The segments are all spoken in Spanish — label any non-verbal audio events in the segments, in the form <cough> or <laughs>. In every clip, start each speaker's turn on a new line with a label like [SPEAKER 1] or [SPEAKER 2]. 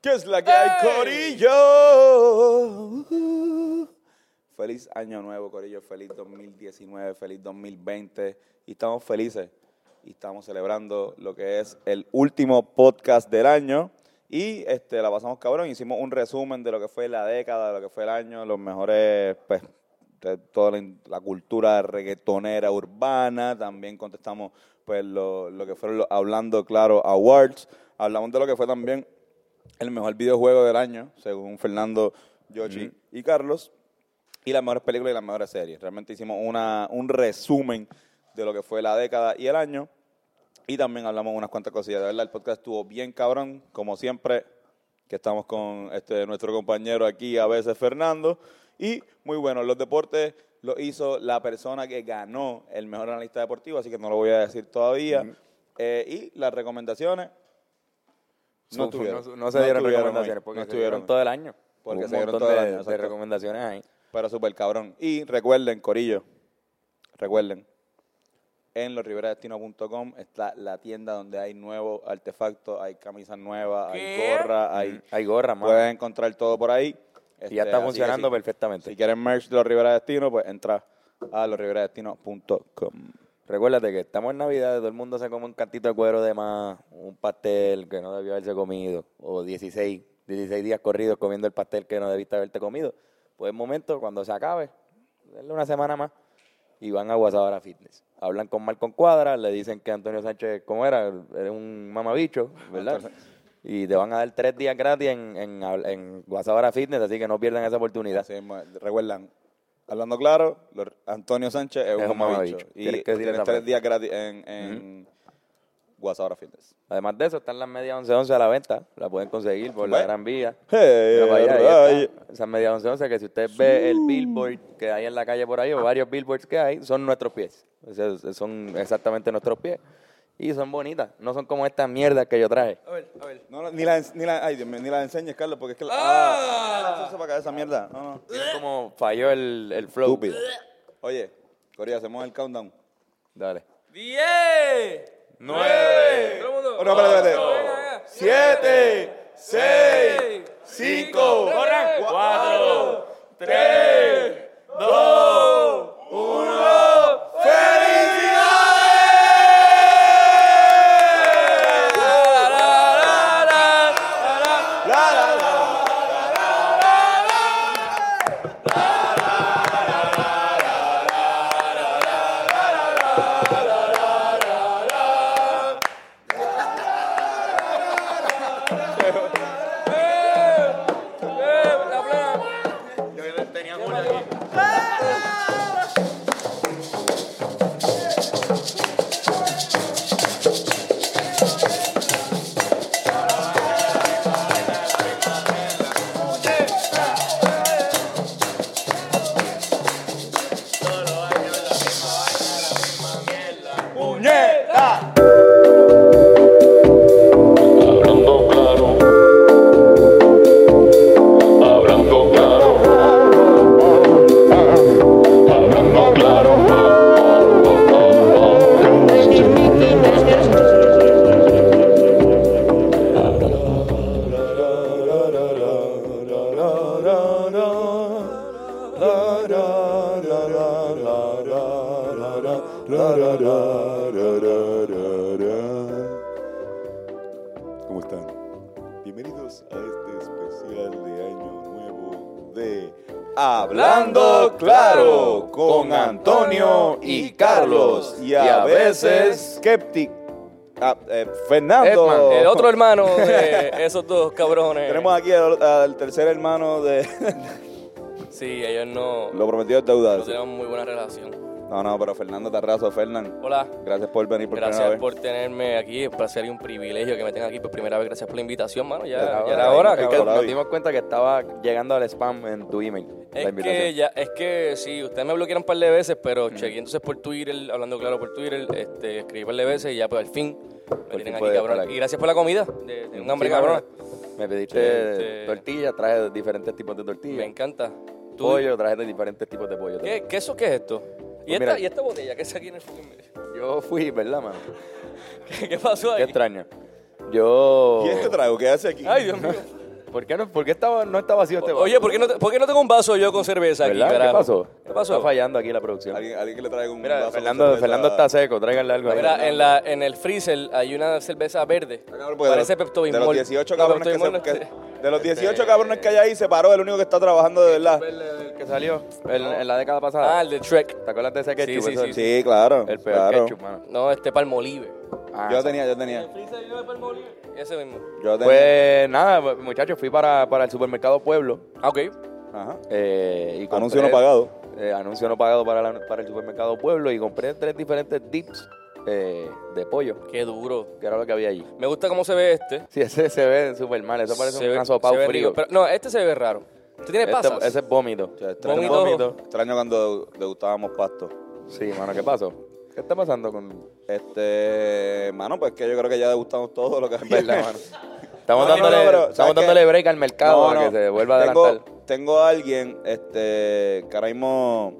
[SPEAKER 1] ¿Qué es la que hay, Corillo? Feliz año nuevo, Corillo. Feliz 2019, feliz 2020. Y estamos felices. Y estamos celebrando lo que es el último podcast del año. Y este, la pasamos cabrón. Hicimos un resumen de lo que fue la década, de lo que fue el año, los mejores, pues, de toda la, in- la cultura reggaetonera urbana. También contestamos, pues, lo, lo que fueron los Hablando Claro Awards. Hablamos de lo que fue también el mejor videojuego del año, según Fernando, Yoshi y Carlos, y las mejores películas y las mejores series. Realmente hicimos una, un resumen de lo que fue la década y el año, y también hablamos unas cuantas cosillas. De verdad, el podcast estuvo bien cabrón, como siempre, que estamos con este, nuestro compañero aquí, a veces Fernando, y muy bueno, los deportes lo hizo la persona que ganó el mejor analista deportivo, así que no lo voy a decir todavía. Eh, y las recomendaciones, No
[SPEAKER 2] No, su-
[SPEAKER 1] tuvieron.
[SPEAKER 2] no su- no se
[SPEAKER 1] No
[SPEAKER 2] dieron
[SPEAKER 1] tuvieron
[SPEAKER 2] recomendaciones
[SPEAKER 1] hoy.
[SPEAKER 2] porque
[SPEAKER 1] No
[SPEAKER 2] se
[SPEAKER 1] tuvieron.
[SPEAKER 2] dieron todo el año.
[SPEAKER 1] Porque
[SPEAKER 2] Hubo un
[SPEAKER 1] se dieron todo
[SPEAKER 2] montón
[SPEAKER 1] el
[SPEAKER 2] de-
[SPEAKER 1] año,
[SPEAKER 2] de
[SPEAKER 1] exacto.
[SPEAKER 2] recomendaciones ahí.
[SPEAKER 1] Pero súper cabrón. Y recuerden, Corillo, recuerden, en losriberadestino.com está la tienda donde hay nuevos artefactos, hay camisas nuevas,
[SPEAKER 3] ¿Qué?
[SPEAKER 1] hay gorra, hay...
[SPEAKER 2] Hay gorra, mano.
[SPEAKER 1] Pueden encontrar todo por ahí.
[SPEAKER 2] Mm. y ya
[SPEAKER 1] Este, así
[SPEAKER 2] está
[SPEAKER 1] que
[SPEAKER 2] funcionando
[SPEAKER 1] si-
[SPEAKER 2] perfectamente.
[SPEAKER 1] Si quieren merch de Los Rivera Destino, pues entra a losriberadestino.com.
[SPEAKER 2] Recuérdate que estamos en Navidad, todo el mundo se come un cantito de cuero de más, un pastel que no debió haberse comido, o 16, 16 días corridos comiendo el pastel que no debiste haberte comido. Pues el momento, cuando se acabe, denle una semana más y van a Guasadora Fitness. Hablan con Malcon Cuadra, le dicen que Antonio Sánchez, ¿cómo era? Eres un mamabicho, ¿verdad? Y te van a dar tres días gratis en, en, habl- en Guasadora Fitness, así que no pierdan esa oportunidad.
[SPEAKER 1] Así mismo, recuerdan, hablando claro, lo- Antonio Sánchez es,
[SPEAKER 2] Es
[SPEAKER 1] un
[SPEAKER 2] un
[SPEAKER 1] mamabicho.
[SPEAKER 2] mamabicho.
[SPEAKER 1] Y
[SPEAKER 2] Tienes que decir
[SPEAKER 1] tiene
[SPEAKER 2] esa
[SPEAKER 1] tres
[SPEAKER 2] frase.
[SPEAKER 1] días gratis en, en Guasadora Fitness.
[SPEAKER 2] Además de eso, están las medias 11-11 a la venta, la pueden conseguir por la
[SPEAKER 1] Bueno.
[SPEAKER 2] Gran Vía.
[SPEAKER 1] Hey,
[SPEAKER 3] Eh,
[SPEAKER 2] Mira para allá, ahí
[SPEAKER 1] right.
[SPEAKER 2] está. Esa media once once, que si usted ve el billboard que hay en la calle por ahí, o varios billboards que hay, son nuestros pies. O sea, son exactamente nuestros pies. Y son bonitas. No son como estas mierdas que yo traje.
[SPEAKER 3] A ver, a ver.
[SPEAKER 1] No, no, ni la, ens- ni la, ay, Dios mío, ni la enseñes, Carlos, porque es que la.
[SPEAKER 3] ¡Ah!
[SPEAKER 1] Ah, eso se va a caer esa mierda. No, no.
[SPEAKER 2] Es como falló el, el flow.
[SPEAKER 1] Estúpido. Oye, Corea, hacemos el countdown.
[SPEAKER 2] Dale.
[SPEAKER 3] 10,
[SPEAKER 2] Nueve.
[SPEAKER 3] Todo el mundo.
[SPEAKER 1] Oh, no, espérate, espérate.
[SPEAKER 3] Ocho. Venga, venga.
[SPEAKER 1] Siete, seis,
[SPEAKER 3] cinco, corran.
[SPEAKER 1] cuatro,
[SPEAKER 3] tres,
[SPEAKER 1] dos, uno. ¡Felicidades!
[SPEAKER 3] Eh, la plena.
[SPEAKER 4] Hablando claro, hablando claro, hablando claro.
[SPEAKER 5] ¿Cómo están? Bienvenidos a este especial de Año Nuevo de...
[SPEAKER 1] Hablando claro con Antonio y Carlos y a veces Skeptic. Ah, eh, Fernando.
[SPEAKER 3] Edman, el otro hermano de esos dos cabrones.
[SPEAKER 1] Tenemos aquí al, al tercer hermano de
[SPEAKER 3] Sí, ellos no,
[SPEAKER 1] Lo prometido es deuda.
[SPEAKER 3] no tenemos muy buena relación.
[SPEAKER 1] No, no, pero Fernando Tarrazo, Fernán,
[SPEAKER 3] Hola,
[SPEAKER 1] gracias por venir por
[SPEAKER 3] gracias
[SPEAKER 1] primera
[SPEAKER 3] por tenerme aquí. Es un placer y un privilegio que me tengan aquí por primera vez. Gracias por la invitación, mano. Ya,
[SPEAKER 1] Ya,
[SPEAKER 3] ya era hora,
[SPEAKER 2] Es que
[SPEAKER 3] cabrón.
[SPEAKER 2] nos dimos cuenta que estaba llegando al spam en tu email. la
[SPEAKER 3] Es
[SPEAKER 2] invitación.
[SPEAKER 3] que, ya, es que sí, ustedes me bloquearon un par de veces, pero chequeé entonces por Twitter, hablando claro por Twitter, este, escribí un par de veces y ya pues al fin me
[SPEAKER 2] fin
[SPEAKER 3] tienen aquí,
[SPEAKER 2] puede
[SPEAKER 3] cabrón.
[SPEAKER 2] estar aquí.
[SPEAKER 3] Y gracias por la comida, de, de un hambre,
[SPEAKER 2] Sí,
[SPEAKER 3] cabrón.
[SPEAKER 2] Me pediste
[SPEAKER 3] Sí, sí.
[SPEAKER 2] tortillas, traje diferentes tipos de tortillas.
[SPEAKER 3] Me encanta. Tú-
[SPEAKER 2] Pollo, traje de diferentes tipos de pollo.
[SPEAKER 3] ¿Qué, qué eso qué es esto? ¿Y,
[SPEAKER 2] Pues
[SPEAKER 3] esta,
[SPEAKER 2] mira-
[SPEAKER 3] ¿Y esta botella que es aquí en el fucking medio? <laughs>
[SPEAKER 2] Yo fui, ¿verdad, mano?
[SPEAKER 3] ¿Qué, qué pasó
[SPEAKER 2] Qué
[SPEAKER 3] ahí?
[SPEAKER 2] extraño. Yo.
[SPEAKER 1] vez. ¿Y este trago qué hace aquí?
[SPEAKER 3] Ay, Dios mío.
[SPEAKER 2] ¿Por qué no, por qué estaba, no está vacío este vaso?
[SPEAKER 3] Oye, ¿por qué, no te- por qué no tengo un vaso yo con cerveza aquí,
[SPEAKER 2] ¿Verdad? ¿Qué
[SPEAKER 3] carajo?
[SPEAKER 2] pasó?
[SPEAKER 3] ¿Qué pasó?
[SPEAKER 2] Está fallando aquí la producción.
[SPEAKER 1] Alguien, alguien que le traiga un vaso
[SPEAKER 2] Mira,
[SPEAKER 1] con
[SPEAKER 2] Fernando,
[SPEAKER 1] cerveza.
[SPEAKER 2] Fernando está seco, tráiganle algo. ahí.
[SPEAKER 3] Mira, en, la, en el freezer hay una cerveza verde.
[SPEAKER 1] Ah, cabrón, porque de
[SPEAKER 3] Parece
[SPEAKER 1] los-
[SPEAKER 3] Pepto
[SPEAKER 1] De los 18 cabrones que, se, que- de
[SPEAKER 2] Este
[SPEAKER 1] los 18 cabrones que hay ahí, se paró el único que está trabajando de verdad.
[SPEAKER 2] El, el que salió el- en la década pasada.
[SPEAKER 3] Ah, el de Trek.
[SPEAKER 2] ¿Te acuerdas de ese ketchup?
[SPEAKER 3] sí,
[SPEAKER 2] Eso-
[SPEAKER 3] sí,
[SPEAKER 1] Sí, claro.
[SPEAKER 2] El peor
[SPEAKER 1] claro.
[SPEAKER 2] ketchup, mano.
[SPEAKER 3] No, este Palmolive.
[SPEAKER 2] Ah,
[SPEAKER 1] Yo tenía, yo tenía.
[SPEAKER 3] freezer de Palmolive? Ese mismo.
[SPEAKER 1] Yo tenía.
[SPEAKER 2] Pues nada, pues, muchachos, fui para, para el supermercado Pueblo.
[SPEAKER 3] Ah, ok.
[SPEAKER 1] Ajá.
[SPEAKER 2] eh, y compré-
[SPEAKER 1] Anuncio no pagado.
[SPEAKER 2] eh, anuncio no pagado para, la- para el supermercado Pueblo y compré tres diferentes dips eh, de pollo,
[SPEAKER 3] Qué duro.
[SPEAKER 2] que era lo que había allí.
[SPEAKER 3] Me gusta cómo se ve este.
[SPEAKER 2] Sí, ese se ve súper mal, eso parece
[SPEAKER 3] Se ve-
[SPEAKER 2] un asopado
[SPEAKER 3] se ve
[SPEAKER 2] frío.
[SPEAKER 3] rico, pero- no, este se ve raro. ¿Tú tienes
[SPEAKER 2] Este-
[SPEAKER 3] pasas?
[SPEAKER 2] ese es vómito.
[SPEAKER 1] O sea, extraño,
[SPEAKER 3] Vómito.
[SPEAKER 1] extraño Este cuando degustábamos pasto.
[SPEAKER 2] Sí, mano, ¿qué pasó? ¿Qué está pasando con...?
[SPEAKER 1] Este, mano, pues que yo creo que ya degustamos todo lo que es <laughs>
[SPEAKER 2] <laughs> verdad, mano. Estamos
[SPEAKER 1] No, no, no,
[SPEAKER 2] dándole,
[SPEAKER 1] pero, ¿sabes
[SPEAKER 2] estamos
[SPEAKER 1] qué?
[SPEAKER 2] dándole break al mercado
[SPEAKER 1] No,
[SPEAKER 2] para
[SPEAKER 1] no.
[SPEAKER 2] que se vuelva a
[SPEAKER 1] tengo,
[SPEAKER 2] adelantar.
[SPEAKER 1] Tengo a alguien, este, que ahora mismo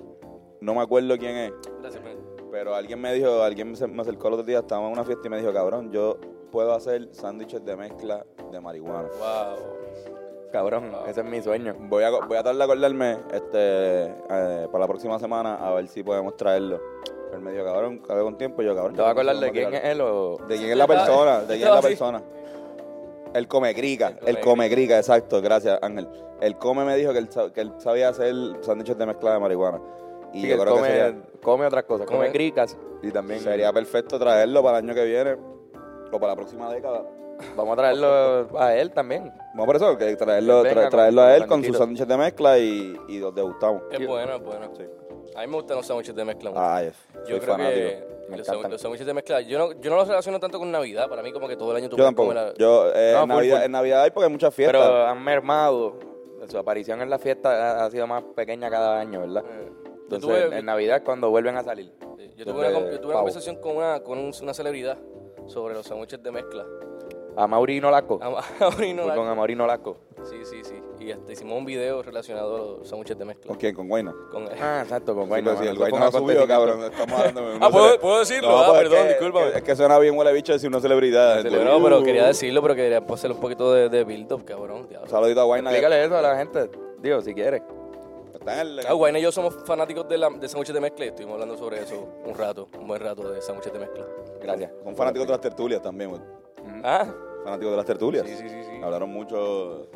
[SPEAKER 1] no me acuerdo quién es,
[SPEAKER 3] Gracias, pues. man.
[SPEAKER 1] pero alguien me dijo, alguien se- me acercó el otro día, estábamos en una fiesta y me dijo, cabrón, yo puedo hacer sándwiches de mezcla de marihuana.
[SPEAKER 3] Wow.
[SPEAKER 2] Cabrón, ese es mi sueño.
[SPEAKER 1] Voy a, voy a tratar de acordarme este, eh, para la próxima semana a ver si podemos traerlo. Él me dijo, cabrón, cabe con tiempo. y Yo, cabrón.
[SPEAKER 2] ¿Te vas a
[SPEAKER 1] yo no sé
[SPEAKER 2] acordar de
[SPEAKER 1] cómo
[SPEAKER 2] quién
[SPEAKER 1] tirarlo".
[SPEAKER 2] es él o...?
[SPEAKER 1] ¿De quién es la persona? ¿De quién es la
[SPEAKER 3] Así.
[SPEAKER 1] persona? El come grica, el
[SPEAKER 3] El
[SPEAKER 1] come grica, exacto, gracias Ángel. El come me dijo que él, sa- que él sabía hacer sándwiches de mezcla de marihuana. Y
[SPEAKER 2] Sí,
[SPEAKER 1] yo
[SPEAKER 2] que
[SPEAKER 1] creo
[SPEAKER 2] come,
[SPEAKER 1] que sería,
[SPEAKER 2] come otras cosas, come,
[SPEAKER 3] Come-
[SPEAKER 2] gricas y también
[SPEAKER 1] sería perfecto traerlo para el año que viene o para la próxima década.
[SPEAKER 2] vamos a traerlo a él también.
[SPEAKER 1] Vamos por eso, que traerlo,
[SPEAKER 2] Que venga
[SPEAKER 1] tra-
[SPEAKER 2] con-
[SPEAKER 1] traerlo a él con
[SPEAKER 2] tranquilo.
[SPEAKER 1] sus sándwiches de mezcla y, y los degustamos.
[SPEAKER 3] Es bueno, es bueno.
[SPEAKER 1] Sí.
[SPEAKER 3] A mí me gustan los sándwiches de mezcla. mucho.
[SPEAKER 1] Ay, soy
[SPEAKER 3] yo creo
[SPEAKER 1] fanático.
[SPEAKER 3] que
[SPEAKER 2] Me
[SPEAKER 3] los,
[SPEAKER 2] encantan.
[SPEAKER 3] sándwiches- los sándwiches de mezcla, yo no, yo no los relaciono tanto con Navidad. Para mí como que todo el año
[SPEAKER 1] Yo
[SPEAKER 3] tú puedes
[SPEAKER 1] tampoco.
[SPEAKER 3] comer la-
[SPEAKER 1] Yo, eh,
[SPEAKER 2] No,
[SPEAKER 1] en,
[SPEAKER 2] full,
[SPEAKER 1] Navidad,
[SPEAKER 2] full.
[SPEAKER 1] en Navidad hay porque hay muchas fiestas.
[SPEAKER 2] Pero han mermado. Su aparición en la fiesta ha- ha sido más pequeña cada año, ¿verdad?
[SPEAKER 3] Eh, yo
[SPEAKER 2] Entonces,
[SPEAKER 3] tuve, eh,
[SPEAKER 2] en Navidad es cuando vuelven a salir.
[SPEAKER 3] yo tuve una,
[SPEAKER 2] desde
[SPEAKER 3] con- yo tuve una
[SPEAKER 2] pavo.
[SPEAKER 3] conversación con una, con un- una celebridad sobre los sándwiches de mezcla. <laughs>
[SPEAKER 2] A Maurino Laco.
[SPEAKER 3] Ama- ahora y no
[SPEAKER 2] Fui
[SPEAKER 3] la-
[SPEAKER 2] con a Maurino Laco.
[SPEAKER 3] Sí, sí, sí. Y hasta hicimos un video relacionado a los sándwiches de mezcla.
[SPEAKER 1] ¿Con quién? ¿Con Guayna?
[SPEAKER 3] Con-
[SPEAKER 2] Ah, exacto, con
[SPEAKER 1] Bueno,
[SPEAKER 2] Guayna.
[SPEAKER 1] si
[SPEAKER 2] mano.
[SPEAKER 1] Pues el
[SPEAKER 2] Eso
[SPEAKER 1] güey
[SPEAKER 2] fue
[SPEAKER 1] no
[SPEAKER 2] un
[SPEAKER 1] ha subido, cabrón.
[SPEAKER 2] acontecimiento.
[SPEAKER 1] Estamos hablando de una
[SPEAKER 3] Ah, ¿puedo-
[SPEAKER 1] cele-
[SPEAKER 3] puedo decirlo? Ah,
[SPEAKER 1] pues es
[SPEAKER 3] perdón,
[SPEAKER 1] que-
[SPEAKER 3] discúlpame.
[SPEAKER 1] que- Es que suena bien huele bicho decir una celebridad. Entonces,
[SPEAKER 3] <laughs> Bueno, pero
[SPEAKER 1] uh,
[SPEAKER 3] quería decirlo, pero quería hacer un poquito de, de build-up, cabrón. diablo.
[SPEAKER 1] Saludito a Guayna. que
[SPEAKER 2] Explícale eso a la gente. Digo, si quieres.
[SPEAKER 1] Está en el...
[SPEAKER 3] Ah, Guayna y yo somos fanáticos de, la, de sándwiches de mezcla y estuvimos hablando sobre eso un rato, un buen rato de sándwiches de mezcla.
[SPEAKER 2] Gracias.
[SPEAKER 1] Son fanáticos de las tertulias también, güey.
[SPEAKER 3] Ah,
[SPEAKER 1] Fanáticos de las tertulias.
[SPEAKER 3] sí, sí, sí. sí.
[SPEAKER 1] Hablaron mucho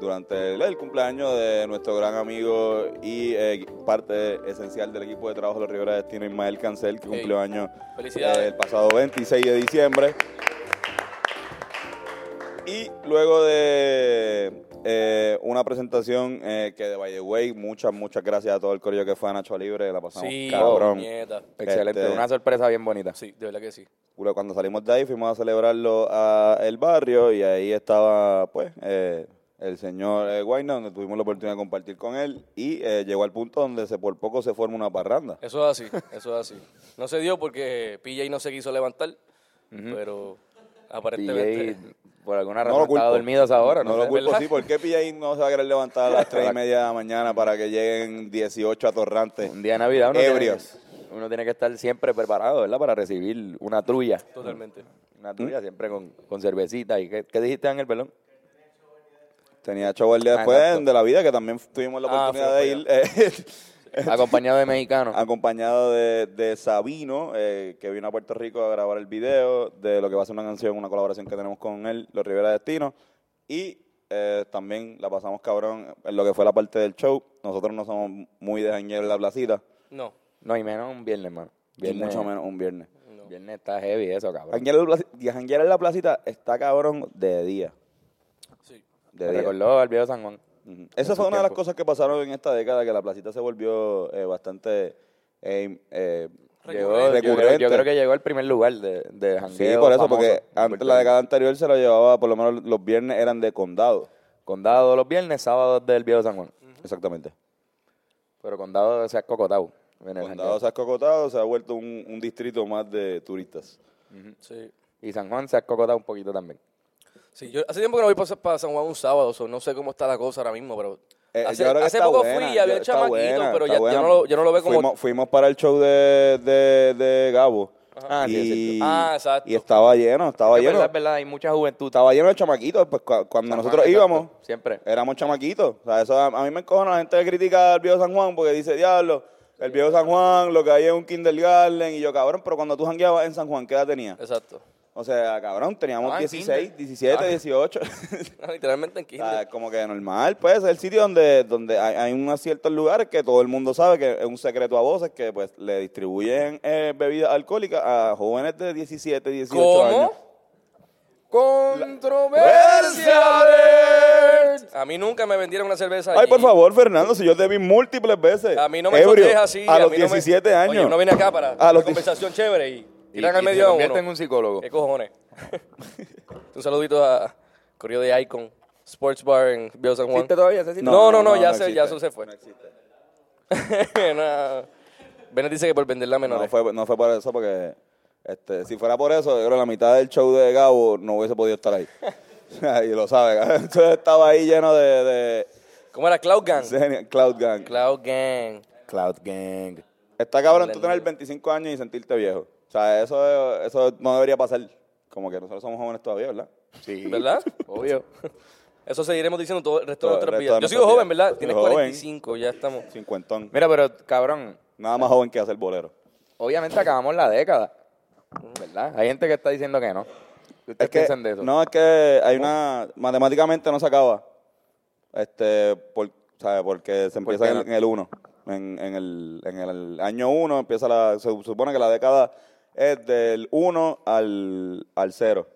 [SPEAKER 1] durante el, el cumpleaños de nuestro gran amigo y eh, parte esencial del equipo de trabajo de los Rivera Destino, Ismael Cancel, que
[SPEAKER 3] Ey.
[SPEAKER 1] cumplió años
[SPEAKER 3] Felicidades.
[SPEAKER 1] eh, el pasado 26 de diciembre. Y luego de eh, una presentación eh, que de By the Way, muchas, muchas gracias a todo el corillo que fue a Nacho Libre, la pasamos
[SPEAKER 3] Sí,
[SPEAKER 1] cabrón.
[SPEAKER 3] puñeta.
[SPEAKER 2] Excelente.
[SPEAKER 1] Este-
[SPEAKER 2] Una sorpresa bien bonita.
[SPEAKER 3] Sí, de verdad que sí.
[SPEAKER 1] Bueno, Cuando salimos de ahí fuimos a celebrarlo a el barrio y ahí estaba pues eh, el señor eh, Guayna, donde tuvimos la oportunidad de compartir con él y eh, llegó al punto donde se por poco se forma una parranda.
[SPEAKER 3] Eso es así, eso es así. No se dio porque PJ no se quiso levantar, pero aparentemente...
[SPEAKER 2] DJ, por alguna
[SPEAKER 1] No
[SPEAKER 2] razón,
[SPEAKER 1] lo culpo.
[SPEAKER 2] estaba dormido a esa hora.
[SPEAKER 1] No,
[SPEAKER 2] No,
[SPEAKER 1] lo
[SPEAKER 2] sé.
[SPEAKER 1] culpo,
[SPEAKER 3] ¿verdad?
[SPEAKER 1] sí, ¿por qué PJ no se va a querer levantar a las 3 y media de la mañana para que lleguen 18 atorrantes?
[SPEAKER 2] Un día de Navidad uno, tiene que,
[SPEAKER 1] Ebrios.
[SPEAKER 2] uno tiene que estar siempre preparado, ¿verdad? Para recibir una trulla.
[SPEAKER 3] Totalmente.
[SPEAKER 1] ¿Mm?
[SPEAKER 2] Una trulla siempre con, con cervecita. ¿Y qué, qué dijiste, Ángel, perdón?
[SPEAKER 1] Tenía Chavo el día después
[SPEAKER 2] Ah, Exacto.
[SPEAKER 1] de la vida, que también tuvimos la
[SPEAKER 3] Ah,
[SPEAKER 1] oportunidad de ir
[SPEAKER 3] fuimos
[SPEAKER 1] eh,
[SPEAKER 2] Acompañado de mexicanos.
[SPEAKER 1] Ah. acompañado de, de Sabino, eh, que vino a Puerto Rico a grabar el video de lo que va a ser una canción, una colaboración que tenemos con él, Los Rivera Destino. Y eh, también la pasamos cabrón en lo que fue la parte del show. Nosotros no somos muy de jangueo en la placita,
[SPEAKER 3] No,
[SPEAKER 2] No, y menos un viernes, mano.
[SPEAKER 1] y
[SPEAKER 2] Viernes,
[SPEAKER 1] mucho menos un viernes.
[SPEAKER 3] no.
[SPEAKER 2] Viernes está heavy eso, cabrón.
[SPEAKER 1] Janguear en la placi- janguear en la placita está cabrón de día.
[SPEAKER 3] Sí.
[SPEAKER 1] De
[SPEAKER 2] Te
[SPEAKER 1] día.
[SPEAKER 2] recordó al viejo San Juan.
[SPEAKER 1] Ujú. Esa fue una de las cosas que pasaron en esta década, que la placita se volvió eh, bastante eh, eh,
[SPEAKER 3] Llegó-
[SPEAKER 2] Yo creo-
[SPEAKER 1] recurrente.
[SPEAKER 2] Yo, creo que llegó al primer lugar de, de
[SPEAKER 1] Sí,
[SPEAKER 2] jangueo
[SPEAKER 1] por eso,
[SPEAKER 2] famoso
[SPEAKER 1] porque
[SPEAKER 2] en
[SPEAKER 1] antes
[SPEAKER 2] Puerto
[SPEAKER 1] la
[SPEAKER 2] Rico.
[SPEAKER 1] década anterior se lo llevaba, por lo menos los viernes eran de condado.
[SPEAKER 2] Condado los viernes, sábados del viejo San Juan.
[SPEAKER 1] Exactamente.
[SPEAKER 2] Pero condado se ha cocotado. en el
[SPEAKER 1] Condado
[SPEAKER 2] jangueo.
[SPEAKER 1] se ha cocotado, se ha vuelto un, un distrito más de turistas.
[SPEAKER 3] Sí.
[SPEAKER 2] Y San Juan se ha cocotado un poquito también.
[SPEAKER 3] Sí, yo hace tiempo que no voy para, San Juan un sábado, so, no sé cómo está la cosa ahora mismo, pero
[SPEAKER 1] Eh,
[SPEAKER 3] hace,
[SPEAKER 1] yo creo que
[SPEAKER 3] hace
[SPEAKER 1] está
[SPEAKER 3] poco
[SPEAKER 1] buena,
[SPEAKER 3] fui y había
[SPEAKER 1] yo- está
[SPEAKER 3] chamaquito,
[SPEAKER 1] buena,
[SPEAKER 3] pero
[SPEAKER 1] está
[SPEAKER 3] ya, ya
[SPEAKER 1] buena.
[SPEAKER 3] no lo, ya no lo veo como...
[SPEAKER 1] Fuimos, fuimos para el show de, de, de Gabo
[SPEAKER 2] Ah, sí, es
[SPEAKER 1] y,
[SPEAKER 2] cierto.
[SPEAKER 3] Ah, exacto.
[SPEAKER 1] y estaba lleno, estaba
[SPEAKER 2] Es
[SPEAKER 1] lleno.
[SPEAKER 2] verdad, es verdad, hay mucha juventud.
[SPEAKER 1] Estaba lleno de chamaquitos. Pues cua- cuando
[SPEAKER 2] San Juan,
[SPEAKER 1] nosotros
[SPEAKER 2] exacto,
[SPEAKER 1] íbamos,
[SPEAKER 2] Siempre.
[SPEAKER 1] éramos chamaquitos. O sea, eso a, a mí me encojona la gente que critica al viejo San Juan porque dice, diablo, el viejo San Juan, lo que hay es un kindergarten. Y yo, cabrón, pero cuando tú jangueabas en San Juan, ¿qué edad tenías?
[SPEAKER 3] Exacto. <laughs>
[SPEAKER 1] O sea, cabrón, teníamos
[SPEAKER 3] Ah, en
[SPEAKER 1] 16,
[SPEAKER 3] kinder.
[SPEAKER 1] 17, <laughs>
[SPEAKER 3] Ah.
[SPEAKER 1] 18.
[SPEAKER 3] Literalmente en
[SPEAKER 1] O sea,
[SPEAKER 3] kinder.
[SPEAKER 1] como que normal, pues, es el sitio donde, donde hay, hay unos ciertos lugares que todo el mundo sabe que es un secreto a voces que pues le distribuyen eh, bebidas alcohólicas a jóvenes de 17, 18 años.
[SPEAKER 3] ¿Cómo? Controversia alert. A mí nunca me vendieron una cerveza
[SPEAKER 1] Ay,
[SPEAKER 3] allí.
[SPEAKER 1] por favor, Fernando, si yo te vi múltiples veces.
[SPEAKER 3] A mí no me
[SPEAKER 1] ebrio,
[SPEAKER 3] sortees así.
[SPEAKER 1] A los
[SPEAKER 3] mí no me-
[SPEAKER 1] 17 años.
[SPEAKER 3] Oye, uno viene acá para
[SPEAKER 1] A
[SPEAKER 3] una
[SPEAKER 1] los
[SPEAKER 3] conversación chévere y
[SPEAKER 2] Y,
[SPEAKER 3] tiran
[SPEAKER 2] y
[SPEAKER 3] al
[SPEAKER 2] se
[SPEAKER 3] medio a
[SPEAKER 2] convierte
[SPEAKER 3] uno.
[SPEAKER 2] en un psicólogo.
[SPEAKER 3] ¿Qué cojones? <laughs> un saludito a Correo de Icon Sports Bar en Viejo San Juan.
[SPEAKER 2] ¿Existe todavía ese sitio?
[SPEAKER 3] No, no, no, ya, se,
[SPEAKER 1] existe.
[SPEAKER 3] ya eso se fue. <laughs> No. Bennett dice que por venderla a
[SPEAKER 1] No
[SPEAKER 3] menores.
[SPEAKER 1] fue, no fue por eso, porque este, si fuera por eso, yo creo que la mitad del show de Gabo no hubiese podido estar ahí. <laughs> y lo sabe, cabrón. entonces estaba ahí lleno de, de-
[SPEAKER 3] ¿Cómo era? Cloud Gang.
[SPEAKER 1] de Cloud Gang.
[SPEAKER 3] Cloud Gang.
[SPEAKER 2] Cloud Gang.
[SPEAKER 1] Está cabrón tú tener 25 años y sentirte viejo. O sea, eso, eso no debería pasar. Como que nosotros somos jóvenes todavía, ¿verdad?
[SPEAKER 2] Sí.
[SPEAKER 3] ¿Verdad?
[SPEAKER 1] <laughs>
[SPEAKER 2] Obvio.
[SPEAKER 3] <laughs> Eso seguiremos diciendo todo el resto
[SPEAKER 1] Todo
[SPEAKER 3] de
[SPEAKER 1] el
[SPEAKER 3] nuestras
[SPEAKER 1] resto de
[SPEAKER 3] vidas. Yo sigo
[SPEAKER 1] nuestras
[SPEAKER 3] joven,
[SPEAKER 1] vidas. Soy
[SPEAKER 3] ¿verdad? Tienes
[SPEAKER 1] joven.
[SPEAKER 3] 45, ya estamos.
[SPEAKER 1] Cincuentón.
[SPEAKER 2] Mira, pero cabrón,
[SPEAKER 1] Nada más joven que hacer bolero.
[SPEAKER 2] obviamente acabamos la década. ¿Verdad? Hay gente que está diciendo que no. ¿Qué ustedes
[SPEAKER 1] Es que,
[SPEAKER 2] piensan de eso?
[SPEAKER 1] No, es que hay una. Matemáticamente no se acaba. Este, por, ¿sabe? Porque se empieza
[SPEAKER 2] qué
[SPEAKER 1] en,
[SPEAKER 2] no?
[SPEAKER 1] el- en el 1. En, en el, en el año 1 empieza la. Se supone que la década es del 1 al, al 0.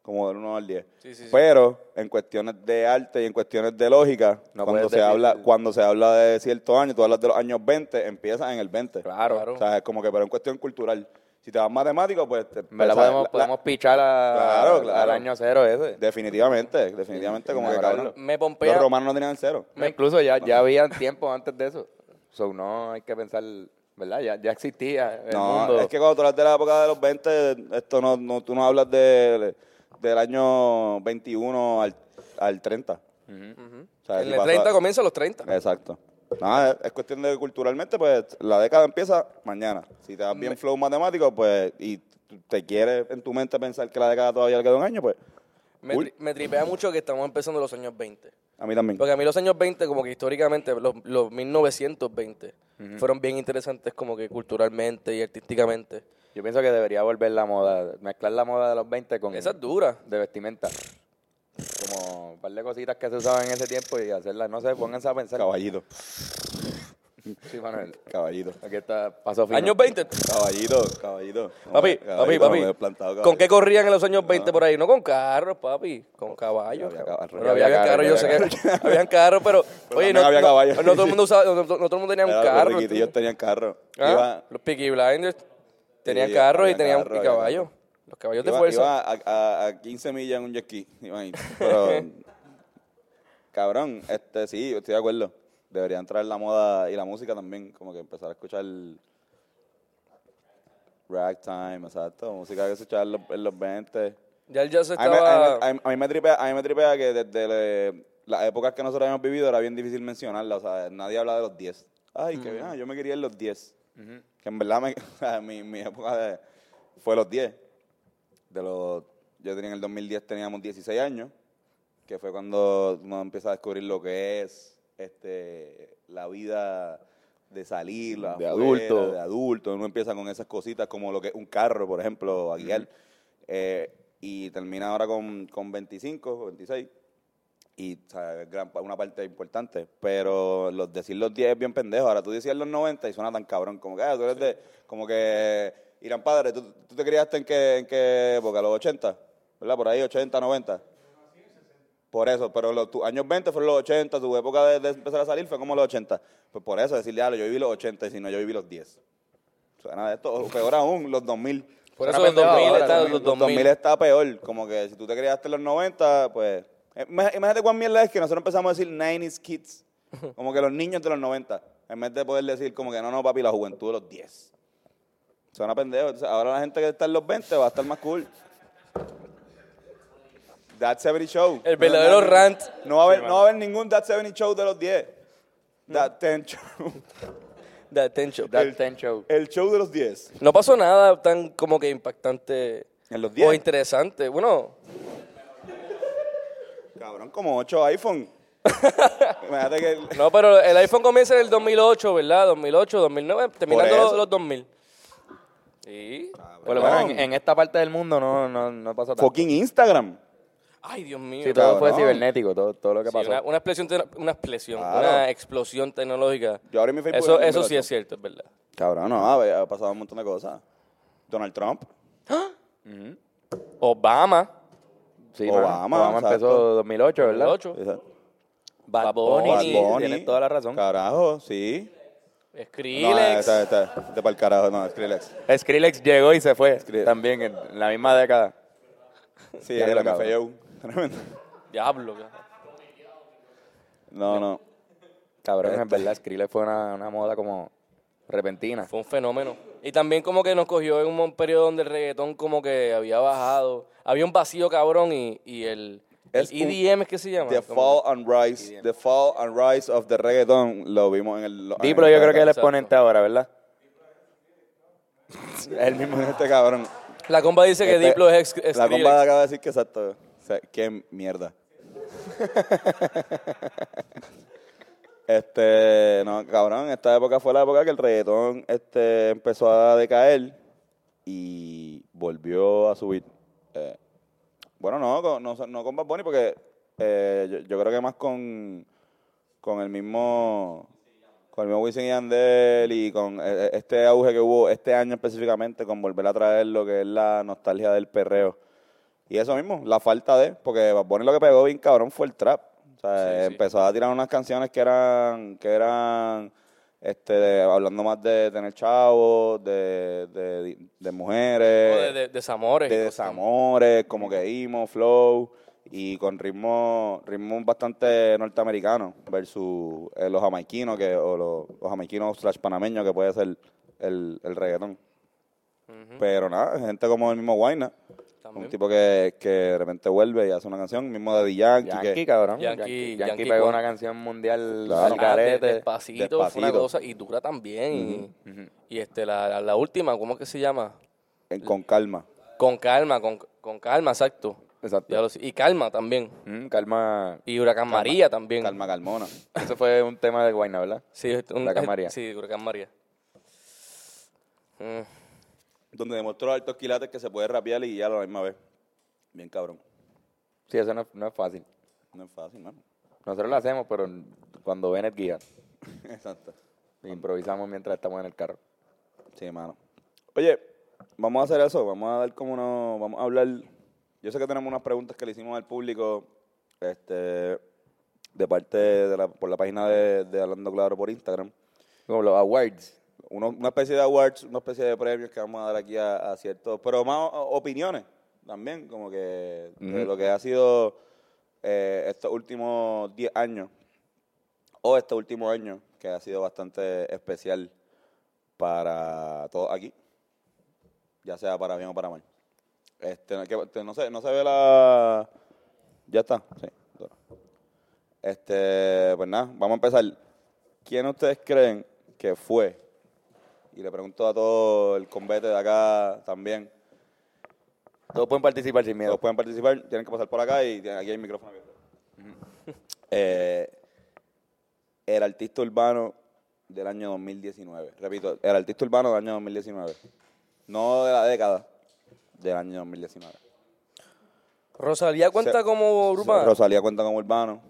[SPEAKER 1] Como del 1 al 10.
[SPEAKER 3] Sí, sí, sí.
[SPEAKER 1] Pero en cuestiones de arte y en cuestiones de lógica,
[SPEAKER 2] No
[SPEAKER 1] cuando,
[SPEAKER 2] puedes
[SPEAKER 1] se
[SPEAKER 2] decir-
[SPEAKER 1] habla, cuando se habla de ciertos años, tú hablas de los años 20, empieza en el 20.
[SPEAKER 2] Claro.
[SPEAKER 3] Claro.
[SPEAKER 1] O sea, es como que, pero en cuestión cultural. Si te vas matemático, pues. Te,
[SPEAKER 2] ¿Verdad?
[SPEAKER 1] o sea,
[SPEAKER 2] podemos,
[SPEAKER 1] la- la-
[SPEAKER 2] podemos pichar a-
[SPEAKER 1] Claro, claro.
[SPEAKER 2] al año cero ese.
[SPEAKER 1] Definitivamente, definitivamente, como que
[SPEAKER 2] Ahora,
[SPEAKER 1] cabrón.
[SPEAKER 3] me pompea-
[SPEAKER 1] Los romanos no tenían el cero.
[SPEAKER 2] No, incluso ya, ya había tiempo antes de eso. So, no hay que pensar, ¿verdad? Ya, ya existía el
[SPEAKER 1] no,
[SPEAKER 2] mundo.
[SPEAKER 1] es que cuando tú hablas de la época de los 20, esto no, no, tú no hablas de, del año 21 al, al 30. O sea, si
[SPEAKER 3] En el
[SPEAKER 1] pasa-
[SPEAKER 3] 30 comienza los 30.
[SPEAKER 1] Exacto. No, es, es cuestión de culturalmente, pues la década empieza mañana. Si te das bien flow matemático, pues, y tú- te quieres en tu mente pensar que la década todavía le queda un año, pues,
[SPEAKER 3] Me,
[SPEAKER 1] Uy. Mm.
[SPEAKER 3] tri- me tripea mucho que estamos empezando los años 20.
[SPEAKER 1] a mí también.
[SPEAKER 3] Porque a mí los años 20, como que históricamente, los, los 1920, fueron bien interesantes como que culturalmente y artísticamente.
[SPEAKER 2] Yo pienso que debería volver la moda, mezclar la moda de los 20 con
[SPEAKER 3] Esa es dura.
[SPEAKER 2] de vestimenta. Como un par de cositas que se usaban en ese tiempo y hacerlas, no sé, pónganse a pensar.
[SPEAKER 1] Caballito,
[SPEAKER 2] Sí, Manuel.
[SPEAKER 1] caballito.
[SPEAKER 2] Aquí está, pasó fino.
[SPEAKER 3] Años 20.
[SPEAKER 1] Caballito, caballito.
[SPEAKER 3] Papi, papi,
[SPEAKER 1] Caballito,
[SPEAKER 3] papi.
[SPEAKER 1] me he plantado,
[SPEAKER 3] ¿Con qué
[SPEAKER 1] caballito.
[SPEAKER 3] corrían en los años 20 por ahí? No con carros, papi, con caballos.
[SPEAKER 1] había carros,
[SPEAKER 3] Bueno, había
[SPEAKER 2] había
[SPEAKER 3] carros, yo sé
[SPEAKER 2] carros,
[SPEAKER 3] que <laughs> habían carros, pero, oye,
[SPEAKER 1] también
[SPEAKER 3] no,
[SPEAKER 1] había
[SPEAKER 3] no-
[SPEAKER 1] caballos.
[SPEAKER 3] no todo el mundo usaba, no, no- no todo el mundo tenía
[SPEAKER 1] Era los
[SPEAKER 3] un carro.
[SPEAKER 1] riquitillos
[SPEAKER 3] ¿entiendes?
[SPEAKER 1] tenían carro.
[SPEAKER 3] Ah,
[SPEAKER 1] Iba-
[SPEAKER 3] Los Peaky Blinders tenían
[SPEAKER 1] Sí,
[SPEAKER 3] carros y
[SPEAKER 1] había
[SPEAKER 3] tenían
[SPEAKER 1] carros,
[SPEAKER 3] y
[SPEAKER 1] había
[SPEAKER 3] caballos. Los caballos de
[SPEAKER 1] iba-
[SPEAKER 3] fuerza.
[SPEAKER 1] iba a, a- a 15 millas en un jet ski. iban ahí.
[SPEAKER 3] <laughs>
[SPEAKER 1] Pero, cabrón, este, sí, yo estoy de acuerdo. Deberían traer la moda y la música también. Como que empezar a escuchar ragtime, exacto. Música que se escuchaba en los, en los 20.
[SPEAKER 3] Ya el jazz
[SPEAKER 1] A mí, me- a,
[SPEAKER 3] estaba...
[SPEAKER 1] mí, me- a mí- a mí me tripea, a mí me tripea que desde le- las épocas que nosotros habíamos vivido era bien difícil mencionarla. O sea, nadie habla de los 10. Ay, que bien, ah, yo me quería en los 10. Que en verdad me- <laughs> o sea, mi, mi época de- fue los 10. De los, yo tenía en el 2010 teníamos 16 años, que fue cuando uno empieza a descubrir lo que es este, la vida de salir, la
[SPEAKER 2] De
[SPEAKER 1] afuera,
[SPEAKER 2] adulto.
[SPEAKER 1] de adulto. Uno empieza con esas cositas como lo que es un carro, por ejemplo, a guiar. Eh, y termina ahora con, con 25, o 26. Y o sea, es gran pa- una parte importante. Pero los decir los 10 es bien pendejo. Ahora tú decías los 90 y suena tan cabrón. Como que, ah, tú eres de. Como que. Irán padre, ¿tú, tú te criaste en qué, en qué época? Los 80, ¿verdad? Por ahí, 80, 90. Por eso, pero los, tus años 20 fueron los 80, tu época de, de empezar a salir fue como los 80. Pues por eso, decirle, ah, yo viví los 80 y si no, yo viví los 10. Suena de esto, o peor aún, los 2000.
[SPEAKER 3] Por
[SPEAKER 2] Una
[SPEAKER 3] eso los 2000
[SPEAKER 2] pendejada,
[SPEAKER 3] está-
[SPEAKER 2] ahora,
[SPEAKER 3] los
[SPEAKER 1] 2000.
[SPEAKER 3] 2000.
[SPEAKER 1] está peor, como que si tú te criaste en los 90, pues... eh, imag- Imagínate cuán mierda es que nosotros empezamos a decir 90s kids, como que los niños de los 90, en vez de poder decir como que no, no, papi, la juventud de los 10. Suena pendejo. Entonces, ahora la gente que está en los 20 va a estar más cool. That's 70 Show.
[SPEAKER 3] El verdadero rant. Mm.
[SPEAKER 1] No va, a haber, no va a haber ningún That 70 Show <laughs> de los 10. That 10 Show.
[SPEAKER 3] That Ten Show.
[SPEAKER 2] That Ten Show.
[SPEAKER 5] El show de los 10.
[SPEAKER 3] No pasó nada tan como que impactante
[SPEAKER 1] En los
[SPEAKER 3] o
[SPEAKER 1] 10.
[SPEAKER 3] interesante. Bueno,
[SPEAKER 1] Cabrón, como 8
[SPEAKER 2] <laughs>
[SPEAKER 1] iPhone. Imagínate que. el-
[SPEAKER 3] no, pero el iPhone comienza en el 2008, ¿verdad? 2008, 2009, terminando
[SPEAKER 1] Por
[SPEAKER 3] los,
[SPEAKER 1] eso.
[SPEAKER 3] los 2000. Sí.
[SPEAKER 2] Por lo menos
[SPEAKER 1] Cabrón.
[SPEAKER 2] en, en esta parte del mundo no, no, no pasó tanto.
[SPEAKER 1] Fucking Instagram.
[SPEAKER 3] Ay, Dios mío.
[SPEAKER 2] Sí, todo fue
[SPEAKER 1] cabrón.
[SPEAKER 2] cibernético, todo, todo lo que
[SPEAKER 3] Sí,
[SPEAKER 2] pasó.
[SPEAKER 3] una, una explosión, te- una explosión,
[SPEAKER 1] Claro.
[SPEAKER 3] una explosión tecnológica.
[SPEAKER 1] Yo abrí mi Facebook
[SPEAKER 3] Eso,
[SPEAKER 1] en el
[SPEAKER 3] eso
[SPEAKER 1] 2008.
[SPEAKER 3] sí es cierto, es verdad.
[SPEAKER 1] Cabrón, no, ha ha pasado un montón de cosas. Donald Trump.
[SPEAKER 3] Obama,
[SPEAKER 2] Sí,
[SPEAKER 1] Obama,
[SPEAKER 2] mano. Obama
[SPEAKER 1] exacto.
[SPEAKER 2] empezó 2008, ¿verdad?
[SPEAKER 3] 2008.
[SPEAKER 1] Esa-
[SPEAKER 2] Bad
[SPEAKER 3] Bunny.
[SPEAKER 2] Bunny.
[SPEAKER 1] Bad Bunny.
[SPEAKER 2] Tienes toda la razón.
[SPEAKER 1] Carajo, sí. No, eh,
[SPEAKER 3] Skrillex.
[SPEAKER 1] está, está, está para el carajo, no, Skrillex.
[SPEAKER 2] Skrillex llegó y se fue.
[SPEAKER 1] Skrillex.
[SPEAKER 2] También en la misma década.
[SPEAKER 1] Sí,
[SPEAKER 2] Ya
[SPEAKER 1] era
[SPEAKER 2] lo
[SPEAKER 1] el
[SPEAKER 2] cabrón.
[SPEAKER 1] MFAO. <laughs> Tremendo.
[SPEAKER 3] Diablo. cabrón.
[SPEAKER 1] No, no.
[SPEAKER 2] Cabrón, en
[SPEAKER 1] Este.
[SPEAKER 2] verdad, Skrillex fue una, una moda como repentina.
[SPEAKER 3] Fue un fenómeno. Y también como que nos cogió en un mon- periodo donde el reggaetón como que había bajado. Había un vacío cabrón y, y el, el E
[SPEAKER 1] Es un-
[SPEAKER 3] EDM es que se llama.
[SPEAKER 1] The
[SPEAKER 3] Como-
[SPEAKER 1] Fall and Rise. The Fall and Rise of the Reggaeton. Lo vimos en el.
[SPEAKER 2] Diplo yo creo que es el
[SPEAKER 3] Exacto.
[SPEAKER 2] exponente ahora, ¿verdad? Es el
[SPEAKER 1] <laughs>
[SPEAKER 2] mismo.
[SPEAKER 1] Este cabrón.
[SPEAKER 3] La comba dice que
[SPEAKER 1] Este-
[SPEAKER 3] Diplo es ex-
[SPEAKER 1] La
[SPEAKER 3] Skrillex.
[SPEAKER 1] compa acaba de decir que exacto. O sea, qué mierda. <laughs> este, no, cabrón, esta época fue la época que el reggaetón este, empezó a decaer y volvió a subir. Eh, bueno, no, con- no, no con Bad Bunny porque eh, yo, yo creo que más con, con el mismo... Con el mismo Wisin y Yandel y con eh, este auge que hubo este año específicamente con volver a traer lo que es la nostalgia del perreo. Y eso mismo, la falta de, porque Bad Bunny lo que pegó bien cabrón fue el trap. O sea,
[SPEAKER 3] Sí, sí.
[SPEAKER 1] empezó a tirar unas canciones que eran, que eran, este, de- hablando más de tener chavos, de, de, de mujeres,
[SPEAKER 3] O de, de- desamores. y
[SPEAKER 1] de
[SPEAKER 3] cosas.
[SPEAKER 1] desamores, como que emo, flow, y con ritmo, ritmo bastante norteamericano versus eh, los jamaiquinos, que, o los, los jamaiquinos slash panameños, que puede ser el, el reggaetón. Pero nada, gente como el mismo Guayna,
[SPEAKER 3] También.
[SPEAKER 1] un tipo que, que de repente vuelve y hace una canción, mismo de Yankee,
[SPEAKER 2] Yankee,
[SPEAKER 1] que
[SPEAKER 2] cabrón.
[SPEAKER 3] Yankee-
[SPEAKER 2] Yankee,
[SPEAKER 3] Yankee
[SPEAKER 2] Yankee pegó
[SPEAKER 3] con-
[SPEAKER 2] una canción mundial
[SPEAKER 1] Claro.
[SPEAKER 2] al
[SPEAKER 3] Ah, de-
[SPEAKER 2] garete.
[SPEAKER 3] despacito, fue una
[SPEAKER 1] Despacito.
[SPEAKER 3] cosa y dura también. y- y, este la, la- la última, ¿cómo es que se llama?
[SPEAKER 1] en- con calma.
[SPEAKER 3] Con calma, con, con calma, exacto.
[SPEAKER 2] Exacto.
[SPEAKER 3] Ya lo sé. y calma también.
[SPEAKER 2] Mm, calma.
[SPEAKER 3] Y Huracán María también.
[SPEAKER 1] Calma Calmona.
[SPEAKER 2] Eso fue un tema de Guayna, ¿verdad?
[SPEAKER 3] Sí, un-
[SPEAKER 2] Huracán María.
[SPEAKER 3] Sí, Huracán María. Mm.
[SPEAKER 1] Donde demostró altos quilates que se puede rapear y guiar a la misma vez. Bien cabrón.
[SPEAKER 2] Sí, eso no, no es fácil.
[SPEAKER 1] No es fácil, mano. <laughs>
[SPEAKER 2] Nosotros lo hacemos, pero cuando ven el guía,
[SPEAKER 1] Exacto.
[SPEAKER 2] improvisamos mientras estamos en el carro.
[SPEAKER 1] Sí, mano. Oye, vamos a hacer eso, vamos a dar como uno, vamos a hablar. Yo sé que tenemos unas preguntas que le hicimos al público, este, de parte de la, por la página de, de Hablando Claro por Instagram.
[SPEAKER 2] Como los awards.
[SPEAKER 1] Uno- una especie de awards, una especie de premios que vamos a dar aquí a, a ciertos, pero más o- opiniones también, como que de lo que ha sido eh, estos últimos 10 años, o este último año, que ha sido bastante especial para todos aquí, ya sea para bien o para mal. Este, no, que- te- no, se, no se ve la... Ya está, sí. Este, pues nada, vamos a empezar. ¿Quién ustedes creen que fue y le pregunto a todo el combate de acá también.
[SPEAKER 2] Todos pueden participar sin miedo.
[SPEAKER 1] Todos pueden participar, tienen que pasar por acá y tienen- aquí hay el micrófono abierto. <laughs> Eh, el artista urbano del año 2019. Repito, el artista urbano del año 2019. No de la década, del año 2019.
[SPEAKER 3] Rosalía cuenta
[SPEAKER 1] Se-
[SPEAKER 3] como urbana.
[SPEAKER 1] Rosalía cuenta como urbano.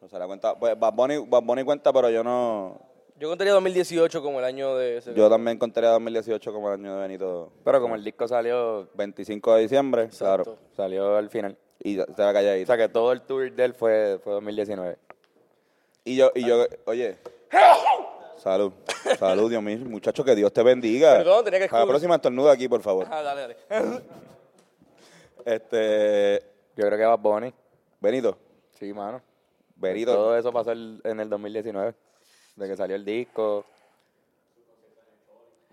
[SPEAKER 1] Rosalía cuenta. Pues Bad Bunny, Bad Bunny cuenta, pero yo no.
[SPEAKER 3] Yo contaría 2018 como el año de ese.
[SPEAKER 1] Yo también contaría 2018 como el año de Benito.
[SPEAKER 2] Pero como el disco salió,
[SPEAKER 1] 25 de diciembre, claro.
[SPEAKER 2] salió al final.
[SPEAKER 1] Y se va calladito.
[SPEAKER 2] O sea que todo el tour de él fue, fue 2019.
[SPEAKER 1] Y yo, y yo, oye. Salud. Salud, Dios mío. Muchacho, que Dios te bendiga.
[SPEAKER 3] Perdón, tenía que
[SPEAKER 1] A la
[SPEAKER 3] escuchar.
[SPEAKER 1] próxima estornuda aquí, por favor.
[SPEAKER 3] Ah, dale, dale.
[SPEAKER 1] Este.
[SPEAKER 2] Yo creo que Bad Bunny.
[SPEAKER 1] Benito.
[SPEAKER 2] Sí, mano.
[SPEAKER 1] Benito.
[SPEAKER 2] Todo eso pasó el- en el 2019. De que salió el disco,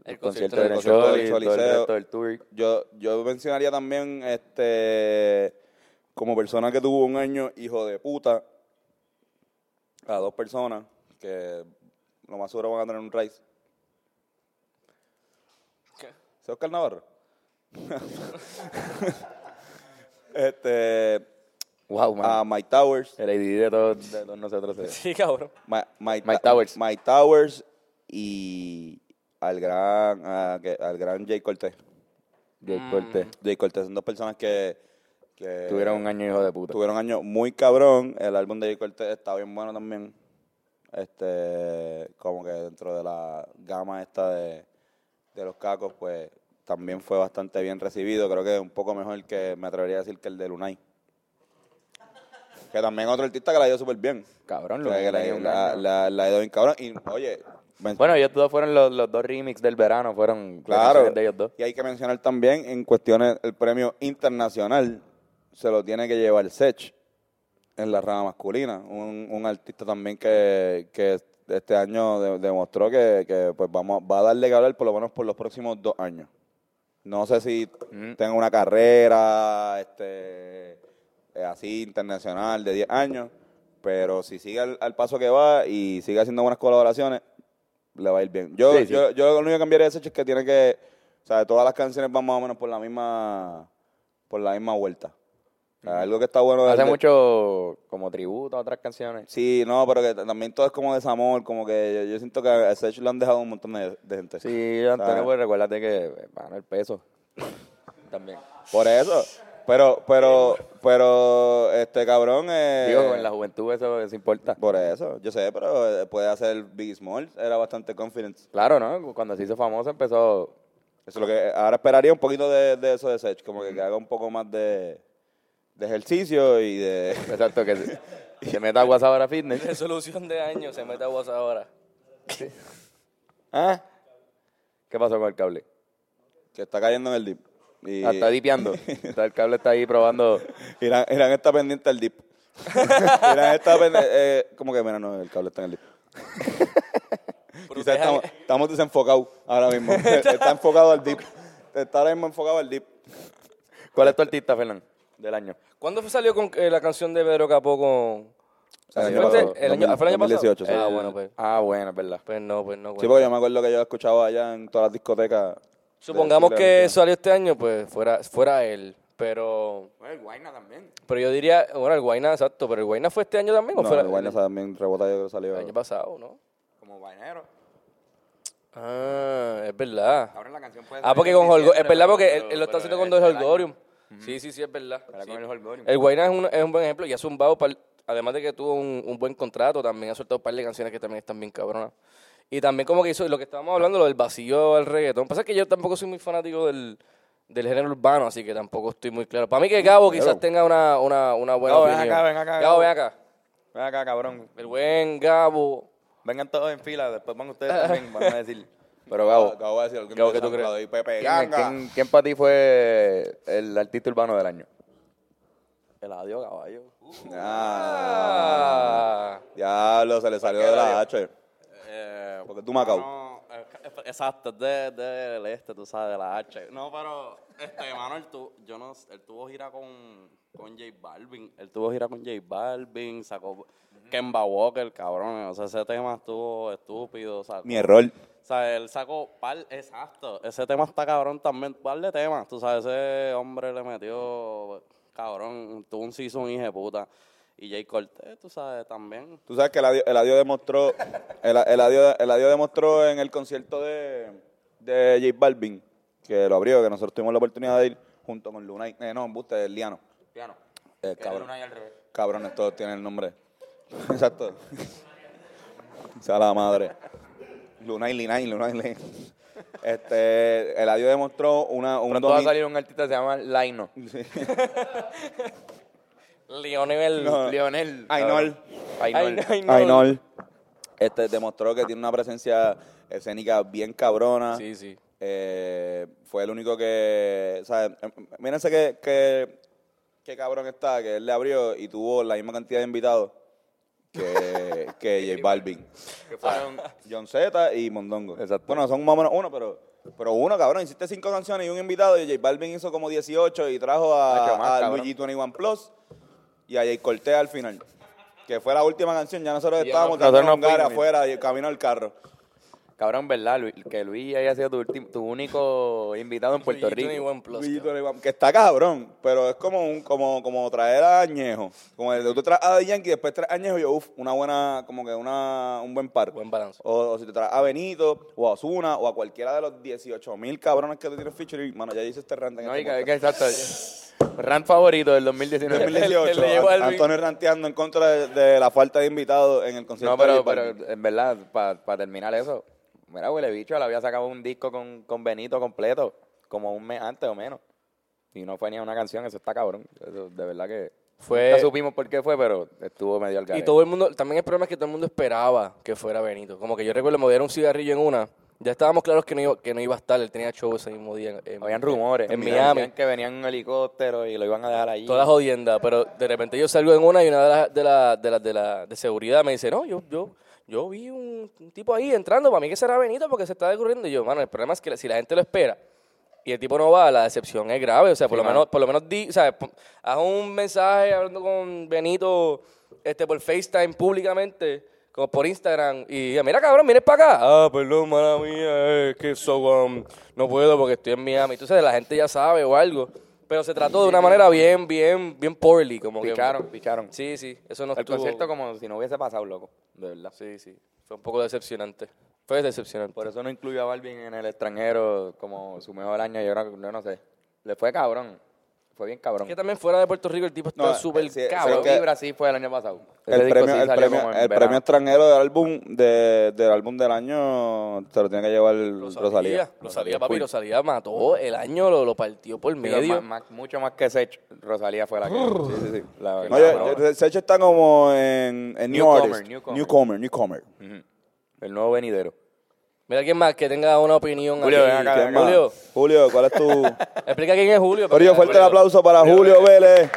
[SPEAKER 3] El
[SPEAKER 2] concierto
[SPEAKER 3] concierto
[SPEAKER 2] de
[SPEAKER 1] el
[SPEAKER 3] de
[SPEAKER 1] concierto
[SPEAKER 2] Necholi,
[SPEAKER 1] del
[SPEAKER 2] todo el
[SPEAKER 1] Choliseo.
[SPEAKER 2] resto del tour.
[SPEAKER 1] Yo, yo mencionaría también, este. Como persona que tuvo un año hijo de puta, a dos personas que lo más seguro van a tener un raíz. ¿Soy Oscar Navarro? <laughs> este,
[SPEAKER 2] Wow, man.
[SPEAKER 1] a Mike Towers.
[SPEAKER 2] el ID de todos, de todos nosotros. eh.
[SPEAKER 3] Sí, cabrón.
[SPEAKER 1] Ma- Mike,
[SPEAKER 2] Mike
[SPEAKER 1] Ta-
[SPEAKER 2] Towers.
[SPEAKER 1] Mike Towers y al gran, a- que- al gran Jay Cortés.
[SPEAKER 2] Jake
[SPEAKER 1] Mm.
[SPEAKER 2] Cortés.
[SPEAKER 1] Jay Cortés son dos personas que, que
[SPEAKER 2] Tuvieron un año hijo de puta.
[SPEAKER 1] tuvieron años muy cabrón. El álbum de Jay Cortés está bien bueno también. Este, como que dentro de la gama esta de, de los cacos, pues también fue bastante bien recibido. Creo que un poco mejor que me atrevería a decir que el de Lunay. Que también otro artista que la dio súper bien.
[SPEAKER 2] Cabrón,
[SPEAKER 1] O sea, que
[SPEAKER 2] Lunay,
[SPEAKER 1] la,
[SPEAKER 2] un
[SPEAKER 1] la,
[SPEAKER 2] año.
[SPEAKER 1] la, la he dado bien cabrón. Y oye, men-
[SPEAKER 2] Bueno, ellos dos fueron los, los dos remix del verano, fueron
[SPEAKER 1] claro.
[SPEAKER 2] canciones de ellos dos.
[SPEAKER 1] Y hay que mencionar también en cuestiones, el premio internacional se lo tiene que llevar Sech en la rama masculina. Un, un artista también que, que este año de- demostró que, que, pues vamos, va a darle que hablar por lo menos por los próximos dos años. No sé si
[SPEAKER 2] Mm.
[SPEAKER 1] tenga una carrera este, eh, así internacional de 10 años, pero si sigue al, al paso que va y sigue haciendo buenas colaboraciones, le va a ir bien. Yo,
[SPEAKER 2] Sí, sí.
[SPEAKER 1] yo, yo lo único que cambiaría de ese hecho es que tiene que, o sea, todas las canciones van más o menos por la misma, por la misma vuelta. O sea, algo que está bueno.
[SPEAKER 2] Mm. Hace
[SPEAKER 1] del-
[SPEAKER 2] mucho como tributo a otras canciones.
[SPEAKER 1] Sí, no, pero que t- también todo es como desamor, como que yo, yo siento que a Sech lo han dejado un montón de, de gente.
[SPEAKER 2] Sí, Antonio,
[SPEAKER 1] Ah.
[SPEAKER 2] pues recuérdate que van el peso. También.
[SPEAKER 1] Por eso. Pero, pero, pero, este cabrón. eh,
[SPEAKER 2] Digo, con la juventud eso, eso importa.
[SPEAKER 1] Por eso, yo sé, pero eh, puede hacer Big Small, era bastante confident. Eso
[SPEAKER 2] Claro, ¿no? Cuando se hizo famoso empezó...
[SPEAKER 1] es lo que ahora esperaría un poquito de, de eso de Sech, como que, que haga un poco más de, de ejercicio y de. <laughs>
[SPEAKER 2] Exacto, que se, se meta a WhatsApp ahora fitness.
[SPEAKER 3] Resolución de año, se mete a WhatsApp ahora.
[SPEAKER 2] ¿Ah? ¿Qué pasó con el cable?
[SPEAKER 1] que está cayendo en el dip. Y
[SPEAKER 2] Ah, está dipeando. Está- el cable está ahí probando...
[SPEAKER 1] Irán, Irán está pendiente al dip. <laughs> Irán está pendiente. Eh, como que, mira, no, el cable está en el dip.
[SPEAKER 3] Pero
[SPEAKER 1] Quizás
[SPEAKER 3] ustedes han-
[SPEAKER 1] estamos, estamos desenfocados ahora
[SPEAKER 2] <laughs>
[SPEAKER 1] mismo. está enfocado al dip. Está ahora mismo enfocado al dip.
[SPEAKER 2] ¿Cuál es tu artista, Fernán? Del año.
[SPEAKER 3] ¿Cuándo fue salió con eh, la canción de Pedro Capó con.
[SPEAKER 1] El año
[SPEAKER 3] ¿Fue este-
[SPEAKER 1] pasado,
[SPEAKER 3] el año- ¿Fue el año
[SPEAKER 1] 2018,
[SPEAKER 3] pasado? Ah,
[SPEAKER 1] sí.
[SPEAKER 3] bueno, pues.
[SPEAKER 2] Ah, bueno, es verdad.
[SPEAKER 3] Pues no, pues no.
[SPEAKER 1] Sí,
[SPEAKER 3] bueno.
[SPEAKER 1] porque yo me acuerdo que yo escuchaba allá en todas las discotecas.
[SPEAKER 3] Supongamos
[SPEAKER 1] Decirle-
[SPEAKER 3] que salió este año, pues fuera, fuera él. Pero.
[SPEAKER 2] Bueno, Pues, el Guayna también.
[SPEAKER 3] Pero yo diría, bueno, el Guayna, exacto, pero el Guayna fue este año también o
[SPEAKER 1] No,
[SPEAKER 3] fue
[SPEAKER 1] el Guayna también rebota, yo creo que salió.
[SPEAKER 3] el año pasado, ¿no?
[SPEAKER 2] Como Guainero.
[SPEAKER 3] Ah, es verdad.
[SPEAKER 2] Ahora la canción puede
[SPEAKER 3] Ah, porque con Holgo, es verdad porque él, él lo está haciendo con dos Holgorium. Sí, sí, sí, es verdad.
[SPEAKER 2] Ahora
[SPEAKER 3] Sí.
[SPEAKER 2] con el Holgorium.
[SPEAKER 3] El Guayna es un, es un buen ejemplo y ha zumbado, par- además de que tuvo un, un buen contrato, también ha soltado un par de canciones que también están bien cabronas. Y también como que hizo lo que estábamos hablando, lo del vacío al reggaetón. Pasa que yo tampoco soy muy fanático del, del género urbano, así que tampoco estoy muy claro. Para mí que Gabo quizás tenga una, una, una buena
[SPEAKER 2] Gabo, ven
[SPEAKER 3] opinión.
[SPEAKER 2] acá, ven acá,
[SPEAKER 3] Gabo,
[SPEAKER 2] Gabo.
[SPEAKER 3] ven acá.
[SPEAKER 2] Ven acá, cabrón.
[SPEAKER 3] El buen Gabo.
[SPEAKER 2] Vengan todos en fila, después van ustedes también, van a decir. Pero
[SPEAKER 1] Gabo,
[SPEAKER 2] Gabo,
[SPEAKER 1] Gabo va a decir algo
[SPEAKER 3] Gabo,
[SPEAKER 1] que
[SPEAKER 3] ¿qué tú crees?
[SPEAKER 1] Y Pepe
[SPEAKER 2] ¿quién,
[SPEAKER 1] Ganga.
[SPEAKER 2] quién, quién para ti fue el artista urbano del año? El adiós, caballo.
[SPEAKER 1] Ah,
[SPEAKER 3] Ah.
[SPEAKER 1] diablo, se le salió de la H.
[SPEAKER 6] Eh,
[SPEAKER 1] Porque tú, Macao.
[SPEAKER 6] no, eh, exacto, es de, del este, tú sabes, de la H. No, pero, este, Manuel, tú, yo no, sé, él tuvo gira con, con J Balvin, él tuvo gira con J Balvin, sacó Kemba Walker, cabrón, o sea, ese tema estuvo estúpido, o sea,
[SPEAKER 1] Mi error.
[SPEAKER 6] o sea, él sacó par, exacto, ese tema está cabrón también, par de temas, tú sabes, ese hombre le metió, cabrón, tuvo un season hijo de puta, y J Cortez, tú sabes, también.
[SPEAKER 1] Tú sabes que el adiós, el adiós demostró. El, el adiós, el adiós demostró en el concierto de, de J Balvin, que lo abrió, que nosotros tuvimos la oportunidad de ir junto con Lunay. Eh, no, embuste, el Liano. Eh, cabrón. Cabrones, todos tienen el nombre. <laughs> Exacto. Sea la madre. Lunay, Linay, Lunay, Linay. Este, el adiós demostró una, un
[SPEAKER 2] Pronto va a
[SPEAKER 1] domi-
[SPEAKER 2] salir un artista que se llama Laino.
[SPEAKER 3] Lionel.
[SPEAKER 1] No.
[SPEAKER 2] Lionel.
[SPEAKER 1] Ainol.
[SPEAKER 2] Ainol.
[SPEAKER 3] Ainol.
[SPEAKER 1] Ainol. Este demostró que tiene una presencia escénica bien cabrona.
[SPEAKER 3] Sí, sí.
[SPEAKER 1] Eh, fue el único que. O sea, em- em- mírense que, que, qué cabrón está, que él le abrió y tuvo la misma cantidad de invitados
[SPEAKER 2] <laughs>
[SPEAKER 1] que, que J Balvin.
[SPEAKER 2] Que fueron-
[SPEAKER 1] John Z y Mondongo.
[SPEAKER 2] Exacto.
[SPEAKER 1] Bueno, son más o menos uno, pero, pero uno, cabrón, hiciste cinco canciones y un invitado y J Balvin hizo como 18 y trajo
[SPEAKER 2] Ah,
[SPEAKER 1] a,
[SPEAKER 2] qué más,
[SPEAKER 1] a
[SPEAKER 2] cabrón.
[SPEAKER 1] Luigi 21 Plus y a Jay Cortés al final. Que fue la última canción, ya nosotros estábamos
[SPEAKER 2] nosotros
[SPEAKER 1] dando
[SPEAKER 2] no
[SPEAKER 1] un gara
[SPEAKER 2] fuimos.
[SPEAKER 1] afuera y camino al carro.
[SPEAKER 2] Cabrón, ¿verdad? Luis- que Luis haya sido tu, último- tu único invitado en Puerto
[SPEAKER 3] Luigi Tony
[SPEAKER 2] Rico.
[SPEAKER 3] One Plus,
[SPEAKER 1] Luigi
[SPEAKER 3] cabrón.
[SPEAKER 1] Tony One, que está cabrón, pero es como un, como, como traer a Añejo. Como el, tú traes a Daddy Yankee y después traes a Añejo y yo, uff, una buena, como que una, un buen par.
[SPEAKER 3] Buen balance.
[SPEAKER 1] O, o si te traes a Benito, o a Osuna, o a cualquiera de los 18 mil cabrones que te tienen featuring, mano, ya hice este rant en
[SPEAKER 2] No,
[SPEAKER 1] este
[SPEAKER 2] y que, que
[SPEAKER 1] podcast.
[SPEAKER 2] exacto. Rant favorito <laughs> del 2019.
[SPEAKER 1] 2018,
[SPEAKER 3] El- el- el llegó
[SPEAKER 1] An-
[SPEAKER 3] al-
[SPEAKER 1] Antonio ranteando en contra de, de la falta de invitados en el concierto.
[SPEAKER 2] No,
[SPEAKER 1] de
[SPEAKER 2] pero,
[SPEAKER 1] J Balvin.
[SPEAKER 2] pero en verdad, para terminar eso, mira, huele bicho, él había sacado un disco con, con Benito completo, como un mes antes o menos. Y no fue ni a una canción, eso está cabrón. Eso, de verdad que.
[SPEAKER 3] Fue-
[SPEAKER 2] Nunca supimos por qué fue, pero estuvo medio al
[SPEAKER 3] Y
[SPEAKER 2] garete.
[SPEAKER 3] todo el mundo, también el problema es que todo el mundo esperaba que fuera Benito. Como que yo recuerdo, me dieron un cigarrillo en una. Ya estábamos claros que no iba, que no iba a estar, él tenía show ese mismo día. en- en-
[SPEAKER 2] Habían rumores.
[SPEAKER 3] En
[SPEAKER 2] Decían
[SPEAKER 3] Miami.
[SPEAKER 2] que venían en un helicóptero y lo iban a dejar allí.
[SPEAKER 3] Toda la jodienda, pero de repente yo salgo en una y una de las de, la, de, la- de, la- de seguridad me dice, no, yo, yo, yo vi un, un tipo ahí entrando, para mí que será Benito porque se está descubriendo. Y yo, mano, el problema es que si la gente lo espera y el tipo no va, la decepción es grave. O sea,
[SPEAKER 2] Sí,
[SPEAKER 3] por lo
[SPEAKER 2] mano.
[SPEAKER 3] menos, por lo menos di, o sea, pon- haz un mensaje hablando con Benito este, por FaceTime públicamente. Como por Instagram, y diga, mira cabrón, mires para acá. Ah, perdón, mala mía, es que so, um, no puedo porque estoy en Miami. Entonces la gente ya sabe o algo. Pero se trató de una manera bien, bien, bien poorly. Como que-
[SPEAKER 2] Picharon, picharon.
[SPEAKER 3] Sí, sí, eso no
[SPEAKER 2] el
[SPEAKER 3] estuvo...
[SPEAKER 2] concierto como si no hubiese pasado, loco. De verdad.
[SPEAKER 3] Sí, sí, fue un poco decepcionante. Fue decepcionante.
[SPEAKER 2] Por eso no incluyo a Balvin en el extranjero como su mejor año. Yo, no- yo no sé. Le fue cabrón. Fue bien cabrón.
[SPEAKER 3] que también fuera de Puerto Rico el tipo
[SPEAKER 1] No,
[SPEAKER 3] está súper
[SPEAKER 1] sí, sí,
[SPEAKER 2] Pero
[SPEAKER 1] Pero
[SPEAKER 3] cabrón.
[SPEAKER 1] que-
[SPEAKER 2] Vibra eh, sí fue el año pasado. Ese
[SPEAKER 1] El
[SPEAKER 2] disco
[SPEAKER 1] premio,
[SPEAKER 2] sí
[SPEAKER 1] el,
[SPEAKER 2] salió
[SPEAKER 1] premio,
[SPEAKER 2] como en
[SPEAKER 1] el
[SPEAKER 2] verano.
[SPEAKER 1] premio extranjero del álbum, de- del álbum del año, te lo tiene que llevar Rosalía.
[SPEAKER 3] Rosalía, Rosalía, papi, Rosalía mató el año, lo, lo partió por
[SPEAKER 2] Digo,
[SPEAKER 3] medio.
[SPEAKER 2] más- más- mucho más que Sech, Rosalía fue la que. sí, sí, sí. La,
[SPEAKER 1] No,
[SPEAKER 2] la-
[SPEAKER 1] yo-
[SPEAKER 2] cabrona.
[SPEAKER 1] yo- Secho está como en, en New
[SPEAKER 2] Newcomer,
[SPEAKER 1] Artist.
[SPEAKER 2] newcomer.
[SPEAKER 1] Newcomer, newcomer.
[SPEAKER 2] el nuevo venidero.
[SPEAKER 3] Mira quién más que tenga una opinión
[SPEAKER 2] Julio,
[SPEAKER 3] aquí.
[SPEAKER 2] ven acá,
[SPEAKER 1] ¿Quién
[SPEAKER 2] ven
[SPEAKER 1] más?
[SPEAKER 3] Julio,
[SPEAKER 1] Julio, ¿cuál es
[SPEAKER 2] <laughs>
[SPEAKER 1] tu...?
[SPEAKER 3] explica quién es Julio.
[SPEAKER 1] Corillo, fuerte el aplauso para
[SPEAKER 2] eh.
[SPEAKER 1] Julio Vélez.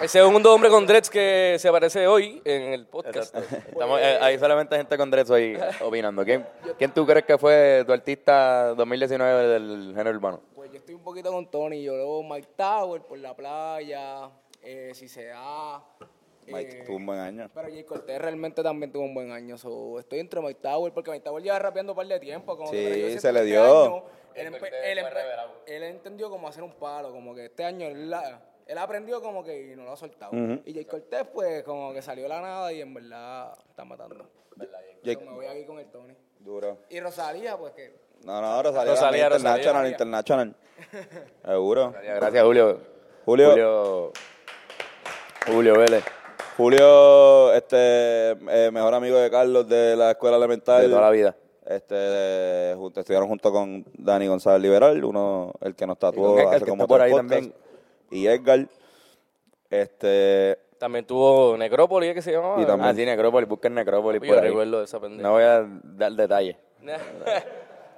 [SPEAKER 3] El segundo hombre con dreads que se aparece hoy en el podcast. <laughs>
[SPEAKER 2] Estamos, eh, hay solamente gente con
[SPEAKER 1] <laughs>
[SPEAKER 2] derecho ahí opinando. ¿Quién, ¿Quién tú crees que fue tu artista 2019 del género urbano?
[SPEAKER 7] Pues yo estoy un poquito con Tony, yo luego Mike Tower por la playa, eh, si se da.
[SPEAKER 1] Mike,
[SPEAKER 7] eh,
[SPEAKER 1] tuvo un buen año.
[SPEAKER 7] pero Jay Cortez realmente también tuvo un buen año. so, estoy entre Mike Tower, porque Mike Tower lleva rapeando un par de tiempo. Como
[SPEAKER 1] Sí,
[SPEAKER 7] que yo siento
[SPEAKER 1] se le
[SPEAKER 7] que este
[SPEAKER 1] dio.
[SPEAKER 7] año, él, empe- él empe- él entendió cómo hacer un palo, como que este año él, la- él aprendió como que y no lo ha soltado. Y Jay Cortez, pues, como que salió de la nada y en verdad está matando.
[SPEAKER 1] Jay-
[SPEAKER 7] Yo me voy aquí con el Tony.
[SPEAKER 1] Duro.
[SPEAKER 7] Y Rosalía, pues que
[SPEAKER 1] No, no, Rosalía,
[SPEAKER 3] Rosalía,
[SPEAKER 1] también, International,
[SPEAKER 2] <laughs>
[SPEAKER 3] Rosalía.
[SPEAKER 1] International. Seguro.
[SPEAKER 2] Gracias, Julio.
[SPEAKER 1] Julio.
[SPEAKER 2] Julio, Julio Vélez.
[SPEAKER 1] Julio, este, eh, mejor amigo de Carlos de la escuela elemental.
[SPEAKER 2] De toda la vida.
[SPEAKER 1] Este, de- junto, estudiaron junto con Dani González Liberal, uno, el que nos tatuó
[SPEAKER 2] con Edgar,
[SPEAKER 1] hace
[SPEAKER 2] que
[SPEAKER 1] como
[SPEAKER 2] está por
[SPEAKER 1] tres
[SPEAKER 2] ahí
[SPEAKER 1] podcasts,
[SPEAKER 2] también.
[SPEAKER 1] Y Edgar, este,
[SPEAKER 3] También tuvo Necrópolis, ¿qué se llamaba? Ah,
[SPEAKER 1] Y también-
[SPEAKER 2] Ah, sí, Necrópolis. Busquen Necrópolis
[SPEAKER 3] Yo
[SPEAKER 2] por ahí.
[SPEAKER 3] recuerdo de esa pendeja.
[SPEAKER 2] No voy a dar detalles.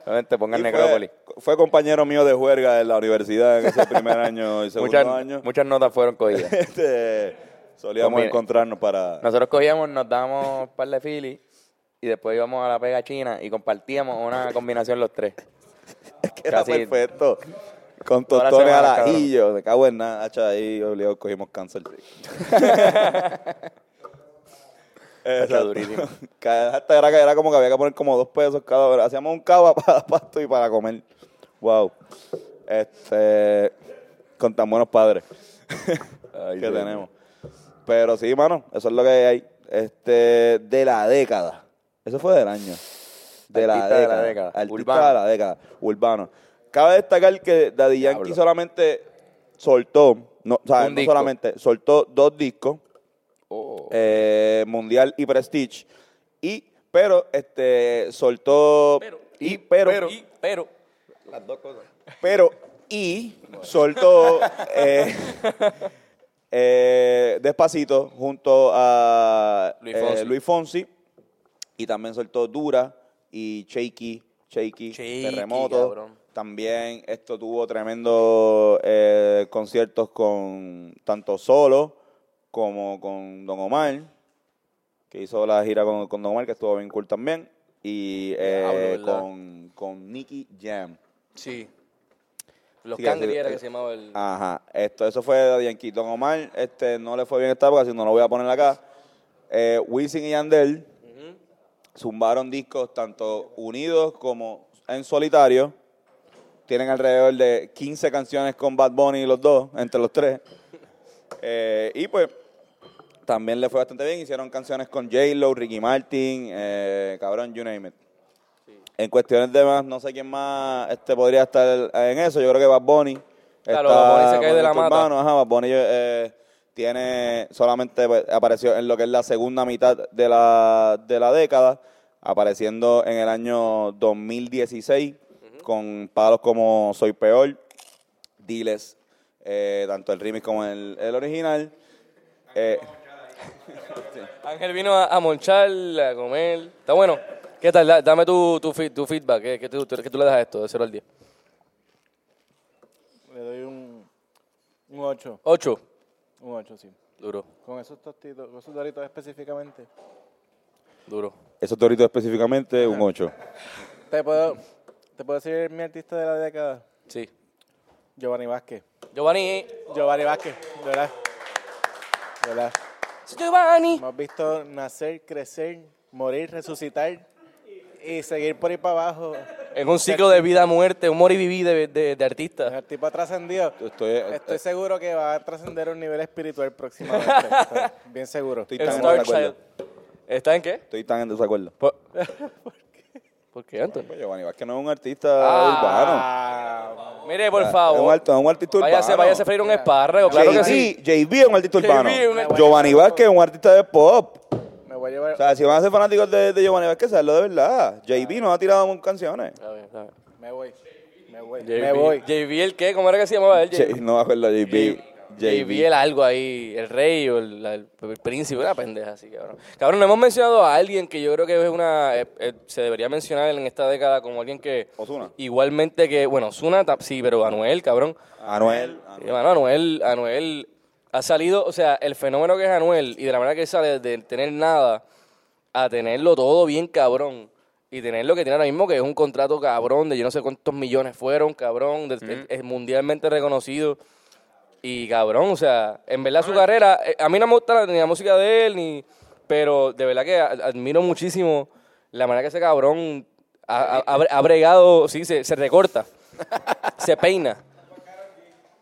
[SPEAKER 2] Solamente pongan
[SPEAKER 1] y
[SPEAKER 2] Necrópolis.
[SPEAKER 1] fue, fue compañero mío de juerga en la universidad en ese primer año
[SPEAKER 2] <laughs>
[SPEAKER 1] y segundo
[SPEAKER 2] Muchas,
[SPEAKER 1] año. <laughs>
[SPEAKER 2] muchas notas fueron cogidas.
[SPEAKER 1] Este, solíamos
[SPEAKER 2] Pues mire,
[SPEAKER 1] encontrarnos para...
[SPEAKER 2] Nosotros cogíamos, nos dábamos un par de filis y después íbamos a la pega china y compartíamos una combinación los tres.
[SPEAKER 1] <laughs> Era
[SPEAKER 2] casi-
[SPEAKER 1] perfecto. Con
[SPEAKER 2] Toda la
[SPEAKER 1] tostones al
[SPEAKER 2] semana, cabrón.
[SPEAKER 1] ajillo, de cago en nada, hacha, ahí obligado cogimos
[SPEAKER 2] <laughs>
[SPEAKER 1] cáncer.
[SPEAKER 2] Hacha,
[SPEAKER 1] Exacto.
[SPEAKER 2] durísimo.
[SPEAKER 1] <laughs> Cada- Hasta era, que era como que había que poner como dos pesos cada hora. Hacíamos un cava <laughs> para pasto y para comer. Wow. Este, con tan buenos padres que tenemos. Pero sí, mano, eso es lo que hay. Este, de la década. Eso fue del año. De la
[SPEAKER 2] Artista de
[SPEAKER 1] década.
[SPEAKER 2] la década.
[SPEAKER 1] Artista
[SPEAKER 2] Urbano.
[SPEAKER 1] de la década. Urbano. Cabe destacar que Daddy Yankee
[SPEAKER 2] Diablo.
[SPEAKER 1] solamente soltó, no, o sea,
[SPEAKER 2] Un
[SPEAKER 1] no
[SPEAKER 2] disco.
[SPEAKER 1] solamente, soltó dos discos,
[SPEAKER 2] Oh.
[SPEAKER 1] eh, Mundial y Prestige, y, pero, este, soltó, y, pero,
[SPEAKER 3] Pero, y- pero,
[SPEAKER 1] pero y soltó eh, eh, Despacito junto a
[SPEAKER 3] Luis
[SPEAKER 1] eh,
[SPEAKER 3] Fonsi.
[SPEAKER 1] Luis Fonsi y también soltó Dura y Shaky, Shaky,
[SPEAKER 3] Shaky,
[SPEAKER 1] Terremoto.
[SPEAKER 3] cabrón.
[SPEAKER 1] También esto tuvo tremendo eh, conciertos con tanto solo como con Don Omar, que hizo la gira con, con Don Omar, que estuvo bien cool también, y eh,
[SPEAKER 3] Diablo, ¿verdad?
[SPEAKER 1] con, con Nicky Jam.
[SPEAKER 3] sí. Los
[SPEAKER 1] Sí,
[SPEAKER 3] Cangri
[SPEAKER 1] sí,
[SPEAKER 3] era que
[SPEAKER 1] eh,
[SPEAKER 3] se llamaba el...
[SPEAKER 1] Ajá, esto, eso fue de Yankee. Don Omar este, no le fue bien esta época, así no lo voy a poner acá. Eh, Wisin y Yandel, zumbaron discos tanto unidos como en solitario. Tienen alrededor de 15 canciones con Bad Bunny los dos, entre los tres. Eh, y pues también le fue bastante bien. Hicieron canciones con J-Lo, Ricky Martin, eh, cabrón, you name it. En cuestiones de más, no sé quién más este podría estar en eso. Yo creo que Bad Bunny.
[SPEAKER 3] Claro,
[SPEAKER 1] está
[SPEAKER 3] Bad Bunny se cae de la
[SPEAKER 1] Movimiento
[SPEAKER 3] mata.
[SPEAKER 1] Urbano, ajá, Bad Bunny eh, tiene solamente pues, apareció en lo que es la segunda mitad de la, de la década, apareciendo en el año 2016 con palos como Soy Peor, Diles, eh, tanto el remix como el, el original. Eh,
[SPEAKER 3] Ángel vino a, a monchar, a comer. Está bueno. ¿Qué tal? Da- Dame tu, tu, fi- tu feedback. ¿Qué, qué tú, tú- qué tú le das a esto de 0 al 10?
[SPEAKER 8] Le doy un, un 8.
[SPEAKER 3] 8.
[SPEAKER 8] Un 8, sí.
[SPEAKER 3] Duro,
[SPEAKER 8] Con esos tostitos, con esos doritos específicamente.
[SPEAKER 3] duro.
[SPEAKER 1] esos doritos específicamente, un 8.
[SPEAKER 8] ¿Te puedo, ¿Te puedo decir mi artista de la década?
[SPEAKER 3] Sí.
[SPEAKER 8] Giovanni Vázquez.
[SPEAKER 3] Giovanni.
[SPEAKER 8] Giovanni Vázquez, de verdad. De verdad.
[SPEAKER 3] Giovanni.
[SPEAKER 8] Hemos visto nacer, crecer, morir, resucitar y seguir por ahí para abajo.
[SPEAKER 3] En un ciclo de vida-muerte, humor y vivir de, de, de artista.
[SPEAKER 8] El tipo ha trascendido.
[SPEAKER 1] Estoy, eh,
[SPEAKER 8] Estoy seguro que va a trascender a un nivel
[SPEAKER 1] <laughs>
[SPEAKER 8] espiritual próximamente. Estoy Bien seguro.
[SPEAKER 1] estoy
[SPEAKER 3] El
[SPEAKER 1] tan en
[SPEAKER 3] Star
[SPEAKER 1] desacuerdo.
[SPEAKER 3] Child. ¿Está en qué?
[SPEAKER 1] Estoy tan en desacuerdo.
[SPEAKER 3] <laughs> Por- ¿Por qué, Anthony?
[SPEAKER 1] Pues Giovanni Vázquez no es un artista
[SPEAKER 8] Ah,
[SPEAKER 3] Mire, Ah, por
[SPEAKER 1] urbano. Es un,
[SPEAKER 3] favor.
[SPEAKER 1] art- es un artista
[SPEAKER 3] Váyase,
[SPEAKER 1] urbano.
[SPEAKER 3] váyase a freír un espárrago, claro que
[SPEAKER 1] JB,
[SPEAKER 3] sí.
[SPEAKER 1] JB es un artista
[SPEAKER 3] JB
[SPEAKER 1] urbano.
[SPEAKER 3] es un artista
[SPEAKER 1] Giovanni Vázquez es un artista de pop.
[SPEAKER 8] Me voy a llevar.
[SPEAKER 1] O sea, si van a ser fanáticos de, de Giovanni Vázquez, hazlo de verdad. JB nos ha tirado un- canciones.
[SPEAKER 3] Está bien, está bien.
[SPEAKER 8] me voy. Me voy.
[SPEAKER 3] JB
[SPEAKER 8] Me voy.
[SPEAKER 3] JB el qué, ¿cómo era que se llamaba él?
[SPEAKER 1] J- no me acuerdo, JB.
[SPEAKER 3] JB el algo ahí, el rey o el, la- el príncipe, una pendeja así, cabrón. Cabrón, no hemos mencionado a alguien que yo creo que es una, eh, eh, se debería mencionar en esta década como alguien que...
[SPEAKER 1] Ozuna.
[SPEAKER 3] Igualmente que, bueno, Osuna, ta- sí, pero Anuel, cabrón.
[SPEAKER 1] Anuel. Ah,
[SPEAKER 3] Sí, mano, Anuel, Anuel ha salido, o sea, el fenómeno que es Anuel y de la manera que sale de tener nada a tenerlo todo bien cabrón y tener lo que tiene ahora mismo, que es un contrato cabrón de yo no sé cuántos millones fueron, cabrón, de- es- es mundialmente reconocido. Y cabrón, o sea, en verdad su carrera, eh, a mí no me gusta la- ni la música de él, ni pero de verdad que a- admiro muchísimo la manera que ese cabrón ha, ha- ha bre- ha bregado, sí, se,
[SPEAKER 2] <laughs>
[SPEAKER 3] se recorta, se peina.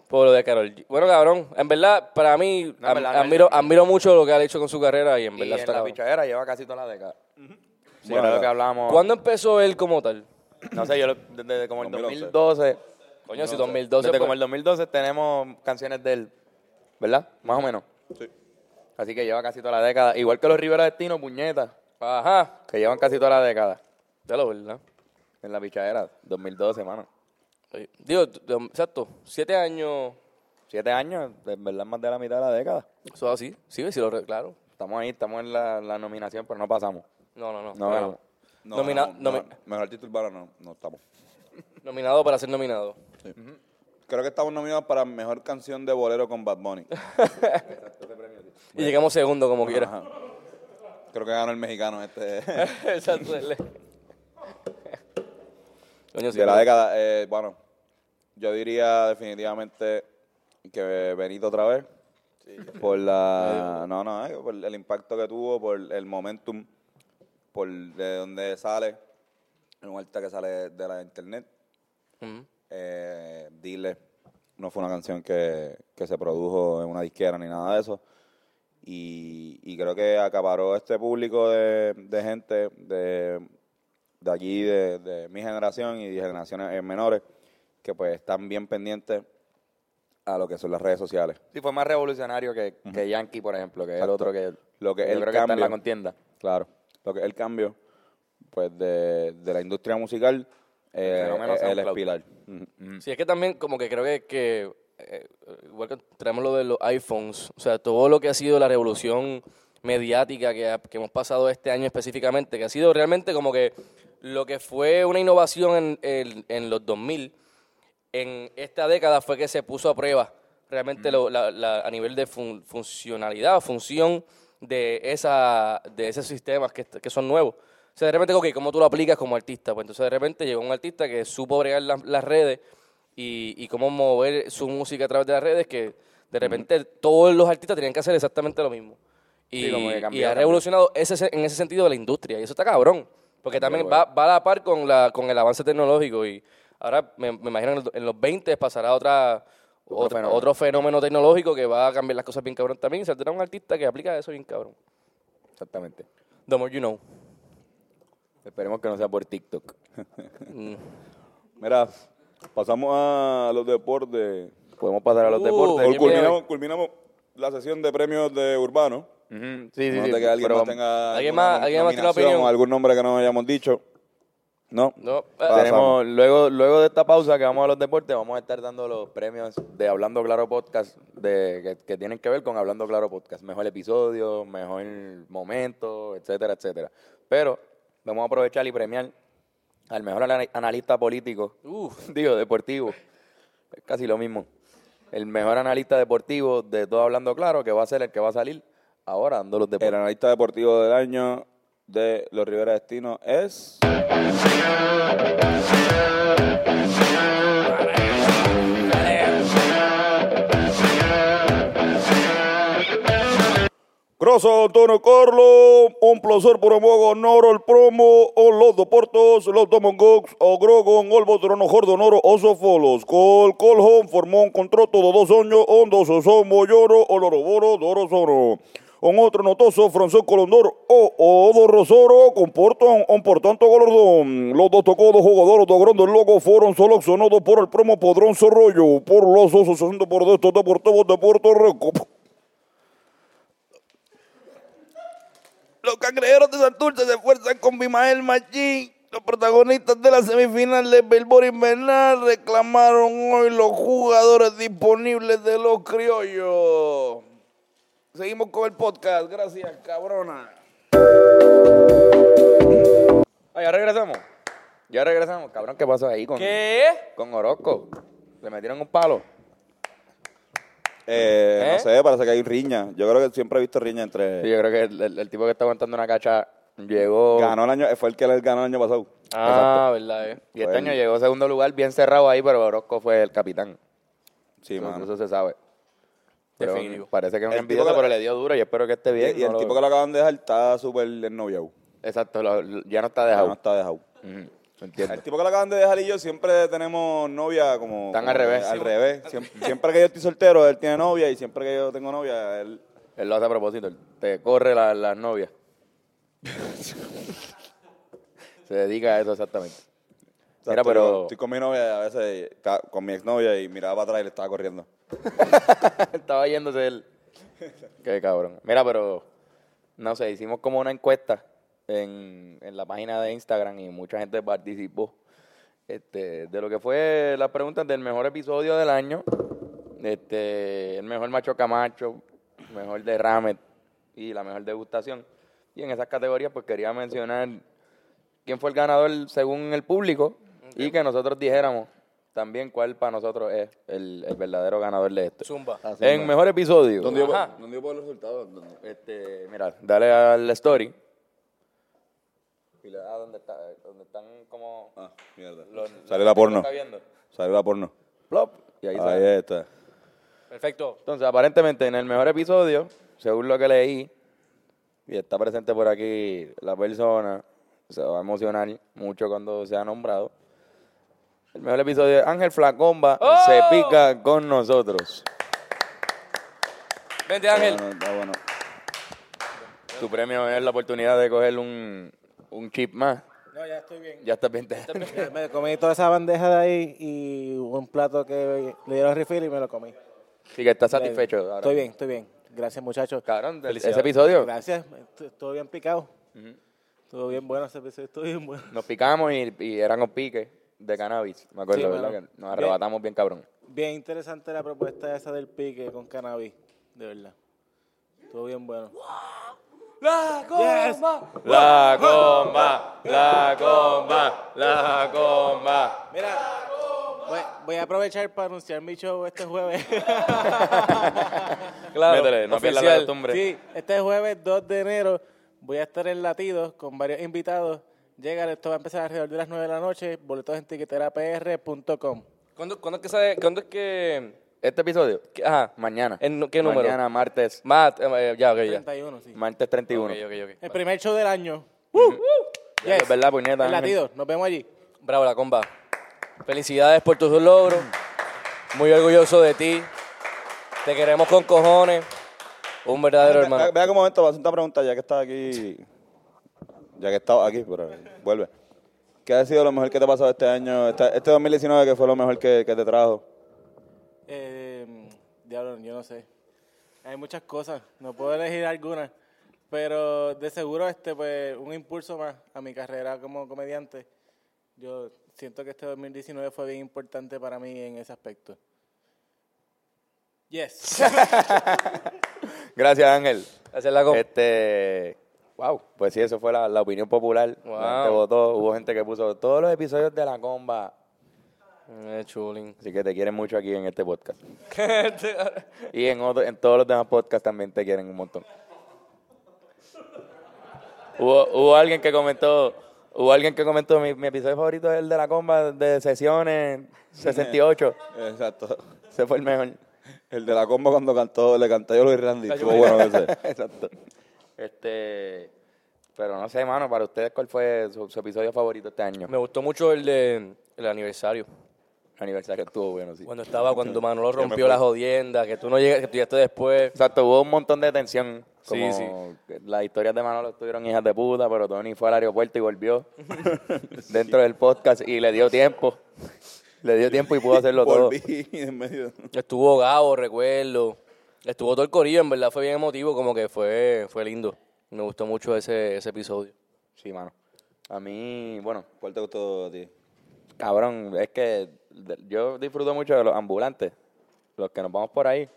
[SPEAKER 3] Por lo de Carol G. Bueno, cabrón, en verdad, para mí,
[SPEAKER 2] No, en verdad,
[SPEAKER 3] ad-
[SPEAKER 2] no,
[SPEAKER 3] admiro,
[SPEAKER 2] yo-
[SPEAKER 3] admiro mucho lo que ha hecho con su carrera y en
[SPEAKER 2] Y
[SPEAKER 3] verdad
[SPEAKER 2] en
[SPEAKER 3] está
[SPEAKER 2] la
[SPEAKER 3] cabrón.
[SPEAKER 2] pichadera lleva casi toda la década. Sí,
[SPEAKER 1] Bueno,
[SPEAKER 2] era lo
[SPEAKER 1] la-
[SPEAKER 2] que hablábamos.
[SPEAKER 3] ¿Cuándo empezó él como tal?
[SPEAKER 2] No sé, yo lo- desde como el
[SPEAKER 1] 2011.
[SPEAKER 2] 2012.
[SPEAKER 3] Coño, si 2012
[SPEAKER 2] Desde
[SPEAKER 3] pues-
[SPEAKER 2] como el 2012 tenemos canciones de él, ¿verdad? Más o menos. Sí. Así que lleva casi toda la década. Igual que los Rivera Destino, puñeta,
[SPEAKER 3] Ajá,
[SPEAKER 2] que llevan casi toda la década.
[SPEAKER 3] ya lo verdad.
[SPEAKER 2] En la pichadera, 2012, mano.
[SPEAKER 3] Oye, Digo, t- t- exacto, siete años,
[SPEAKER 2] Siete años, en verdad más de la mitad de la década.
[SPEAKER 3] eso así, sí, sí lo re- claro.
[SPEAKER 2] Estamos ahí, estamos en la, la nominación, pero no pasamos.
[SPEAKER 3] No, no,
[SPEAKER 2] No
[SPEAKER 3] no. pero-
[SPEAKER 2] ganamos.
[SPEAKER 1] No,
[SPEAKER 3] Nomina-
[SPEAKER 1] no, no,
[SPEAKER 3] nomi-
[SPEAKER 1] mejor artista urbano no, no estamos.
[SPEAKER 3] Nominado para ser nominado.
[SPEAKER 1] Creo que estamos nominados para mejor canción de bolero con Bad Bunny.
[SPEAKER 3] Y llegamos segundo como
[SPEAKER 1] <laughs>
[SPEAKER 3] quiera.
[SPEAKER 1] Ajá. Creo que ganó el mexicano este.
[SPEAKER 3] Exacto. el- Coño, sí,
[SPEAKER 1] de la
[SPEAKER 3] pero-
[SPEAKER 1] década, eh, bueno, yo diría definitivamente que Benito otra vez. Por la. No, no, eh, por el impacto que tuvo, por el momentum, por de dónde sale. Es un artista que sale de la internet.
[SPEAKER 3] Ujú.
[SPEAKER 1] Eh, Dile, no fue una canción que, que se produjo en una disquera ni nada de eso. Y, y creo que acaparó este público de, de gente de, de aquí, de, de mi generación y de generaciones eh, menores, que pues están bien pendientes a lo que son las redes sociales.
[SPEAKER 2] Sí, fue más revolucionario que, que Yankee, por ejemplo, que es el
[SPEAKER 1] Exacto.
[SPEAKER 2] otro que,
[SPEAKER 1] Lo que
[SPEAKER 2] yo
[SPEAKER 1] el
[SPEAKER 2] creo que está en
[SPEAKER 1] cambio.
[SPEAKER 2] la contienda.
[SPEAKER 1] Claro. Lo que es el cambio pues de, de la industria musical, eh,
[SPEAKER 2] fenómeno
[SPEAKER 1] eh, él es
[SPEAKER 2] SoundCloud. Mm,
[SPEAKER 1] pilar. Ujú.
[SPEAKER 3] Sí, es que también como que creo que, que, eh, igual que traemos lo de los iPhones, o sea, todo lo que ha sido la revolución mediática que, ha- que hemos pasado este año específicamente, que ha sido realmente como que lo que fue una innovación en, en- en los 2000, en esta década fue que se puso a prueba realmente lo- la- la- a nivel de fun- funcionalidad, función de, esa, de esos sistemas que, est- que son nuevos. O sea, de repente, ok, ¿cómo tú lo aplicas como artista? Pues entonces de repente llegó un artista que supo bregar las- las redes y, y cómo mover su música a través de las redes, que de repente todos los artistas tenían que hacer exactamente lo mismo. Y,
[SPEAKER 2] Sí, como que
[SPEAKER 3] y
[SPEAKER 2] cambió,
[SPEAKER 3] ha
[SPEAKER 2] cambió.
[SPEAKER 3] revolucionado ese, se- en ese sentido la industria. Y eso está cabrón. Porque también va, va a la par con, la, con el avance tecnológico. Y ahora me, me imagino en, el- en los 20 pasará otra, otro, otro fenómeno. tecnológico que va a cambiar las cosas bien cabrón también. Y saldrá un artista que aplica eso bien cabrón.
[SPEAKER 2] Exactamente.
[SPEAKER 3] The more you know.
[SPEAKER 2] Esperemos que no sea por TikTok.
[SPEAKER 1] Mira, pasamos a los deportes.
[SPEAKER 2] Podemos pasar a los
[SPEAKER 3] Uh,
[SPEAKER 2] deportes.
[SPEAKER 1] Cul-
[SPEAKER 3] ¿quién viene
[SPEAKER 1] Culminamos, culminamos la sesión de premios de Urbano.
[SPEAKER 2] Ujú, Sí, sí,
[SPEAKER 1] no
[SPEAKER 2] sí.
[SPEAKER 1] que alguien
[SPEAKER 2] pero
[SPEAKER 1] más tenga
[SPEAKER 3] ¿Alguien
[SPEAKER 1] alguna
[SPEAKER 3] más- alguien más tiene una
[SPEAKER 1] nominación o
[SPEAKER 3] opinión?
[SPEAKER 1] algún nombre que no hayamos dicho. No.
[SPEAKER 3] No, eh,
[SPEAKER 1] Pasa.
[SPEAKER 2] tenemos, luego, luego de esta pausa que vamos a los deportes, vamos a estar dando los premios de Hablando Claro Podcast, de, que, que tienen que ver con Hablando Claro Podcast. Mejor episodio, mejor momento, etcétera, etcétera. Pero vamos a aprovechar y premiar al mejor ana- analista político, <laughs> digo, deportivo. Es casi lo mismo. El mejor analista deportivo de todo Hablando Claro, que va a ser el que va a salir ahora dando los
[SPEAKER 1] El
[SPEAKER 2] deportes.
[SPEAKER 1] analista deportivo del año de los Rivera Destino es. Gracias, Antonio Carlos. Un placer por amor, honor al promo, o los deportes, los Domongox, o Grogon, o el Botrono Jordonoro, o Sofolos. Col Colhom formó un contrato de dos años, on dos somos lloro, o loroboro, dorosoro. Un otro notoso, François Colondor, o Odo Rosoro, con portón, un por tanto Golordón. Los dos tocó, dos jugadores, dos grandes locos, fueron solo sonodos por el promo Podrón Sorollo, por los osos, haciendo por de estos deportivos de Puerto Rico. Los cangrejeros de Santurce se esfuerzan con Bimael Machín. Los protagonistas de la semifinal de Belbor Invernal reclamaron hoy los jugadores disponibles de los criollos. Seguimos con el podcast. Gracias, cabrona.
[SPEAKER 2] Ah, ya regresamos. Ya regresamos. Cabrón, ¿qué pasó ahí con,
[SPEAKER 3] ¿Qué?
[SPEAKER 2] con Orozco? Le metieron un palo.
[SPEAKER 1] Eh, No sé, parece que hay riña. Yo creo que siempre he visto riña
[SPEAKER 2] Sí,
[SPEAKER 1] entre...
[SPEAKER 2] yo creo que el, el- el tipo que está aguantando una cacha llegó.
[SPEAKER 1] Ganó el año... Fue el que ganó el año pasado.
[SPEAKER 3] Ah, verdad, eh.
[SPEAKER 2] Y este año llegó segundo lugar, bien cerrado ahí, pero Orozco fue el capitán.
[SPEAKER 1] Sí,
[SPEAKER 2] eso,
[SPEAKER 1] mano.
[SPEAKER 2] eso se sabe. Pero
[SPEAKER 3] Definitivo.
[SPEAKER 2] parece que es un
[SPEAKER 1] El tipo
[SPEAKER 2] envidioso,
[SPEAKER 1] que-
[SPEAKER 2] pero le dio duro. Yo espero que esté
[SPEAKER 1] Y,
[SPEAKER 2] bien.
[SPEAKER 1] y el
[SPEAKER 2] no lo-
[SPEAKER 1] tipo que lo acaban de dejar está súper ennoviado.
[SPEAKER 2] Exacto, lo- lo- ya no está
[SPEAKER 1] Ya
[SPEAKER 2] dejado.
[SPEAKER 1] No está dejado.
[SPEAKER 2] Ujú, entiendo.
[SPEAKER 1] El tipo que la acaban de dejar y yo siempre tenemos novia como...
[SPEAKER 2] Están
[SPEAKER 1] como
[SPEAKER 2] al revés.
[SPEAKER 1] que Al revés. Siem- Siempre, que yo estoy soltero, él tiene novia y siempre que yo tengo novia, él...
[SPEAKER 2] Él lo hace a propósito. él Te corre la- las novias. se dedica a eso exactamente.
[SPEAKER 1] o sea,
[SPEAKER 2] Mira,
[SPEAKER 1] estoy
[SPEAKER 2] pero-
[SPEAKER 1] con- Estoy con mi novia y a veces, ca- con mi exnovia y miraba para atrás y le estaba corriendo.
[SPEAKER 2] <laughs> Estaba yéndose él. Qué cabrón. Mira, pero no sé, hicimos como una encuesta en, en la página de Instagram y mucha gente participó este, de lo que fue las preguntas del mejor episodio del año, este, el mejor macho camacho, mejor derrame y la mejor degustación. Y en esas categorías pues quería mencionar quién fue el ganador según el público y que nosotros dijéramos también cuál para nosotros es el, el verdadero ganador de esto.
[SPEAKER 3] Zumba.
[SPEAKER 2] En mejor episodio.
[SPEAKER 3] Ajá.
[SPEAKER 5] No dio por los resultados.
[SPEAKER 2] Este, mira, dale al story. Y le da donde, está, donde están como.
[SPEAKER 1] Ah, mierda.
[SPEAKER 2] los-
[SPEAKER 1] Salió la porno.
[SPEAKER 2] está viendo.
[SPEAKER 1] Salió la porno.
[SPEAKER 2] Plop. Y
[SPEAKER 5] Ah,
[SPEAKER 2] ahí sale.
[SPEAKER 1] Ahí está.
[SPEAKER 3] Perfecto.
[SPEAKER 2] Entonces, aparentemente, en el mejor episodio, según lo que leí, y está presente por aquí la persona, se va a emocionar mucho cuando sea nombrado. El mejor episodio es Ángel Flacomba se
[SPEAKER 3] ¡Oh!
[SPEAKER 2] pica con nosotros.
[SPEAKER 3] Vente, Ángel.
[SPEAKER 1] Bueno, está bueno.
[SPEAKER 2] Tu premio es la oportunidad de coger un, un chip más.
[SPEAKER 7] No, ya estoy bien.
[SPEAKER 2] Ya estás bien. te- <laughs>
[SPEAKER 3] <laughs>
[SPEAKER 8] Me comí toda esa bandeja de ahí y un plato que le dieron refill y me lo comí. Eh,
[SPEAKER 2] Sí, que estás satisfecho. ahora.
[SPEAKER 8] Estoy bien, estoy bien. Gracias, muchachos.
[SPEAKER 2] Cabrón, ese episodio
[SPEAKER 8] Gracias. Estu- Estuvo bien picado. Estuvo bien bueno ese episodio. Estuvo bien bueno.
[SPEAKER 2] nos picamos y, y eran los piques de cannabis. Me acuerdo,
[SPEAKER 8] Sí,
[SPEAKER 2] ¿verdad?
[SPEAKER 8] mano.
[SPEAKER 2] Que nos arrebatamos bien cabrón.
[SPEAKER 8] Bien interesante la propuesta esa del pique con cannabis. De verdad. Estuvo bien bueno.
[SPEAKER 3] La goma.
[SPEAKER 2] La comba, la comba, la comba.
[SPEAKER 8] Mira, voy, voy a aprovechar para anunciar mi show este
[SPEAKER 2] <laughs>
[SPEAKER 8] jueves. <laughs>
[SPEAKER 3] Claro,
[SPEAKER 2] Métele, no pierdas la
[SPEAKER 3] oficial.
[SPEAKER 2] costumbre.
[SPEAKER 8] Sí, este jueves 2 de enero voy a estar en Latidos con varios invitados. Llega, esto va a empezar alrededor de las 9 de la noche. Boletos en tiqueterapr.com.
[SPEAKER 3] ¿Cuándo, cuándo es que sale- cuándo es que
[SPEAKER 2] Este episodio.
[SPEAKER 3] ¿Qué- ajá.
[SPEAKER 2] Mañana.
[SPEAKER 3] ¿En no- qué número?
[SPEAKER 2] Mañana, martes.
[SPEAKER 3] Matt, eh, eh, ya, ok, ya.
[SPEAKER 8] 31, sí.
[SPEAKER 2] Martes 31.
[SPEAKER 3] Ok, ok, ok.
[SPEAKER 8] El primer show del año.
[SPEAKER 2] Ya,
[SPEAKER 8] Yes.
[SPEAKER 2] Es verdad, puñeta.
[SPEAKER 8] El
[SPEAKER 2] Ángel.
[SPEAKER 8] latido. Nos vemos allí.
[SPEAKER 3] Bravo, la comba. Felicidades por tus logros. Muy orgulloso de ti. Te queremos con cojones. Un verdadero hermano.
[SPEAKER 1] Vea un momento, voy a hacer una pregunta ya que estás aquí. Ya que estaba aquí, pero vuelve. ¿Qué ha sido lo mejor que te ha pasado este año, esta- este 2019 que fue lo mejor que, que te trajo?
[SPEAKER 8] Eh, diablo, yo no sé. Hay muchas cosas, no puedo elegir algunas, pero de seguro este pues un impulso más a mi carrera como comediante. Yo siento que este 2019 fue bien importante para mí en ese aspecto. Yes.
[SPEAKER 2] Gracias, Ángel.
[SPEAKER 3] Gracias, Lago.
[SPEAKER 2] Este. Wow. Pues sí, eso fue la, la opinión popular.
[SPEAKER 3] Wow.
[SPEAKER 2] La gente votó. Hubo gente que puso todos los episodios de la comba.
[SPEAKER 3] Eh, chulín.
[SPEAKER 2] Así que te quieren mucho aquí en este podcast. y en, otro, en todos los demás podcasts también te quieren un montón. Hubo, hubo alguien que comentó, hubo alguien que comentó mi, mi episodio favorito es el de la comba de sesiones 68.
[SPEAKER 1] Exacto.
[SPEAKER 2] Ese fue el mejor.
[SPEAKER 1] El de la combo cuando cantó, le canté yo Luis Randy. Estuvo bueno ese.
[SPEAKER 2] Exacto. Este, pero no sé, mano, para ustedes cuál fue su, su episodio favorito este año.
[SPEAKER 3] Me gustó mucho el de el aniversario.
[SPEAKER 2] Aniversario estuvo bueno, sí.
[SPEAKER 3] Cuando estaba, cuando Manolo rompió la jodienda, que tú no llegas, que tú llegaste después.
[SPEAKER 2] Exacto, hubo un montón de tensión.
[SPEAKER 3] Sí,
[SPEAKER 2] Como que Las historias de Manolo estuvieron hijas de puta, pero Tony fue al aeropuerto y
[SPEAKER 3] <laughs>
[SPEAKER 2] volvió dentro del podcast y le dio tiempo. Le dio tiempo y pudo hacerlo todo.
[SPEAKER 1] Volví en medio.
[SPEAKER 3] Estuvo Gabo, recuerdo. Estuvo todo el corillo, en verdad fue bien emotivo, como que fue, fue lindo. Me gustó mucho ese, ese episodio.
[SPEAKER 2] Sí, mano. A mí, bueno,
[SPEAKER 1] ¿Cuál te gustó a ti?
[SPEAKER 2] cabrón, es que de- yo disfruto mucho de los ambulantes, los que nos vamos por ahí.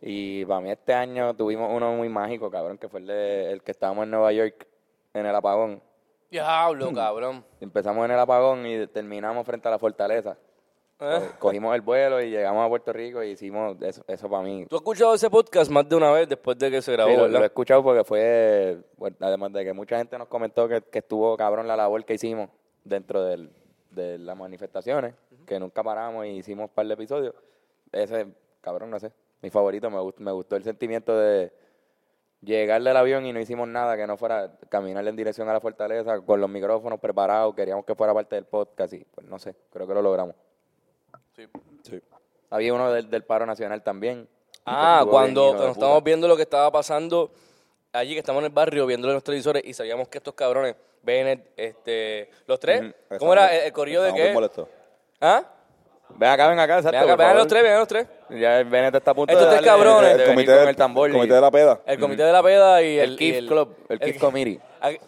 [SPEAKER 2] Y para mí este año tuvimos uno muy mágico, cabrón, que fue el, de- el que estábamos en Nueva York, en el apagón.
[SPEAKER 3] Diablo, cabrón.
[SPEAKER 2] Empezamos en el apagón y terminamos frente a la fortaleza.
[SPEAKER 3] ¿Eh?
[SPEAKER 2] Cogimos el vuelo y llegamos a Puerto Rico y hicimos eso, eso para mí.
[SPEAKER 3] Tú has escuchado ese podcast más de una vez después de que se grabó,
[SPEAKER 2] Sí, lo, lo he
[SPEAKER 3] ¿verdad?
[SPEAKER 2] escuchado porque fue, bueno, además de que mucha gente nos comentó que, que estuvo cabrón la labor que hicimos dentro del- de las manifestaciones, que nunca paramos y hicimos un par de episodios. Ese, cabrón, no sé, mi favorito, me, gust- me gustó el sentimiento de llegar del avión y no hicimos nada que no fuera caminar en dirección a la fortaleza con los micrófonos preparados, queríamos que fuera parte del podcast y pues no sé, creo que lo logramos.
[SPEAKER 1] Sí.
[SPEAKER 2] Había uno del, del paro nacional también.
[SPEAKER 3] Ah,
[SPEAKER 2] Estuvo bien,
[SPEAKER 3] cuando,
[SPEAKER 2] hijo de
[SPEAKER 3] cuando
[SPEAKER 2] puta.
[SPEAKER 3] estábamos viendo lo que estaba pasando allí, que estamos en el barrio viendo los televisores y sabíamos que estos cabrones, Bennett, este, los
[SPEAKER 1] Mm,
[SPEAKER 3] tres, ¿cómo era el, el corrillo de
[SPEAKER 1] Estamos bien
[SPEAKER 3] qué?
[SPEAKER 1] molestos.
[SPEAKER 3] ¿ah?
[SPEAKER 2] Ven acá, ven acá, exacto.
[SPEAKER 3] Vean, acá,
[SPEAKER 2] por
[SPEAKER 3] vean los
[SPEAKER 2] favor.
[SPEAKER 3] tres, vean los tres.
[SPEAKER 2] Ya el Bennett está a punto
[SPEAKER 3] Estos
[SPEAKER 2] de
[SPEAKER 3] tres
[SPEAKER 2] darle-
[SPEAKER 3] cabrones.
[SPEAKER 2] de
[SPEAKER 3] El
[SPEAKER 2] venir con el tambor.
[SPEAKER 1] el comité de la
[SPEAKER 3] <laughs>
[SPEAKER 1] peda.
[SPEAKER 3] El comité de la peda y el...
[SPEAKER 2] el
[SPEAKER 3] y
[SPEAKER 2] Kiff Club, el Kiff Committee.
[SPEAKER 3] <laughs> Aquí-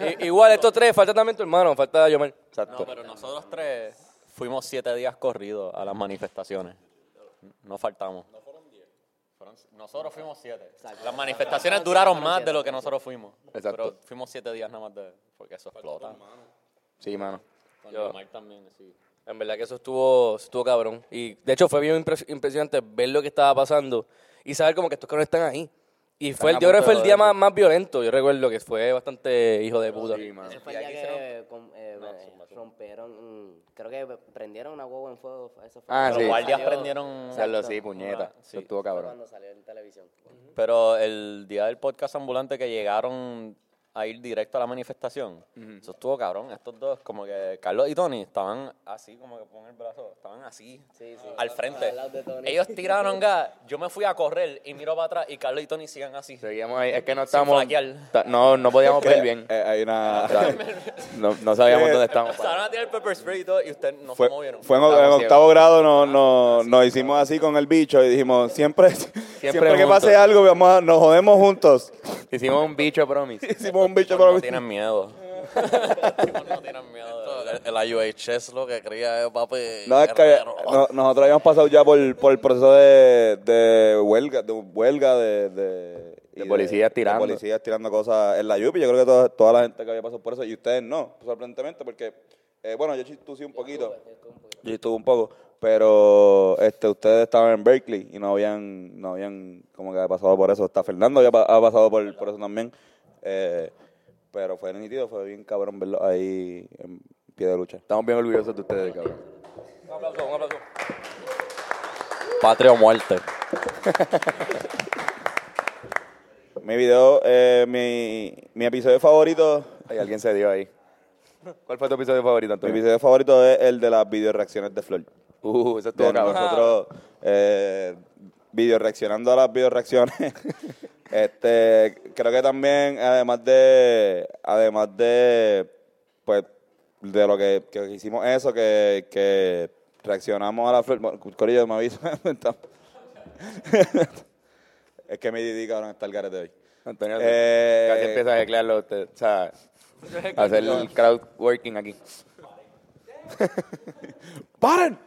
[SPEAKER 3] I- Igual, estos tres, falta también tu hermano, falta Yomel.
[SPEAKER 2] Exacto.
[SPEAKER 6] pero nosotros tres fuimos siete días corridos a las manifestaciones. No faltamos. No fueron diez. Nosotros fuimos siete. Las manifestaciones duraron más de lo que nosotros fuimos.
[SPEAKER 2] Exacto.
[SPEAKER 6] Pero fuimos siete días nada más de... Porque eso explota.
[SPEAKER 2] Sí, mano.
[SPEAKER 6] Con
[SPEAKER 3] Yo-
[SPEAKER 6] Yomar también, sí.
[SPEAKER 3] En verdad que eso estuvo, estuvo cabrón. Y de hecho fue bien impres- impresionante ver lo que estaba pasando y saber como que estos cabrones están ahí. Y fue el,
[SPEAKER 2] a
[SPEAKER 3] yo creo
[SPEAKER 2] punto
[SPEAKER 3] que fue el
[SPEAKER 2] de
[SPEAKER 3] día
[SPEAKER 2] joderse.
[SPEAKER 3] más, más violento. Yo recuerdo que fue bastante hijo de puta.
[SPEAKER 2] Sí, mano.
[SPEAKER 9] Eso fue el día que eh, con- eh, eh, rompieron, mm, creo que prendieron una huevo en fuego. Eso fue
[SPEAKER 2] Ah,
[SPEAKER 9] cuando
[SPEAKER 2] sí.
[SPEAKER 6] Los guardias
[SPEAKER 9] salió-
[SPEAKER 6] prendieron...
[SPEAKER 2] Hacerlo sí, puñeta. Eso estuvo
[SPEAKER 9] fue
[SPEAKER 2] cabrón.
[SPEAKER 9] cuando salió en televisión.
[SPEAKER 6] Pero el día del podcast ambulante que llegaron a ir directo a la manifestación, eso estuvo cabrón. Estos dos, como que Carlos y Tony, estaban así, como que con el brazo, estaban así,
[SPEAKER 9] Sí, sí.
[SPEAKER 6] al frente.
[SPEAKER 9] Al lado de Tony.
[SPEAKER 6] Ellos tiraron gas, yo me fui a correr y miro para atrás y Carlos y Tony siguen así.
[SPEAKER 2] Seguíamos ahí. Es que no estábamos...
[SPEAKER 6] flaquear.
[SPEAKER 2] ta- No, no podíamos ver bien.
[SPEAKER 1] Eh, hay <laughs> una.
[SPEAKER 2] No, no sabíamos
[SPEAKER 1] Eh,
[SPEAKER 2] dónde estábamos.
[SPEAKER 6] Empezaron a tirar pepper spray y todo y ustedes no
[SPEAKER 1] Fue,
[SPEAKER 6] se movieron.
[SPEAKER 1] fue en, en
[SPEAKER 2] Estábamos
[SPEAKER 1] octavo grado, no, no, nos hicimos así con el bicho y dijimos, siempre, <laughs> siempre, que
[SPEAKER 2] juntos.
[SPEAKER 1] pase algo, vamos a- nos jodemos juntos.
[SPEAKER 2] Hicimos un bicho promise.
[SPEAKER 1] Hicimos un bicho
[SPEAKER 6] no
[SPEAKER 1] para
[SPEAKER 6] tienen miedo. no tienen miedo. El, el IUHS lo que cría es papi.
[SPEAKER 1] No, es que
[SPEAKER 6] guerrero.
[SPEAKER 1] no- nosotros habíamos pasado ya por, por el proceso de, de huelga, de huelga de, de, y
[SPEAKER 2] policías tirando.
[SPEAKER 1] policías tirando cosas en la Yupi. Yo creo que toda, toda la gente que había pasado por eso, y ustedes no, sorprendentemente, porque, eh, bueno, yo chistusé un poquito. Yo estuve un poco, pero este, ustedes estaban en Berkeley y no habían, no habían como que pasado por eso. Está Fernando había pa- ha pasado por, por eso también. Eh, pero fue nítido, fue bien cabrón verlo ahí en pie de lucha.
[SPEAKER 2] Estamos bien orgullosos de ustedes, cabrón.
[SPEAKER 3] Un aplauso, un aplauso.
[SPEAKER 6] Patria o muerte.
[SPEAKER 1] Mi video, eh, mi, mi episodio favorito,
[SPEAKER 2] Ay, alguien se dio ahí. ¿Cuál fue tu episodio favorito,
[SPEAKER 1] mi
[SPEAKER 2] Antonio?
[SPEAKER 1] episodio favorito es el de las videoreacciones de Flor.
[SPEAKER 2] Uh, eso estuvo
[SPEAKER 1] de
[SPEAKER 2] cabrón.
[SPEAKER 1] nosotros eh, video reaccionando a las video reacciones. <laughs> este, creo que también, además de, además de, pues, de lo que, que hicimos eso, que, que reaccionamos a la flor. Bueno, Corillo, me aviso. <laughs> es que mi Didi, cabrón, está el garete hoy.
[SPEAKER 2] Antonio,
[SPEAKER 1] Eh,
[SPEAKER 2] casi empieza a declararlo usted. O sea, hacer el crowd working aquí.
[SPEAKER 1] ¡Paren!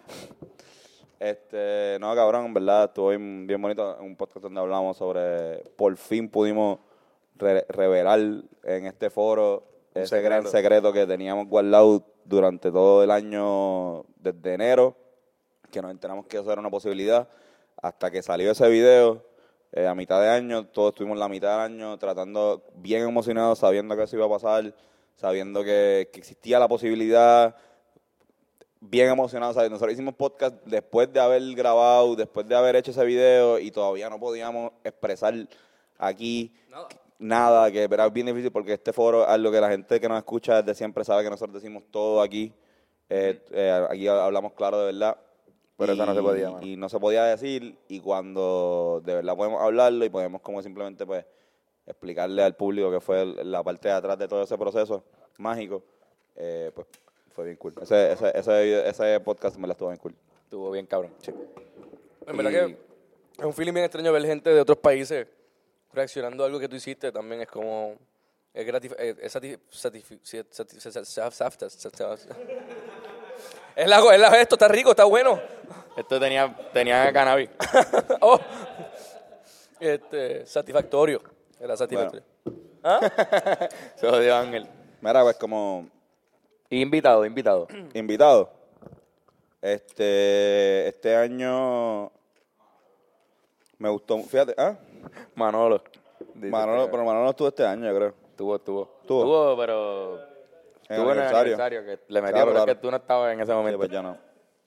[SPEAKER 1] Este, no, cabrón, en verdad, estuvo bien, bien bonito un podcast donde hablamos sobre, por fin pudimos re- revelar en este foro ese gran secreto que teníamos guardado durante todo el año desde enero, que nos enteramos que eso era una posibilidad, hasta que salió ese video, eh, a mitad de año, todos estuvimos la mitad del año tratando, bien emocionados, sabiendo que eso iba a pasar, sabiendo que- que existía la posibilidad, bien emocionado. ¿sabes? Nosotros hicimos podcast después de haber grabado, después de haber hecho ese video y todavía no podíamos expresar aquí nada, que era bien difícil porque este foro es lo que la gente que nos escucha desde siempre sabe que nosotros decimos todo aquí. Eh, eh, aquí hablamos claro de verdad.
[SPEAKER 2] Pero eso no se podía,
[SPEAKER 1] Y-
[SPEAKER 2] mano.
[SPEAKER 1] Y no se podía decir. Y cuando de verdad podemos hablarlo y podemos como simplemente pues explicarle al público que fue el- la parte de atrás de todo ese proceso mágico, eh, pues fue bien cool. Ese, ese, ese, video- ese podcast me la estuvo bien cool.
[SPEAKER 2] Estuvo bien, cabrón.
[SPEAKER 3] En verdad que es un feeling bien extraño ver gente de otros países reaccionando a algo que tú hiciste. También es como. Es gratif- eh, es satisfi- satisfi- si- sati- sa- sa- sa- safta- sa- sa- sa- Es la, es la- esto, está rico, está bueno. <laughs>
[SPEAKER 2] Esto tenía, tenía cannabis.
[SPEAKER 3] Oh. Este, satisfactorio. Era satisfactorio.
[SPEAKER 2] Se jodió Ángel.
[SPEAKER 1] Mira, pues como
[SPEAKER 2] Invitado,
[SPEAKER 1] <clears throat>
[SPEAKER 2] invitado.
[SPEAKER 1] invitado, este, este año me gustó, fíjate, ¿ah?
[SPEAKER 2] Manolo. Dice
[SPEAKER 1] Manolo,
[SPEAKER 2] que-
[SPEAKER 1] pero Manolo no estuvo este año, yo creo.
[SPEAKER 2] Tuvo, tuvo.
[SPEAKER 1] Tuvo.
[SPEAKER 2] Tuvo, pero.
[SPEAKER 1] En
[SPEAKER 2] tuvo en el
[SPEAKER 1] aniversario.
[SPEAKER 2] aniversario que le
[SPEAKER 1] Claro,
[SPEAKER 2] metió, pero es
[SPEAKER 1] claro.
[SPEAKER 2] que tú no estabas en ese
[SPEAKER 1] Sí,
[SPEAKER 2] momento.
[SPEAKER 1] pues ya no.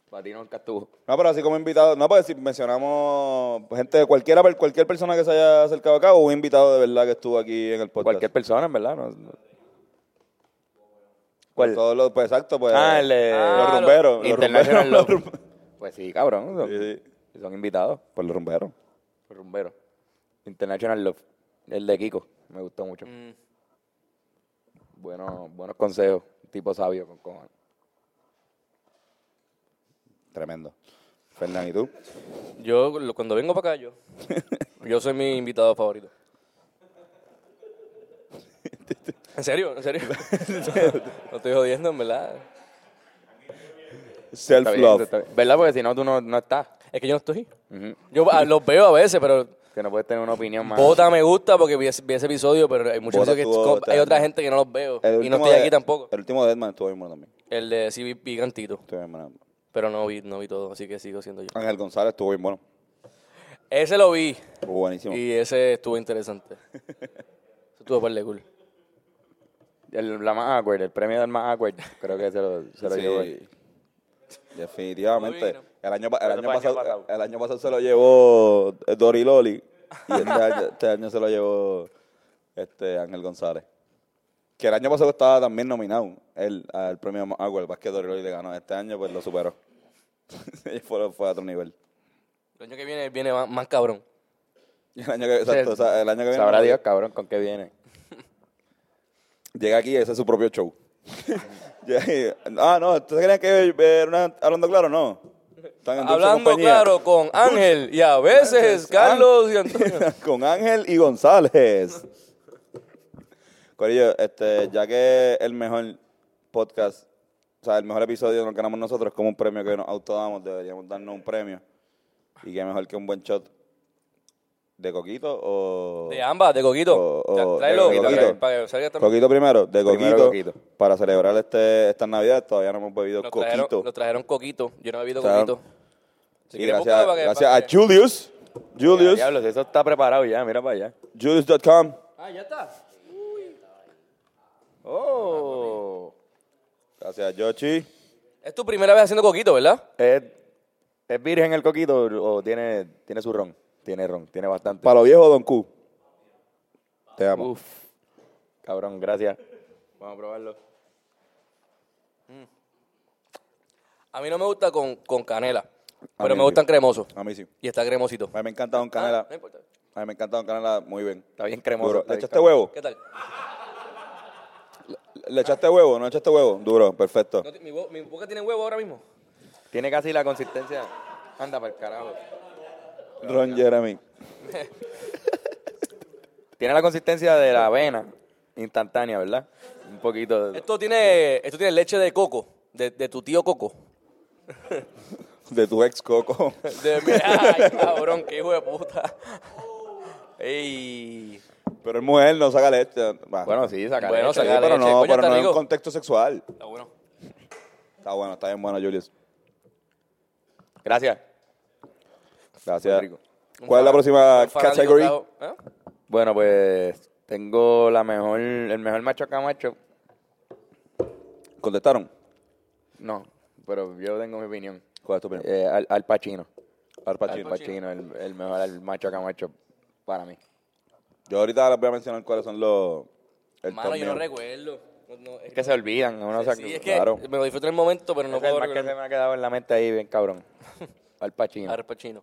[SPEAKER 2] Para ti nunca estuvo.
[SPEAKER 1] No, pero así como invitado, no, porque si mencionamos gente, cualquiera, cualquier persona que se haya acercado acá o un invitado de verdad que estuvo aquí en el podcast.
[SPEAKER 2] Cualquier persona, en verdad. No, no.
[SPEAKER 1] Eh,
[SPEAKER 2] ¿Cuál?
[SPEAKER 1] Todos los, pues exacto, pues.
[SPEAKER 2] Ah, el de-
[SPEAKER 1] los rumberos. los
[SPEAKER 2] International
[SPEAKER 1] rumberos,
[SPEAKER 2] Love. <laughs>
[SPEAKER 1] los rumberos.
[SPEAKER 2] Pues sí, cabrón. Son,
[SPEAKER 1] Sí,
[SPEAKER 2] son invitados.
[SPEAKER 1] Pues los rumberos.
[SPEAKER 2] Rumbero. International Love. El de Kiko. Me gustó mucho. Bueno, buenos consejos. Tipo sabio con cojones.
[SPEAKER 1] Tremendo. Fernán, ¿y tú?
[SPEAKER 3] Yo, lo- cuando vengo para acá,
[SPEAKER 1] <laughs>
[SPEAKER 3] yo. Yo soy mi invitado favorito. ¿En serio?
[SPEAKER 1] <laughs>
[SPEAKER 3] ¿En serio? no estoy jodiendo, en verdad.
[SPEAKER 2] Está bien,
[SPEAKER 1] Self-love.
[SPEAKER 2] está bien. ¿Verdad? Porque si no, tú no, no estás.
[SPEAKER 3] Es que yo no estoy. Yo ah, los veo a veces, pero
[SPEAKER 2] Que no puedes tener una opinión más.
[SPEAKER 3] Bota me gusta porque vi ese, vi ese episodio, pero hay muchos
[SPEAKER 1] Bota
[SPEAKER 3] episodios que
[SPEAKER 1] estuvo-
[SPEAKER 3] com-
[SPEAKER 1] está-
[SPEAKER 3] hay otra gente que no los veo.
[SPEAKER 1] El
[SPEAKER 3] Y no
[SPEAKER 1] último
[SPEAKER 3] estoy
[SPEAKER 1] de-
[SPEAKER 3] aquí tampoco.
[SPEAKER 1] El último de Edman estuvo bien bueno también.
[SPEAKER 3] El de sí vi, vi cantito,
[SPEAKER 1] Estuvo bien bueno.
[SPEAKER 3] pero no vi, no vi todo, así que sigo siendo yo.
[SPEAKER 1] Ángel González estuvo bien bueno.
[SPEAKER 3] Ese lo vi
[SPEAKER 1] Estuvo buenísimo.
[SPEAKER 3] y ese
[SPEAKER 1] <laughs>
[SPEAKER 3] estuvo interesante. estuvo par de cool.
[SPEAKER 2] El, la más awkward, el premio del más awkward. Creo que se lo, se lo
[SPEAKER 1] Sí.
[SPEAKER 2] llevó él.
[SPEAKER 1] Definitivamente.
[SPEAKER 3] Muy bien.
[SPEAKER 1] El año, pa- el, año
[SPEAKER 2] fue el pues,
[SPEAKER 1] pasado,
[SPEAKER 2] año pasado.
[SPEAKER 1] el año pasado se lo llevó Dori Loli. Y
[SPEAKER 2] <laughs>
[SPEAKER 1] este año, este año se lo llevó este Ángel González. Que el año pasado estaba también nominado él al premio Agua. El que Dori Loli le ganó. Este año pues lo superó. <laughs> fue, fue a otro nivel.
[SPEAKER 3] El año que viene viene más, más cabrón.
[SPEAKER 1] Y El año que, exacto, o sea, el año que viene.
[SPEAKER 2] Sabrá
[SPEAKER 1] no,
[SPEAKER 2] Dios, cabrón, con qué viene.
[SPEAKER 1] Llega aquí y ese es su propio show. <laughs> Llega aquí, ah, no, ¿ustedes creen que eh, era una- hablando claro? No. Están en dulce
[SPEAKER 3] Hablando
[SPEAKER 1] compañía.
[SPEAKER 3] claro con Ángel y a
[SPEAKER 1] Gracias,
[SPEAKER 3] veces Carlos
[SPEAKER 1] Ángel.
[SPEAKER 3] y Antonio.
[SPEAKER 1] <laughs> Con Ángel y González. Corillo, este, ya que el mejor podcast, o sea, el mejor episodio nos ganamos nosotros como un premio que nos autodamos, deberíamos darnos un premio. Y qué mejor que un buen shot de Coquito o.
[SPEAKER 3] De ambas, de Coquito.
[SPEAKER 1] O- o-
[SPEAKER 3] Tráelo
[SPEAKER 1] Oh, de
[SPEAKER 3] para que-
[SPEAKER 1] Coquito.
[SPEAKER 3] para que salga también.
[SPEAKER 1] Coquito primero, de Coquito.
[SPEAKER 2] Primero Coquito.
[SPEAKER 1] Para celebrar este, estas navidades todavía no hemos bebido
[SPEAKER 3] Nos trajeron,
[SPEAKER 1] Coquito.
[SPEAKER 3] nos trajeron Coquito. Yo no he bebido
[SPEAKER 1] Claro.
[SPEAKER 3] Coquito. Si
[SPEAKER 1] y
[SPEAKER 3] quieres,
[SPEAKER 1] gracias,
[SPEAKER 3] búscalo para que-
[SPEAKER 1] gracias
[SPEAKER 3] para
[SPEAKER 1] a
[SPEAKER 3] que-
[SPEAKER 1] Julius, Julius,
[SPEAKER 2] Diablos, eso está preparado ya, mira para allá.
[SPEAKER 1] Julius.com.
[SPEAKER 3] Ah, ya está.
[SPEAKER 2] Oh.
[SPEAKER 1] Gracias, Yoshi.
[SPEAKER 3] Es tu primera vez haciendo Coquito, ¿verdad?
[SPEAKER 2] Es ¿Es virgen el coquito o tiene, tiene su ron? Tiene ron, tiene bastante.
[SPEAKER 1] Para lo viejo, Don Q. Te amo.
[SPEAKER 2] Uf. Cabrón, gracias. Vamos a probarlo.
[SPEAKER 3] A mí no me gusta con, con canela, pero
[SPEAKER 1] mí
[SPEAKER 3] me
[SPEAKER 1] sí.
[SPEAKER 3] gustan cremosos.
[SPEAKER 1] A mí sí.
[SPEAKER 3] Y está cremosito. Ah,
[SPEAKER 1] A mí me encanta Don Canela.
[SPEAKER 3] No importa.
[SPEAKER 1] A mí me encanta Don Canela muy bien.
[SPEAKER 2] Está bien cremoso,
[SPEAKER 1] Duro.
[SPEAKER 2] está
[SPEAKER 1] ¿Le
[SPEAKER 2] bien
[SPEAKER 1] echaste
[SPEAKER 2] cabrón.
[SPEAKER 1] huevo?
[SPEAKER 3] ¿Qué tal?
[SPEAKER 1] ¿Le echaste huevo? ¿No echaste huevo? Duro, perfecto.
[SPEAKER 3] No te- mi, bo- mi boca tiene huevo ahora mismo.
[SPEAKER 2] Tiene casi la consistencia. Anda para el carajo.
[SPEAKER 1] Ron Jeremy.
[SPEAKER 2] Tiene la consistencia de la avena instantánea, ¿verdad? Un poquito de...
[SPEAKER 3] Esto tiene, esto tiene leche de coco, de, de tu tío Coco.
[SPEAKER 1] De tu ex Coco. <laughs>
[SPEAKER 3] De mi- <laughs> ay, cabrón, qué hijo de puta. Ey.
[SPEAKER 1] Pero es mujer, no saca leche. Va.
[SPEAKER 2] Bueno, sí, saca
[SPEAKER 3] Bueno,
[SPEAKER 2] leche.
[SPEAKER 1] Sí,
[SPEAKER 3] saca
[SPEAKER 1] pero
[SPEAKER 3] leche.
[SPEAKER 1] no,
[SPEAKER 3] Coño,
[SPEAKER 1] pero
[SPEAKER 3] está
[SPEAKER 1] no es un
[SPEAKER 3] rico.
[SPEAKER 1] contexto sexual.
[SPEAKER 3] Está bueno.
[SPEAKER 1] Está bueno, está bien bueno, Julius.
[SPEAKER 2] Gracias.
[SPEAKER 1] Gracias.
[SPEAKER 2] rico.
[SPEAKER 3] Un
[SPEAKER 1] ¿Cuál es la
[SPEAKER 3] fan-
[SPEAKER 1] próxima
[SPEAKER 3] un fanático
[SPEAKER 1] category?
[SPEAKER 3] bravo. ¿Eh?
[SPEAKER 2] Bueno, pues tengo la mejor, el mejor macho camacho.
[SPEAKER 1] ¿Contestaron?
[SPEAKER 2] No, pero yo tengo mi opinión.
[SPEAKER 1] ¿Cuál es tu opinión?
[SPEAKER 2] Eh, al, al Pacino.
[SPEAKER 1] Al
[SPEAKER 2] Al
[SPEAKER 1] Pacino.
[SPEAKER 2] Pacino, el, el mejor al macho camacho para mí.
[SPEAKER 1] Yo ahorita les voy a mencionar cuáles son los. el
[SPEAKER 3] Mano,
[SPEAKER 1] top
[SPEAKER 3] yo no
[SPEAKER 1] mío.
[SPEAKER 3] recuerdo. No, no, es
[SPEAKER 2] Es que se olvidan. Uno se-
[SPEAKER 3] sí, es que
[SPEAKER 2] claro.
[SPEAKER 3] me lo disfruté en el momento, pero no
[SPEAKER 2] Ese es
[SPEAKER 3] puedo
[SPEAKER 2] el más que se
[SPEAKER 3] recordar.
[SPEAKER 2] me ha quedado en la mente ahí, bien
[SPEAKER 3] <laughs>
[SPEAKER 2] cabrón. Al Pacino.
[SPEAKER 3] Al Pacino.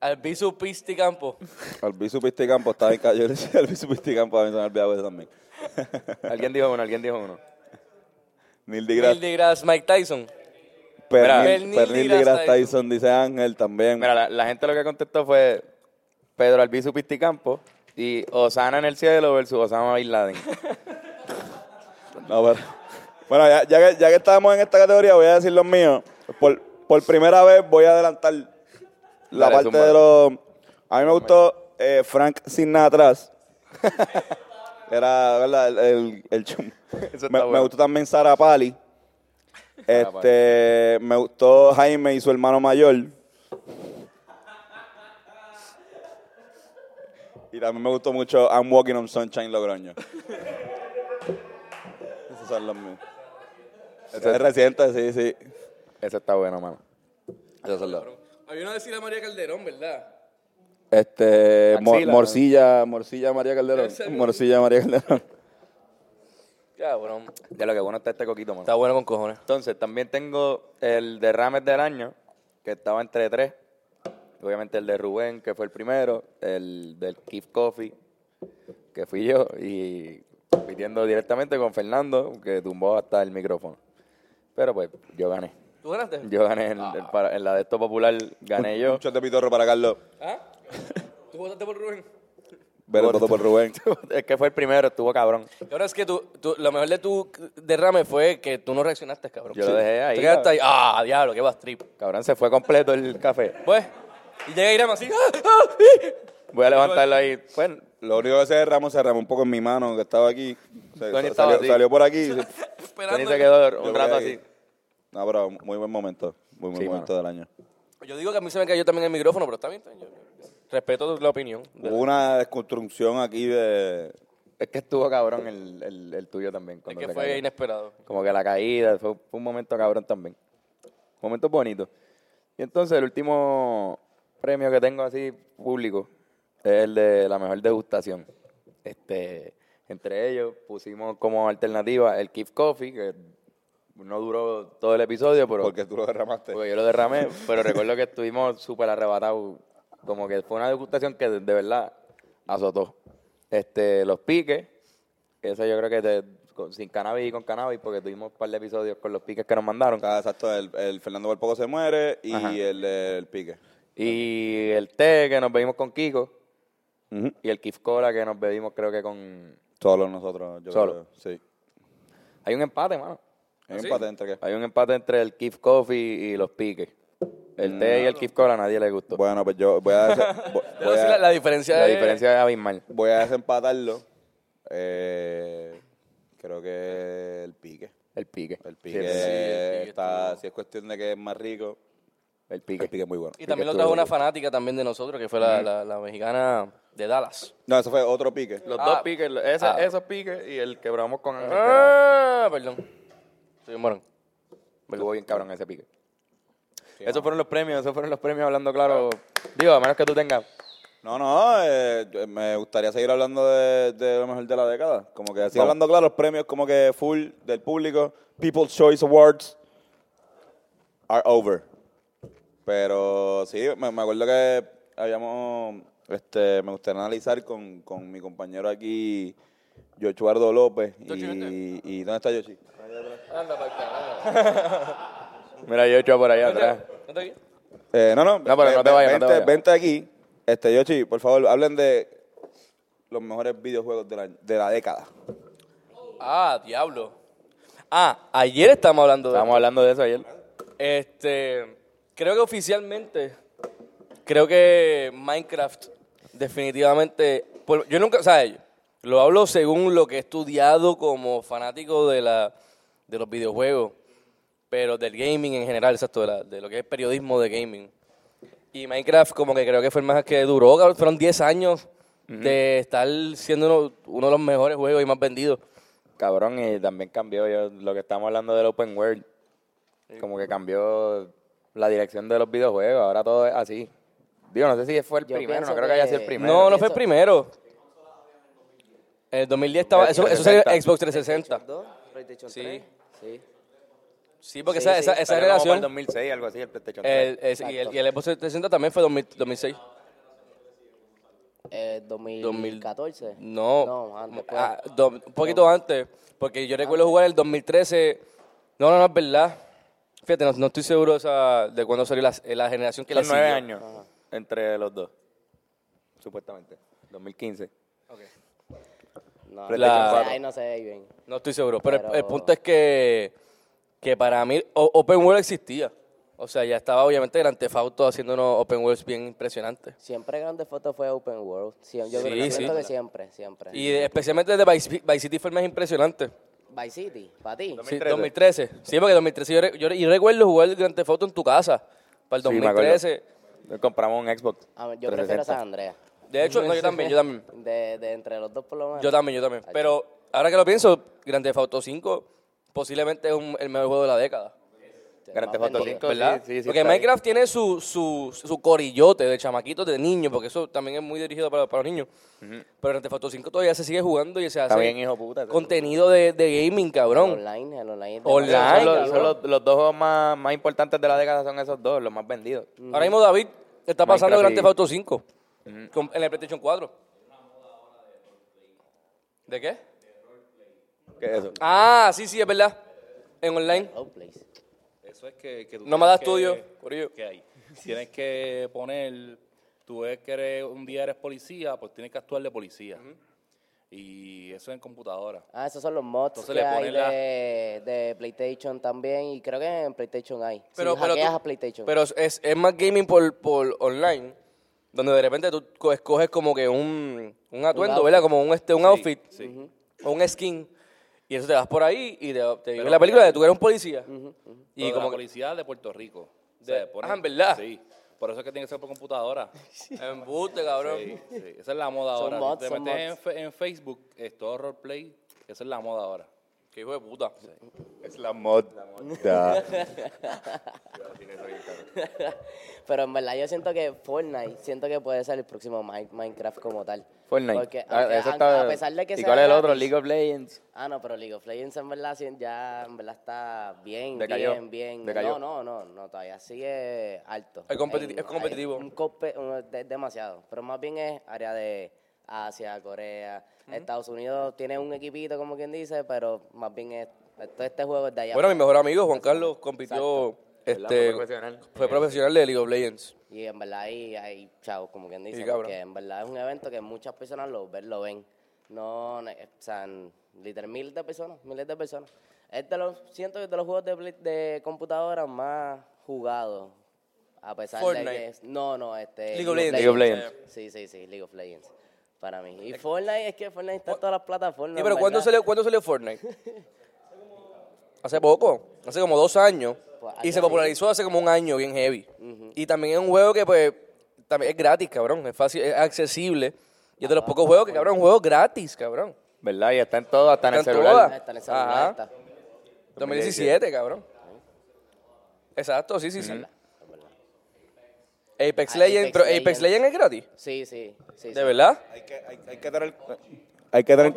[SPEAKER 3] Al Bisu Pisti Campo.
[SPEAKER 1] Al Bisu Pisticampo está bien cayó. Yo <laughs> le decía al Bisu Pisticampo a mí se me ha olvidado eso también.
[SPEAKER 2] Alguien dijo uno, alguien dijo uno.
[SPEAKER 1] Neil deGrasse.
[SPEAKER 3] Neil deGrasse, Mike Tyson.
[SPEAKER 1] Pernil, Pernil
[SPEAKER 3] Pernil deGrasse
[SPEAKER 1] deGrasse
[SPEAKER 3] Tyson.
[SPEAKER 1] Tyson dice Ángel también.
[SPEAKER 2] Mira, la, la gente lo que contestó fue Pedro Albizu Pisticampo y Osana en el cielo versus Osama Bin Laden.
[SPEAKER 1] No, pero- bueno, ya, ya que, ya que estábamos en esta categoría, voy a decir los míos. Por, por primera vez voy a adelantar la
[SPEAKER 2] Dale,
[SPEAKER 1] parte
[SPEAKER 2] zumba.
[SPEAKER 1] de los... A mí me gustó eh, Frank sin nada atrás. <laughs> Era, ¿verdad? El, el, el chum.
[SPEAKER 2] está
[SPEAKER 1] Me, me
[SPEAKER 2] bueno.
[SPEAKER 1] gustó también Sara Pali. Este, me gustó Jaime y su hermano mayor. Y también me gustó mucho I'm Walking on Sunshine Logroño. Esos son los míos. Ese es reciente, sí, sí.
[SPEAKER 2] Ese está bueno, mano.
[SPEAKER 1] Esos son los.
[SPEAKER 3] Había una decir a María Calderón, ¿verdad?
[SPEAKER 1] Este, mor-
[SPEAKER 2] Axila.
[SPEAKER 1] morcilla, morcilla María Calderón. Morcilla María Calderón. <laughs>
[SPEAKER 3] Cabrón.
[SPEAKER 2] Ya lo que bueno está este coquito, mano.
[SPEAKER 3] Está bueno con cojones.
[SPEAKER 2] Entonces, también tengo el de Rames del año, que estaba entre tres. Obviamente el de Rubén, que fue el primero, el del Keith Coffee, que fui yo, y compitiendo directamente con Fernando, que tumbó hasta el micrófono. Pero pues, yo gané.
[SPEAKER 3] ¿Tú ganaste?
[SPEAKER 2] Yo gané en, en para- en la de esto popular, gané yo.
[SPEAKER 1] Un shot de pitorro para Carlos.
[SPEAKER 3] ¿Ah? ¿Tú votaste por Rubén?
[SPEAKER 1] Ver el voto por Rubén.
[SPEAKER 2] <laughs> es que fue el primero, estuvo cabrón.
[SPEAKER 3] Cabrón, es que tú, tú- lo mejor de tu derrame fue que tú no reaccionaste, cabrón.
[SPEAKER 2] Yo lo dejé ahí,
[SPEAKER 3] Te quedaste ahí. Ah, diablo, qué vas trip.
[SPEAKER 2] Cabrón, se fue completo el café.
[SPEAKER 3] Pues, y llega Irama así. ¡ah, ah, eh!
[SPEAKER 2] Voy a levantarlo ahí. Bueno,
[SPEAKER 1] Lo único que se derramó, se derramó un poco en mi mano, que estaba aquí. Se-
[SPEAKER 2] Tony
[SPEAKER 1] sa-
[SPEAKER 2] estaba
[SPEAKER 1] salió,
[SPEAKER 2] así.
[SPEAKER 1] salió por
[SPEAKER 2] <laughs>
[SPEAKER 1] aquí. y se-
[SPEAKER 2] Tony
[SPEAKER 3] <laughs> Esperando.
[SPEAKER 2] se quedó
[SPEAKER 1] Yo
[SPEAKER 2] un rato
[SPEAKER 1] voy ahí.
[SPEAKER 2] así.
[SPEAKER 1] No, pero muy buen momento. Muy buen
[SPEAKER 2] Sí,
[SPEAKER 1] momento del año.
[SPEAKER 3] Yo digo que a mí se me cayó también el micrófono, pero está bien. está bien, yo- Respeto la opinión.
[SPEAKER 1] Hubo una desconstrucción aquí de.
[SPEAKER 2] Es que estuvo cabrón el, el- el tuyo también.
[SPEAKER 3] Es
[SPEAKER 2] cuando
[SPEAKER 3] que
[SPEAKER 2] se
[SPEAKER 3] fue
[SPEAKER 2] cayó.
[SPEAKER 3] inesperado.
[SPEAKER 2] Como que la caída, fue, fue un momento cabrón también. Momentos bonitos. Y entonces el último premio que tengo así público es el de la mejor degustación. Este, entre ellos pusimos como alternativa el Keef Coffee, que no duró todo el episodio, pero
[SPEAKER 1] Porque tú lo derramaste.
[SPEAKER 2] Porque yo lo derramé, pero recuerdo que estuvimos súper arrebatados. Como que fue una degustación que de, de verdad azotó. Este, los piques, eso yo creo que de- con- sin cannabis y con cannabis, porque tuvimos un par de episodios con los piques que nos mandaron.
[SPEAKER 1] O sea, exacto, el, el Fernando por poco se muere y el, el pique.
[SPEAKER 2] Y el té que nos bebimos con Kiko. Y el Kif Cola que nos bebimos creo que con...
[SPEAKER 1] Solo ¿Ah, nosotros, yo
[SPEAKER 2] Solo.
[SPEAKER 1] creo. Sí.
[SPEAKER 2] Hay un empate, mano.
[SPEAKER 1] Hay un patente que.
[SPEAKER 2] Hay un empate entre el Kif Coffee y los piques. El té y el Kif Cola a nadie le gustó.
[SPEAKER 1] Bueno, pues yo voy a, des- voy-
[SPEAKER 3] Pero
[SPEAKER 1] voy
[SPEAKER 3] sí,
[SPEAKER 1] a-
[SPEAKER 3] la, la diferencia
[SPEAKER 2] La
[SPEAKER 3] es-
[SPEAKER 2] diferencia es abismal.
[SPEAKER 1] voy a desempatarlo. Eh, creo que el pique.
[SPEAKER 2] El pique.
[SPEAKER 1] El
[SPEAKER 2] Sí,
[SPEAKER 1] pique,
[SPEAKER 3] pique
[SPEAKER 1] está. Si es cuestión de que es más rico,
[SPEAKER 2] El
[SPEAKER 1] el
[SPEAKER 2] pique.
[SPEAKER 1] pique es muy bueno.
[SPEAKER 3] Y también lo trajo una fanática también de nosotros, que fue la, la- la mexicana de Dallas.
[SPEAKER 1] No, eso fue otro pique.
[SPEAKER 2] Los
[SPEAKER 3] Ah.
[SPEAKER 2] dos piques, lo- ese-
[SPEAKER 3] Ah.
[SPEAKER 2] esos piques y el que probamos con Ángel. que era-
[SPEAKER 3] Ah, perdón. Soy un morón.
[SPEAKER 2] Estuvo bien cabrón ese pique. esos fueron los premios, esos fueron los premios hablando claro. Digo, a menos que tú tengas.
[SPEAKER 1] No, no, eh, yo- me gustaría seguir hablando de, de lo mejor de la década. Como que así hablando, claro, los premios como que full del público. People's Choice Awards are over. Pero sí, me, me acuerdo que habíamos, este, me gustaría analizar con, con mi compañero aquí, Yochuardo López.
[SPEAKER 3] Yochi,
[SPEAKER 1] Y, y ¿dónde está Yochi?
[SPEAKER 3] Anda para acá.
[SPEAKER 2] Mira, yo he hecho por allá atrás.
[SPEAKER 3] ¿No está aquí?
[SPEAKER 1] Eh, no, no,
[SPEAKER 2] No, pero
[SPEAKER 1] eh,
[SPEAKER 2] no te
[SPEAKER 1] ve-
[SPEAKER 2] vayas, no
[SPEAKER 1] vente,
[SPEAKER 2] te vayas.
[SPEAKER 1] vente aquí. Este, Yochi, por favor, hablen de los mejores videojuegos del año- de la década.
[SPEAKER 3] Ah, diablo. Ah, ayer estábamos hablando de
[SPEAKER 2] Estábamos hablando de eso ayer.
[SPEAKER 3] Este, creo que oficialmente, creo que Minecraft definitivamente, por- yo nunca, ¿sabes? Lo hablo según lo que he estudiado como fanático de, la, de los videojuegos, pero del gaming en general, exacto, de, la- de lo que es periodismo de gaming. Y Minecraft como que creo que fue el más que duró, cabrón, fueron 10 años de estar siendo uno, uno de los mejores juegos y más vendidos.
[SPEAKER 2] Cabrón, y también cambió yo, lo que estamos hablando del open world. Como que cambió la dirección de los videojuegos, ahora todo es así. Digo, no sé si fue el
[SPEAKER 9] Yo
[SPEAKER 2] primero, no
[SPEAKER 9] pienso
[SPEAKER 2] creo que haya sido el
[SPEAKER 9] que-
[SPEAKER 2] primero.
[SPEAKER 3] No, no fue el
[SPEAKER 9] Eso-
[SPEAKER 3] primero. El 2010 estaba,
[SPEAKER 2] El
[SPEAKER 3] eso, eso sería
[SPEAKER 2] 360.
[SPEAKER 3] Xbox 360.
[SPEAKER 9] PlayStation 2, PlayStation
[SPEAKER 3] Sí.
[SPEAKER 9] 3. Sí.
[SPEAKER 3] Sí, porque
[SPEAKER 9] Sí,
[SPEAKER 3] esa,
[SPEAKER 9] sí.
[SPEAKER 3] esa, esa Eh,
[SPEAKER 2] Salió como para el
[SPEAKER 3] relación.
[SPEAKER 2] 2006, algo así, el PlayStation
[SPEAKER 3] El,
[SPEAKER 2] 3.
[SPEAKER 3] es- y, el, y el Xbox 360 también fue 2000 2006.
[SPEAKER 9] Eh, 2014.
[SPEAKER 3] No.
[SPEAKER 9] No, antes. pues.
[SPEAKER 3] Ah, do- un poquito antes. Porque yo recuerdo jugar el 2013. No, no, no, es verdad. Fíjate, no, no estoy seguro de esa- de cuándo salió la, la generación que le
[SPEAKER 2] Son nueve
[SPEAKER 3] siguió.
[SPEAKER 2] años entre los dos, supuestamente. 2015.
[SPEAKER 3] PlayStation
[SPEAKER 9] no, o sea,
[SPEAKER 3] 4.
[SPEAKER 9] Ah, ahí no se ve bien.
[SPEAKER 3] No estoy seguro, pero, el-
[SPEAKER 9] Pero-
[SPEAKER 3] El, punto es que, que para mí o- Open World existía. O sea, ya estaba obviamente Grand Theft Auto haciendo unos Open Worlds bien impresionantes.
[SPEAKER 9] Siempre Grande Foto fue Open World. Sí, yo
[SPEAKER 3] Sí,
[SPEAKER 9] creo
[SPEAKER 3] sí.
[SPEAKER 9] siento que siempre, siempre.
[SPEAKER 3] Y especialmente el de Vice, Vice City fue el más impresionante.
[SPEAKER 9] Vice City, para ti.
[SPEAKER 3] Sí, 2013. Sí, porque 2013 yo, re- yo re- y recuerdo jugar el Grand Theft Auto en tu casa para el
[SPEAKER 2] Sí, me acuerdo.
[SPEAKER 3] 2013.
[SPEAKER 2] Compramos un Xbox.
[SPEAKER 9] A ver, yo
[SPEAKER 2] 360.
[SPEAKER 9] prefiero San Andreas.
[SPEAKER 3] de hecho, no, yo también, yo también.
[SPEAKER 9] De, de entre los dos, por lo menos.
[SPEAKER 3] Yo también, yo también. Pero ahora que lo pienso, Grand Theft Auto 5 posiblemente es un- el mejor juego de la década.
[SPEAKER 2] Grand Theft Auto 5,
[SPEAKER 3] ¿Verdad?
[SPEAKER 2] sí, sí, sí,
[SPEAKER 3] porque
[SPEAKER 2] está ahí.
[SPEAKER 3] Minecraft tiene su, su, su corillote de chamaquitos de niños, porque eso también es muy dirigido para, para los niños. Pero Grand Theft Auto 5 todavía se sigue jugando y se hace
[SPEAKER 2] bien, hijo puta.
[SPEAKER 3] contenido de, de gaming,
[SPEAKER 9] El
[SPEAKER 3] cabrón.
[SPEAKER 9] Online, el online. es
[SPEAKER 3] Online,
[SPEAKER 9] demasiado
[SPEAKER 2] Son, los,
[SPEAKER 9] activo.
[SPEAKER 2] son los- los dos juegos más, más importantes de la década, son esos dos, los más vendidos.
[SPEAKER 3] Ahora mismo David está pasando
[SPEAKER 2] Minecraft
[SPEAKER 3] Grand
[SPEAKER 2] y-
[SPEAKER 3] Theft Auto 5 con- en el PlayStation 4. ¿De qué?
[SPEAKER 2] ¿Qué es eso?
[SPEAKER 3] Ah, sí, sí, es verdad. En online.
[SPEAKER 9] Roleplays.
[SPEAKER 10] Eso es que, que tú
[SPEAKER 3] No me da
[SPEAKER 10] tienes
[SPEAKER 3] estudio,
[SPEAKER 10] que-
[SPEAKER 3] corillo.
[SPEAKER 10] que hay. Tienes que poner, tú ves que eres, un día eres policía, pues tienes que actuar de policía. Y eso es en computadora.
[SPEAKER 9] Ah, esos son los mods
[SPEAKER 10] Entonces
[SPEAKER 9] que
[SPEAKER 10] le
[SPEAKER 9] hay
[SPEAKER 10] ponen la-
[SPEAKER 9] de, de PlayStation también. Y creo que en PlayStation hay. si
[SPEAKER 3] tú-
[SPEAKER 9] hackeas a PlayStation.
[SPEAKER 3] pero es, es más gaming por, por online, donde de repente tú co- escoges como que un, un atuendo,
[SPEAKER 9] outfit.
[SPEAKER 3] ¿verdad? Como un, este, un outfit
[SPEAKER 10] sí. Ujú.
[SPEAKER 3] o un skin. Y eso te vas por ahí y te, te vive la película de tú eres un policía.
[SPEAKER 10] Y
[SPEAKER 3] Y
[SPEAKER 10] como
[SPEAKER 3] como que-
[SPEAKER 10] policía de Puerto Rico.
[SPEAKER 3] De-
[SPEAKER 10] O sea, ponen-
[SPEAKER 3] ah, ¿en verdad?
[SPEAKER 10] Sí. Por eso es que tiene que ser por computadora.
[SPEAKER 3] <laughs> Embuste, cabrón.
[SPEAKER 10] Sí, sí. Esa es la moda
[SPEAKER 9] Son
[SPEAKER 10] ahora.
[SPEAKER 9] mods,
[SPEAKER 10] si te
[SPEAKER 9] son
[SPEAKER 10] metes en,
[SPEAKER 9] mods.
[SPEAKER 10] fe- en Facebook, es todo roleplay. Esa es la moda ahora.
[SPEAKER 3] Qué hijo de puta.
[SPEAKER 1] Es la mod.
[SPEAKER 9] Pero en verdad yo siento que Fortnite, siento que puede ser el próximo Mi- Minecraft como tal.
[SPEAKER 2] <laughs> Fortnite.
[SPEAKER 9] Porque
[SPEAKER 2] Ah,
[SPEAKER 9] aunque-
[SPEAKER 2] eso
[SPEAKER 9] aunque-
[SPEAKER 2] está-
[SPEAKER 9] a pesar de que
[SPEAKER 2] ¿Y
[SPEAKER 9] sea
[SPEAKER 2] cuál es el otro?
[SPEAKER 9] gratis-
[SPEAKER 2] League of Legends.
[SPEAKER 9] Ah, no, pero League of Legends en verdad sí, ya en verdad está bien,
[SPEAKER 2] Decayó,
[SPEAKER 9] bien, bien.
[SPEAKER 2] decayó.
[SPEAKER 9] No, no, no, no, todavía sigue alto.
[SPEAKER 3] Es competi- es competitivo.
[SPEAKER 9] un compe- un- de- demasiado, pero más bien es área de Asia, Corea, Estados Unidos tiene un equipito como quien dice, pero más bien es todo este juego es de allá.
[SPEAKER 3] Bueno, mi mejor amigo Juan Carlos compitió. Este,
[SPEAKER 2] Fue profesional.
[SPEAKER 3] Fue profesional de League of Legends.
[SPEAKER 9] Y en verdad ahí hay chavos, como quien dice,
[SPEAKER 3] cabrón.
[SPEAKER 9] porque en verdad es un evento que muchas personas lo ven, lo ven. No, no, eh, o sea, en- literal, miles de personas, miles de personas. Es de los, siento que es de los juegos de, play- de computadora más jugados. A pesar de
[SPEAKER 3] Fortnite.
[SPEAKER 9] que... es- No, no, este...
[SPEAKER 3] League of
[SPEAKER 2] League of Legends.
[SPEAKER 9] Sí, sí, sí, League of Legends. Para mí. Y Fortnite, es que Fortnite está en todas las plataformas.
[SPEAKER 3] Sí, pero
[SPEAKER 9] en
[SPEAKER 3] ¿cuándo
[SPEAKER 9] verdad.
[SPEAKER 3] salió, ¿cuándo salió Fortnite? Hace poco, hace como dos años.
[SPEAKER 9] Pues,
[SPEAKER 3] y
[SPEAKER 9] algo
[SPEAKER 3] se
[SPEAKER 9] así.
[SPEAKER 3] popularizó hace como un año, bien heavy. Y también es un juego que, pues, también es gratis, cabrón. Es fácil, es accesible. Y es de los pocos juegos que, cabrón, juegos gratis, cabrón.
[SPEAKER 2] ¿Verdad? Y está en todo, hasta en el
[SPEAKER 3] Está en
[SPEAKER 2] celular.
[SPEAKER 3] todas.
[SPEAKER 9] Está Ah, en el celular,
[SPEAKER 3] Ajá.
[SPEAKER 9] está.
[SPEAKER 3] 2017, cabrón. Exacto, sí, sí, sí. Apex
[SPEAKER 9] Ah,
[SPEAKER 3] Legends,
[SPEAKER 9] Apex
[SPEAKER 3] pero Apex
[SPEAKER 9] Legends.
[SPEAKER 3] Legends es gratis.
[SPEAKER 9] Sí, sí, sí.
[SPEAKER 3] ¿De verdad?
[SPEAKER 1] Hay que, hay, hay que tener... Hay que tener...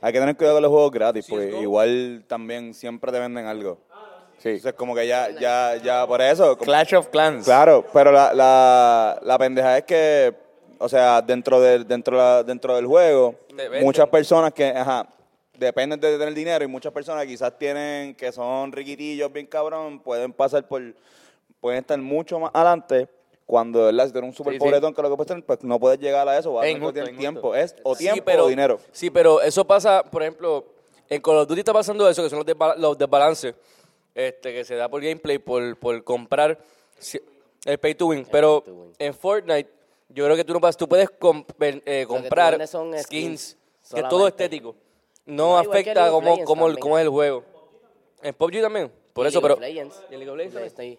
[SPEAKER 1] Hay que tener cuidado con los juegos gratis, porque igual también siempre te venden algo. Ah, Sí. Entonces, como que ya, ya, ya, por eso. como-
[SPEAKER 2] Clash of Clans.
[SPEAKER 1] Claro, pero la, la, la pendeja es que, o sea, dentro del, dentro la- dentro del juego,
[SPEAKER 3] Te venden.
[SPEAKER 1] muchas personas que, ajá, dependen de tener dinero y muchas personas quizás tienen, que son riquitillos bien cabrón, pueden pasar por, pueden estar mucho más adelante. Cuando ¿verdad? si tú eres un super
[SPEAKER 3] Sí, sí.
[SPEAKER 1] pobretón que lo que puedes tener, pues no puedes llegar a eso, vas a
[SPEAKER 2] Es
[SPEAKER 1] tener que
[SPEAKER 2] injusto,
[SPEAKER 1] tener
[SPEAKER 2] es injusto.
[SPEAKER 1] tiempo, es o
[SPEAKER 3] Sí,
[SPEAKER 1] tiempo o dinero.
[SPEAKER 3] Sí, pero eso pasa, por ejemplo, en Call of Duty está pasando eso, que son los, desba- los desbalances este, que se da por gameplay, por, por comprar si- el pay to win. pero
[SPEAKER 9] pay to win.
[SPEAKER 3] en Fortnite, yo creo que tú, no vas, tú puedes comp- ven- eh,
[SPEAKER 9] tú
[SPEAKER 3] comprar
[SPEAKER 9] vendes son
[SPEAKER 3] skins,
[SPEAKER 9] skins
[SPEAKER 3] que es todo
[SPEAKER 9] solamente.
[SPEAKER 3] estético. No
[SPEAKER 9] No, igual que League
[SPEAKER 3] afecta
[SPEAKER 9] of
[SPEAKER 3] cómo,
[SPEAKER 9] Legends
[SPEAKER 3] cómo, el-
[SPEAKER 9] también.
[SPEAKER 3] cómo es el juego. En PUBG también, por
[SPEAKER 9] Y
[SPEAKER 3] eso,
[SPEAKER 9] League
[SPEAKER 3] pero...
[SPEAKER 9] of Legends.
[SPEAKER 3] ¿Y en League of Legends
[SPEAKER 9] Está ahí.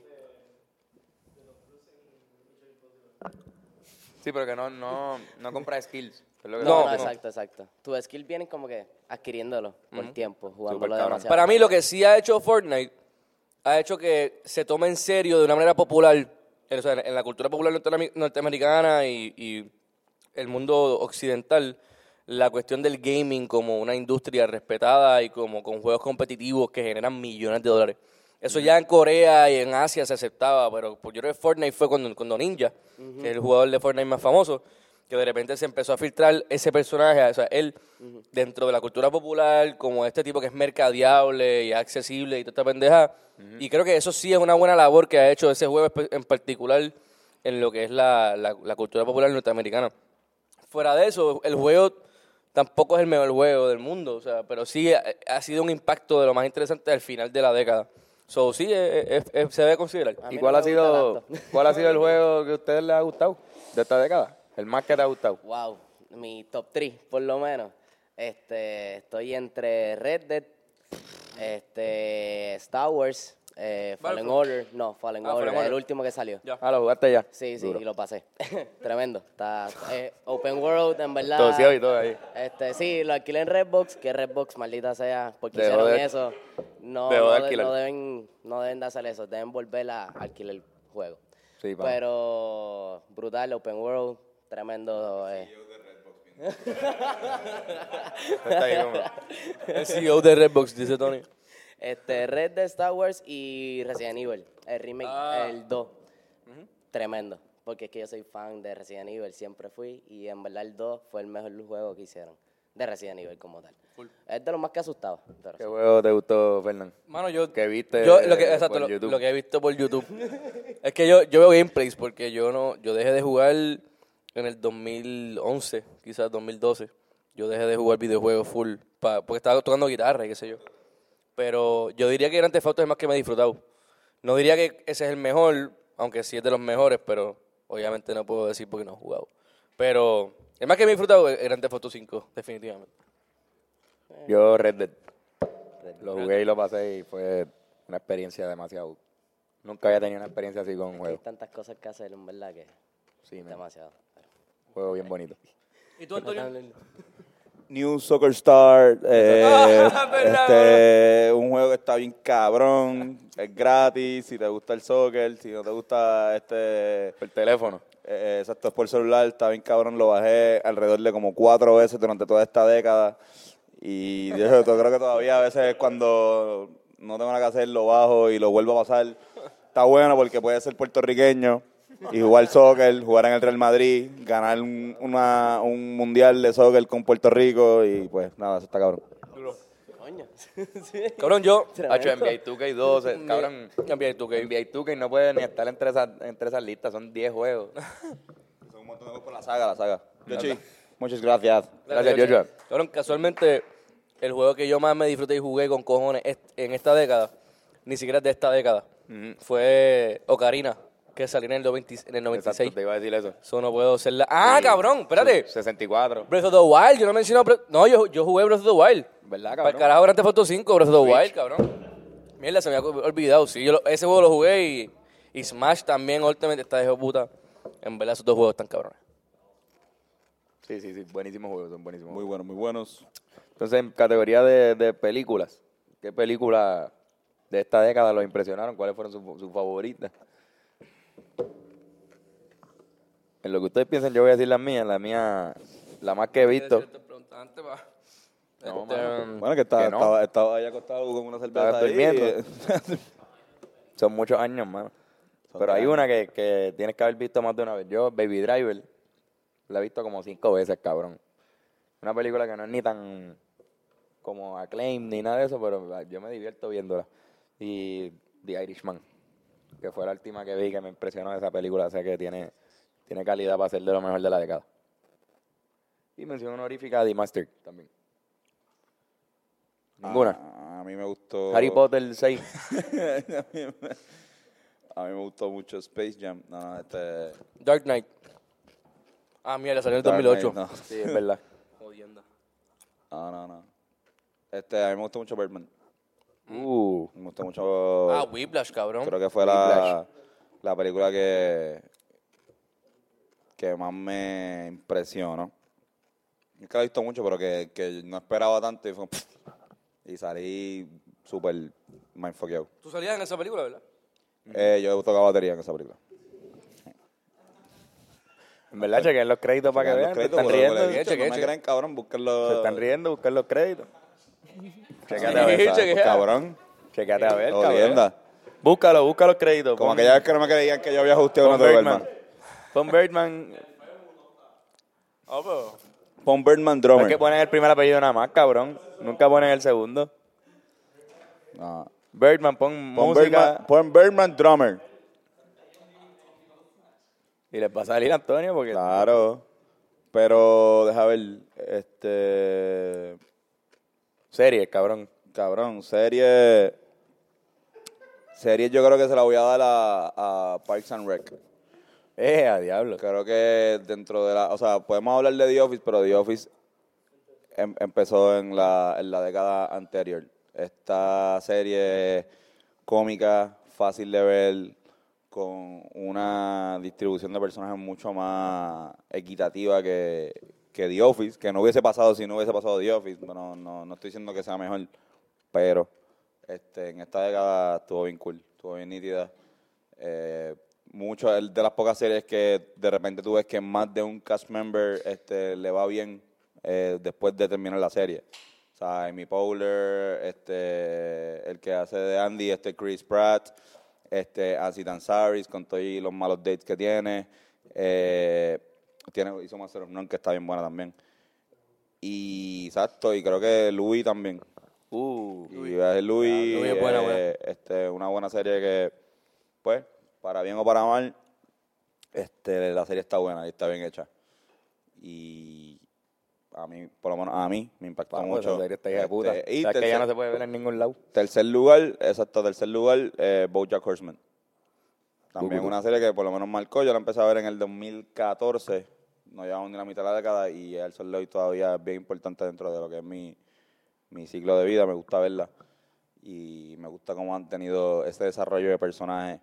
[SPEAKER 2] Sí, pero que no, no, no compra skills. Es lo que-
[SPEAKER 3] No,
[SPEAKER 9] No,
[SPEAKER 3] no.
[SPEAKER 9] exacto, exacto. Tus skills vienen como que adquiriéndolo por tiempo, jugándolo demasiado.
[SPEAKER 3] Para mí lo que sí ha hecho Fortnite ha hecho que se tome en serio de una manera popular, en, o sea, en la cultura popular norteami- norteamericana y, y el mundo occidental, la cuestión del gaming como una industria respetada y como con juegos competitivos que generan millones de dólares. Eso ya en Corea y en Asia se aceptaba, pero pues, yo creo que Fortnite fue cuando, cuando Ninja, que es el jugador de Fortnite más famoso, que de repente se empezó a filtrar ese personaje, o sea, él dentro de la cultura popular, como este tipo que es mercadeable y accesible y toda esta pendeja. Y creo que eso sí es una buena labor que ha hecho ese juego espe- en particular en lo que es la, la- la cultura popular norteamericana. Fuera de eso, el juego tampoco es el mejor juego del mundo, o sea, pero sí ha, ha sido un impacto de lo más interesante al final de la década. So, sí, es- es- es- se debe considerar.
[SPEAKER 9] A
[SPEAKER 2] ¿Y
[SPEAKER 9] mí no
[SPEAKER 2] cuál
[SPEAKER 9] me
[SPEAKER 2] ha sido,
[SPEAKER 9] gusta <laughs> tanto.
[SPEAKER 2] cuál ha sido el juego que a ustedes les ha gustado de esta década? El más que te ha gustado.
[SPEAKER 9] Wow, mi top 3, por lo menos. Este, estoy entre Red Dead, este, Star Wars, eh, Fallen
[SPEAKER 3] Battlefront.
[SPEAKER 9] Order. No, Fallen
[SPEAKER 3] Ah,
[SPEAKER 9] Order,
[SPEAKER 3] Fallen
[SPEAKER 9] el
[SPEAKER 3] Order.
[SPEAKER 9] último que salió.
[SPEAKER 3] Ya.
[SPEAKER 2] Ah, lo jugaste ya.
[SPEAKER 9] Sí, sí,
[SPEAKER 2] Duro.
[SPEAKER 9] y lo pasé. <laughs> Tremendo. Está eh, open world, en verdad.
[SPEAKER 2] Toseado y todo ahí.
[SPEAKER 9] Este, sí, lo alquilé en Redbox, que Redbox, maldita sea, porque
[SPEAKER 2] Dejó
[SPEAKER 9] hicieron
[SPEAKER 2] de-
[SPEAKER 9] eso. No,
[SPEAKER 2] dejó de
[SPEAKER 9] no de-
[SPEAKER 2] alquilar.
[SPEAKER 9] no deben, no deben de hacer eso, deben volver a alquilar el juego.
[SPEAKER 2] Sí, vamos.
[SPEAKER 9] Pero brutal, open world, tremendo. eh.
[SPEAKER 2] <laughs> Está ahí
[SPEAKER 9] <laughs>
[SPEAKER 2] como-
[SPEAKER 3] El CEO de Redbox, dice Tony.
[SPEAKER 9] Este, Red de Star Wars y Resident Evil, el remake,
[SPEAKER 3] Ah.
[SPEAKER 9] el 2. Tremendo. Porque es que yo soy fan de Resident Evil, siempre fui, y en verdad el 2 fue el mejor juego que hicieron, de Resident Evil como tal. Es de los más que asustaba. pero sí.
[SPEAKER 2] ¿Qué juego te gustó, Fernán?
[SPEAKER 3] Mano, yo.
[SPEAKER 2] Que viste
[SPEAKER 3] yo lo que,
[SPEAKER 2] por
[SPEAKER 3] exacto, lo,
[SPEAKER 2] YouTube.
[SPEAKER 3] lo que he visto por YouTube. <laughs> es que yo, yo veo gameplays porque yo no. Yo dejé de jugar en el 2011, quizás 2012. Yo dejé de jugar videojuegos full. pa- porque estaba tocando guitarra y qué sé yo. Pero yo diría que Grand Theft Auto es más que me he disfrutado. No diría que ese es el mejor, aunque sí es de los mejores, pero obviamente no puedo decir porque no he jugado. Pero es más que me he disfrutado el Grand Theft Auto 5, definitivamente.
[SPEAKER 2] Yo Red Dead. Lo jugué y lo pasé y fue una experiencia demasiado. Nunca había tenido una experiencia así con un
[SPEAKER 9] Hay
[SPEAKER 2] juego.
[SPEAKER 9] tantas cosas que hacer, en verdad que
[SPEAKER 2] Sí,
[SPEAKER 9] es
[SPEAKER 2] man,
[SPEAKER 9] demasiado.
[SPEAKER 2] juego bien bonito.
[SPEAKER 3] ¿Y tú, Antonio?
[SPEAKER 1] New Soccer
[SPEAKER 3] <laughs>
[SPEAKER 1] Star, eh,
[SPEAKER 3] verdad,
[SPEAKER 1] este, un juego que está bien cabrón, es gratis, si te gusta el soccer, si no te gusta este,
[SPEAKER 2] El teléfono.
[SPEAKER 1] eh, exacto, es por celular, está bien cabrón, lo bajé alrededor de como cuatro veces durante toda esta década y de hecho, yo creo que todavía a veces cuando no tengo nada que hacer lo bajo y lo vuelvo a pasar. Está bueno porque puede ser puertorriqueño y jugar soccer, jugar en el Real Madrid, ganar un, una- un mundial de soccer con Puerto Rico y pues nada, eso está cabrón.
[SPEAKER 9] Coño.
[SPEAKER 3] Cabrón, yo.
[SPEAKER 2] Hacho, NBA 2K12, cabrón.
[SPEAKER 3] Cambié tú, que
[SPEAKER 2] NBA 2K no puede ni estar entre esas, entre esas listas, son 10 <laughs> juegos.
[SPEAKER 1] la saga, la saga. Muchas gracias.
[SPEAKER 2] Gracias, Joshua.
[SPEAKER 3] Cabrón, casualmente, el juego que yo más me disfruté y jugué con cojones est- en esta década, ni siquiera es de esta década, fue Ocarina, que salió en el, 90 en el 96.
[SPEAKER 2] Exacto, te iba a decir eso.
[SPEAKER 3] Eso no puedo ser la... ¡Ah, cabrón! Espérate.
[SPEAKER 2] 64.
[SPEAKER 3] Breath of the Wild, yo no menciono... Breath- No, yo, yo jugué Breath of the Wild.
[SPEAKER 2] ¿Verdad,
[SPEAKER 3] Para el
[SPEAKER 2] cabrón?
[SPEAKER 3] carajo, Grand Theft Auto 5, Breath of the Wild, cabrón. Mierda, se me había olvidado. Sí, yo lo- ese juego lo jugué y, y Smash también, Ultimate, está de hijo de puta. En verdad, esos dos juegos están cabrones.
[SPEAKER 2] Sí, sí, sí, buenísimos juegos, son buenísimos
[SPEAKER 1] Muy
[SPEAKER 2] juegos.
[SPEAKER 1] buenos, muy buenos.
[SPEAKER 2] Entonces, en categoría de, de películas, ¿qué películas de esta década los impresionaron? ¿Cuáles fueron sus sus favoritas? en lo que ustedes piensan, yo voy a decir las mías, la mía, la más que he visto.
[SPEAKER 3] Este, um,
[SPEAKER 1] Bueno, que, está,
[SPEAKER 2] Que no.
[SPEAKER 1] estaba, estaba ahí acostado con una cerveza
[SPEAKER 2] Estaba
[SPEAKER 1] ahí. eh,
[SPEAKER 2] durmiendo. Son muchos años, mano. Pero hay una que, que tienes que haber visto más de una vez. Yo, Baby Driver, la he visto como cinco veces, cabrón. Una película que no es ni tan como acclaim ni nada de eso, pero la- yo me divierto viéndola. Y The Irishman, que fue la última que vi que me impresionó de esa película. O sea que tiene, tiene calidad para ser de lo mejor de la década. Y mención honorífica a The Master también. Ninguna.
[SPEAKER 1] Ah, a mí me gustó.
[SPEAKER 2] Harry Potter 6.
[SPEAKER 1] A mí me gustó mucho Space Jam. No, no, este.
[SPEAKER 3] Dark Knight. Ah, mierda, salió en el
[SPEAKER 1] Dark
[SPEAKER 3] 2008.
[SPEAKER 1] Knight,
[SPEAKER 2] Sí, es verdad.
[SPEAKER 3] Jodienda.
[SPEAKER 1] no. no, no, no. Este, a mí me gustó mucho Birdman.
[SPEAKER 2] Uh,
[SPEAKER 1] Me gustó mucho.
[SPEAKER 3] Ah, Whiplash, cabrón.
[SPEAKER 1] Creo que fue la, la película que, que más me impresionó. Es que la he visto mucho, pero que, que no esperaba tanto y fue un y salí súper mindfuckeado.
[SPEAKER 3] Tú salías en esa película, ¿verdad?
[SPEAKER 1] Eh, yo tocaba batería en esa película.
[SPEAKER 2] en verdad, chequen los créditos para que
[SPEAKER 1] Los
[SPEAKER 2] vean. Se
[SPEAKER 1] créditos,
[SPEAKER 2] están
[SPEAKER 1] porque- porque
[SPEAKER 2] riendo.
[SPEAKER 1] le he dicho,
[SPEAKER 3] Cheque,
[SPEAKER 1] no me
[SPEAKER 3] cheque.
[SPEAKER 1] creen, cabrón, búsquenlo.
[SPEAKER 2] Se están riendo, busquen los créditos. Checate a
[SPEAKER 1] Sí,
[SPEAKER 2] ver.
[SPEAKER 1] o sea,
[SPEAKER 3] chequea.
[SPEAKER 1] cabrón.
[SPEAKER 2] Checate a ver, cabrón.
[SPEAKER 1] Jodienda.
[SPEAKER 2] Búscalo, busca los créditos.
[SPEAKER 1] Como
[SPEAKER 2] Pon-
[SPEAKER 1] aquella vez que no me creían que yo había hosteado
[SPEAKER 2] pon
[SPEAKER 1] una Birdman.
[SPEAKER 2] Birdman. Pon Birdman.
[SPEAKER 1] Pon Birdman
[SPEAKER 2] Es que
[SPEAKER 1] Drummer.
[SPEAKER 2] ponen el primer apellido nada más, cabrón. Nunca ponen el segundo.
[SPEAKER 1] No.
[SPEAKER 2] Birdman, pon,
[SPEAKER 1] Pon,
[SPEAKER 2] música.
[SPEAKER 1] Birdman, pon Birdman Drummer.
[SPEAKER 2] Y les va a salir Antonio porque.
[SPEAKER 1] Claro. Pero, deja ver, este...
[SPEAKER 2] Series, cabrón.
[SPEAKER 1] Cabrón, serie... Serie yo creo que se la voy a dar a, a Parks and Rec.
[SPEAKER 2] Eh, a diablo.
[SPEAKER 1] Creo que dentro de la... O sea, podemos hablar de The Office, pero The Office em- empezó en la, en la década anterior. Esta serie cómica, fácil de ver, con una distribución de personajes mucho más equitativa que, que The Office, que no hubiese pasado si no hubiese pasado The Office. No, no, no estoy diciendo que sea mejor, pero este, en esta década estuvo bien cool, estuvo bien nítida. Eh, mucho, es de las pocas series que de repente tú ves que más de un cast member este, le va bien eh, después de terminar la serie. O sea, Amy Powler, este, el que hace de Andy, este Chris Pratt, este Asi Danzaris, con todos los malos dates que tiene. Eh, tiene hizo Master of None, que está bien buena también. Y exacto, y creo que Louis también.
[SPEAKER 2] Uh,
[SPEAKER 1] Y ves Luis,
[SPEAKER 3] Louis es buena,
[SPEAKER 1] eh,
[SPEAKER 3] buena.
[SPEAKER 1] Este, una buena serie que, pues, para bien o para mal, este, la serie está buena y está bien hecha. Y a mí, por lo menos a mí, me impactó
[SPEAKER 2] vamos,
[SPEAKER 1] mucho.
[SPEAKER 2] esa serie está hija de puta.
[SPEAKER 1] Este, y
[SPEAKER 2] Sabes que ya
[SPEAKER 1] tercer-
[SPEAKER 2] no se puede ver en ningún lado.
[SPEAKER 1] Tercer lugar, exacto, tercer lugar, eh, Bojack Horseman. También una serie que por lo menos marcó. Yo la empecé a ver en el 2014. No llevamos ni la mitad de la década y el sol de hoy todavía es bien importante dentro de lo que es mi, mi ciclo de vida. Me gusta verla y me gusta cómo han tenido ese desarrollo de personajes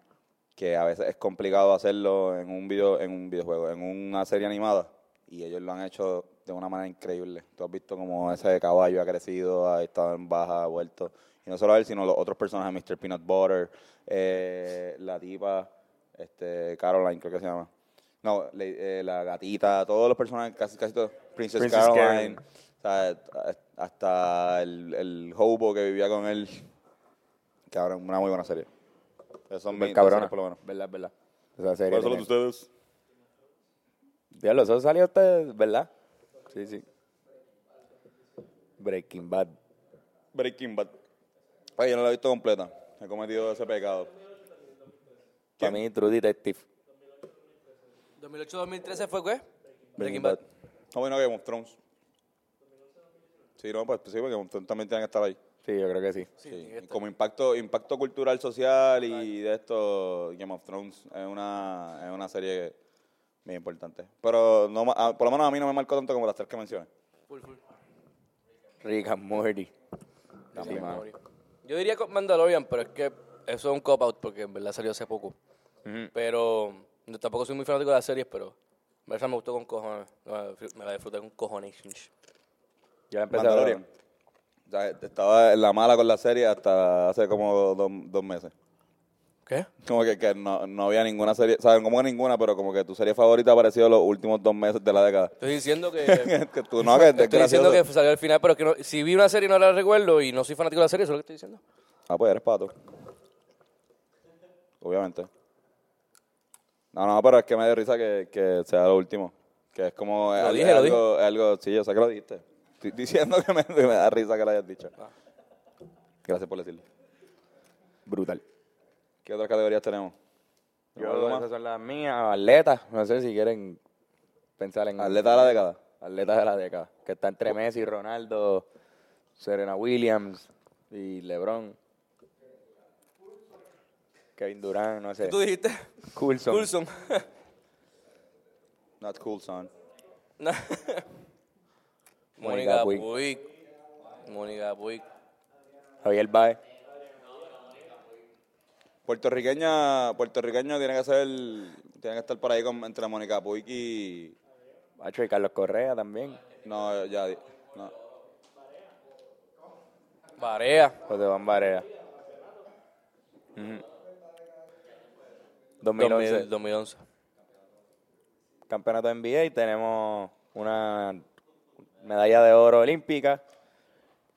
[SPEAKER 1] que a veces es complicado hacerlo en un video, en un videojuego, en una serie animada y ellos lo han hecho de una manera increíble. Tú has visto cómo ese caballo ha crecido, ha estado en baja, ha vuelto. Y no solo él, sino los otros personajes, Mr. Peanut Butter, eh, la tipa, este, Caroline creo que se llama. No, le- eh, la gatita, todos los personajes, casi, casi todos. Princess,
[SPEAKER 2] Princess
[SPEAKER 1] Caroline,
[SPEAKER 2] Caroline.
[SPEAKER 1] o sea, hasta el, el hobo que vivía con él. Cabrón, una muy buena serie. Esas son mis dos
[SPEAKER 2] Súper cabrona.
[SPEAKER 1] series, por lo menos.
[SPEAKER 2] Verdad, verdad. Esa serie.
[SPEAKER 5] ¿Cuáles son
[SPEAKER 2] tiene-
[SPEAKER 5] los de ustedes?
[SPEAKER 2] Diablo, eso salió usted, ¿verdad? Sí, sí. Breaking Bad.
[SPEAKER 1] Breaking Bad. Oye, yo no la he visto completa. He cometido ese pecado.
[SPEAKER 2] Para mí, True Detective.
[SPEAKER 3] 2008-2013 fue, ¿qué?
[SPEAKER 1] Breaking Bad. No, bueno, Game of Thrones. Sí, no, pues sí, porque Game of Thrones también tienen que estar ahí.
[SPEAKER 2] Sí, yo creo que sí.
[SPEAKER 1] Sí, y como impacto, impacto cultural, social y de esto, Game of Thrones es una, es una serie bien importante. Pero no, ma- a- por lo menos a mí no me marcó tanto como las tres que mencioné.
[SPEAKER 2] Rick and Morty.
[SPEAKER 3] Ah. Yo diría que Mandalorian, pero es que eso es un cop-out porque en verdad salió hace poco. Pero yo tampoco soy muy fanático de las series, pero en verdad me gustó con cojones. Me la disfr- me la disfruté con cojones.
[SPEAKER 2] Yo la empecé a
[SPEAKER 1] Mandalorian. Ya, estaba en la mala con la serie hasta hace como dos, dos meses.
[SPEAKER 3] Ok.
[SPEAKER 8] ¿Qué?
[SPEAKER 1] Como que, que no, no había ninguna serie, saben como que ninguna, pero como que tu serie favorita ha aparecido los últimos dos meses de la década. <laughs>
[SPEAKER 3] Estoy diciendo que.
[SPEAKER 1] que tú no, que es
[SPEAKER 3] estoy
[SPEAKER 1] gracioso.
[SPEAKER 3] diciendo que salió al final, pero es que no- si vi una serie y no la recuerdo y no soy fanático de la serie, eso es lo que estoy diciendo.
[SPEAKER 1] Ah, pues eres pato. Obviamente. No, no, pero es que me dio risa que, que sea lo último. Que es como. es al-
[SPEAKER 3] dije,
[SPEAKER 1] es
[SPEAKER 3] lo
[SPEAKER 1] algo, es algo- sí, yo sé que lo dijiste. Estoy diciendo que me, me da risa que lo hayas dicho.
[SPEAKER 3] Ah.
[SPEAKER 1] Gracias por decirlo.
[SPEAKER 2] Brutal.
[SPEAKER 1] ¿Qué otras categorías tenemos? ¿Algo
[SPEAKER 2] Yo,
[SPEAKER 1] más?
[SPEAKER 2] esas son las mías. Atletas. No sé si quieren pensar en.
[SPEAKER 1] Atleta de la década.
[SPEAKER 2] Atletas de la década. Que están entre Messi, Ronaldo, Serena Williams y LeBron. Kevin Durant, no sé.
[SPEAKER 3] Tú dijiste.
[SPEAKER 2] Coulson.
[SPEAKER 3] <laughs> Coulson.
[SPEAKER 1] Not cool, son.
[SPEAKER 3] No.
[SPEAKER 2] Mónica
[SPEAKER 3] Mónica
[SPEAKER 2] Puig.
[SPEAKER 3] Puig. Mónica Puig.
[SPEAKER 2] Javier Baez.
[SPEAKER 1] Puertorriqueña, puertorriqueño tiene que ser. el- Tiene que estar por ahí con, entre Mónica Puig y.
[SPEAKER 2] Macho, y Carlos Correa también.
[SPEAKER 1] No, ya. di- No.
[SPEAKER 3] Barea.
[SPEAKER 2] José Van Barea. Ujú. 2011.
[SPEAKER 3] 2000, 2011.
[SPEAKER 2] campeonato de NBA y tenemos una medalla de oro olímpica.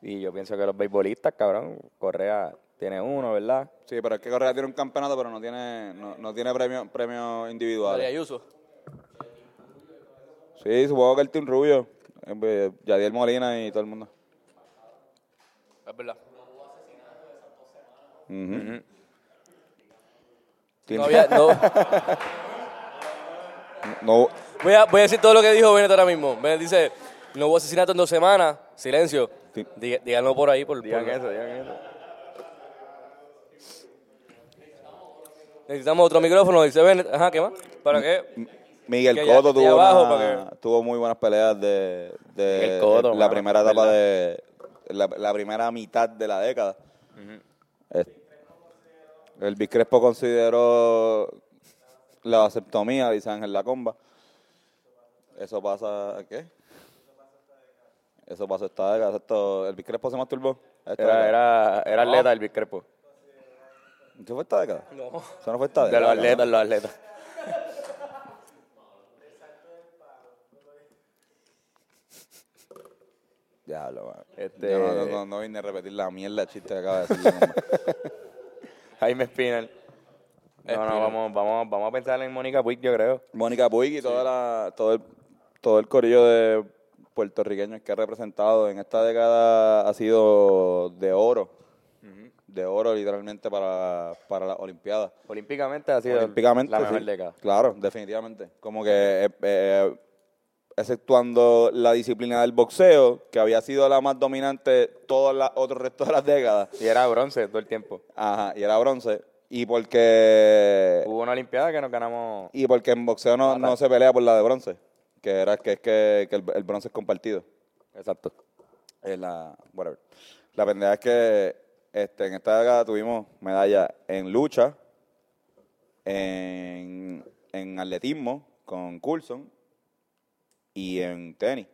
[SPEAKER 2] Y yo pienso que los beisbolistas, cabrón, Correa tiene uno, ¿verdad?
[SPEAKER 1] Sí, pero es que Correa tiene un campeonato, pero no tiene, no, no tiene premio, premio individual.
[SPEAKER 3] María Ayuso.
[SPEAKER 1] Sí, supongo que el Team Rubio, eh, Yadiel Molina y todo el mundo.
[SPEAKER 3] Es verdad.
[SPEAKER 1] Team-
[SPEAKER 3] No había- <laughs> no.
[SPEAKER 1] no-
[SPEAKER 3] Voy, a, voy a decir todo lo que dijo Bennett ahora mismo. Bennett dice, no hubo asesinato en dos semanas. Silencio.
[SPEAKER 1] Sí.
[SPEAKER 3] Diga- Díganlo por ahí. Por,
[SPEAKER 2] Digan
[SPEAKER 3] por-
[SPEAKER 2] eso, digan eso.
[SPEAKER 3] Necesitamos otro micrófono, dice Bennett. Ajá, ¿qué más? ¿Para qué?
[SPEAKER 1] Miguel
[SPEAKER 3] Que ya-
[SPEAKER 1] Cotto
[SPEAKER 3] de
[SPEAKER 1] tuvo,
[SPEAKER 3] abajo,
[SPEAKER 1] una-
[SPEAKER 3] para
[SPEAKER 1] tuvo muy buenas peleas de, de-
[SPEAKER 2] Miguel Cotto,
[SPEAKER 1] la
[SPEAKER 2] mano,
[SPEAKER 1] primera etapa de la, la primera mitad de la década. Eh, el Biscrespo consideró la vasectomía, dice Ángel Lacomba. Eso pasa, ¿qué? Eso pasó esta década. Esto, el Biscrespo se masturbó. Esta
[SPEAKER 2] Era,
[SPEAKER 1] década.
[SPEAKER 2] era, era atleta el discrepo.
[SPEAKER 1] ¿Eso fue esta década?
[SPEAKER 3] No.
[SPEAKER 1] Eso no fue esta
[SPEAKER 2] De
[SPEAKER 1] década.
[SPEAKER 2] los
[SPEAKER 1] ¿no?
[SPEAKER 2] atletas, los atletas.
[SPEAKER 1] Diablo, man.
[SPEAKER 2] Este-
[SPEAKER 1] Yo no, no- no- no vine a repetir la mierda de chiste que acaba de decir. compa.
[SPEAKER 2] Jaime Spinal. No, no, vamos, vamos, vamos a pensar en Mónica Puig, yo creo.
[SPEAKER 1] Mónica Puig y toda la, todo, el, todo el corillo de puertorriqueños que ha representado en esta década ha sido de oro. De oro, literalmente, para, para las Olimpiadas.
[SPEAKER 2] Olímpicamente ha sido
[SPEAKER 1] Olímpicamente,
[SPEAKER 2] la mejor
[SPEAKER 1] sí.
[SPEAKER 2] década.
[SPEAKER 1] Claro, definitivamente. Como que, eh, eh, exceptuando la disciplina del boxeo, que había sido la más dominante todo el otro resto de las décadas.
[SPEAKER 2] Y era bronce todo el tiempo.
[SPEAKER 1] Ajá, y era bronce. Y porque.
[SPEAKER 2] Hubo una olimpiada que nos ganamos.
[SPEAKER 1] Y porque en boxeo no, no se pelea por la de bronce. Que era que es que, que el, el bronce es compartido.
[SPEAKER 2] Exacto.
[SPEAKER 1] Es la. whatever. La pendeja es que este, en esta década tuvimos medalla en lucha, en, en atletismo con Coulson y en tenis.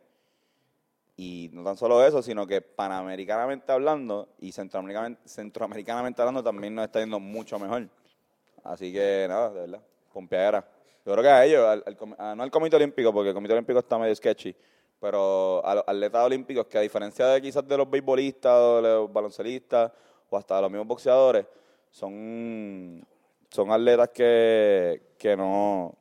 [SPEAKER 1] Y no tan solo eso, sino que panamericanamente hablando y centroamericamen- centroamericanamente hablando también nos está yendo mucho mejor. Así que nada, de verdad, pompeadera. Yo creo que a ellos, al- al comi- a- no al Comité Olímpico, porque el Comité Olímpico está medio sketchy, pero a los atletas olímpicos, que a diferencia de quizás de los beisbolistas, o de los baloncelistas, o hasta de los mismos boxeadores, son, son atletas que, que no,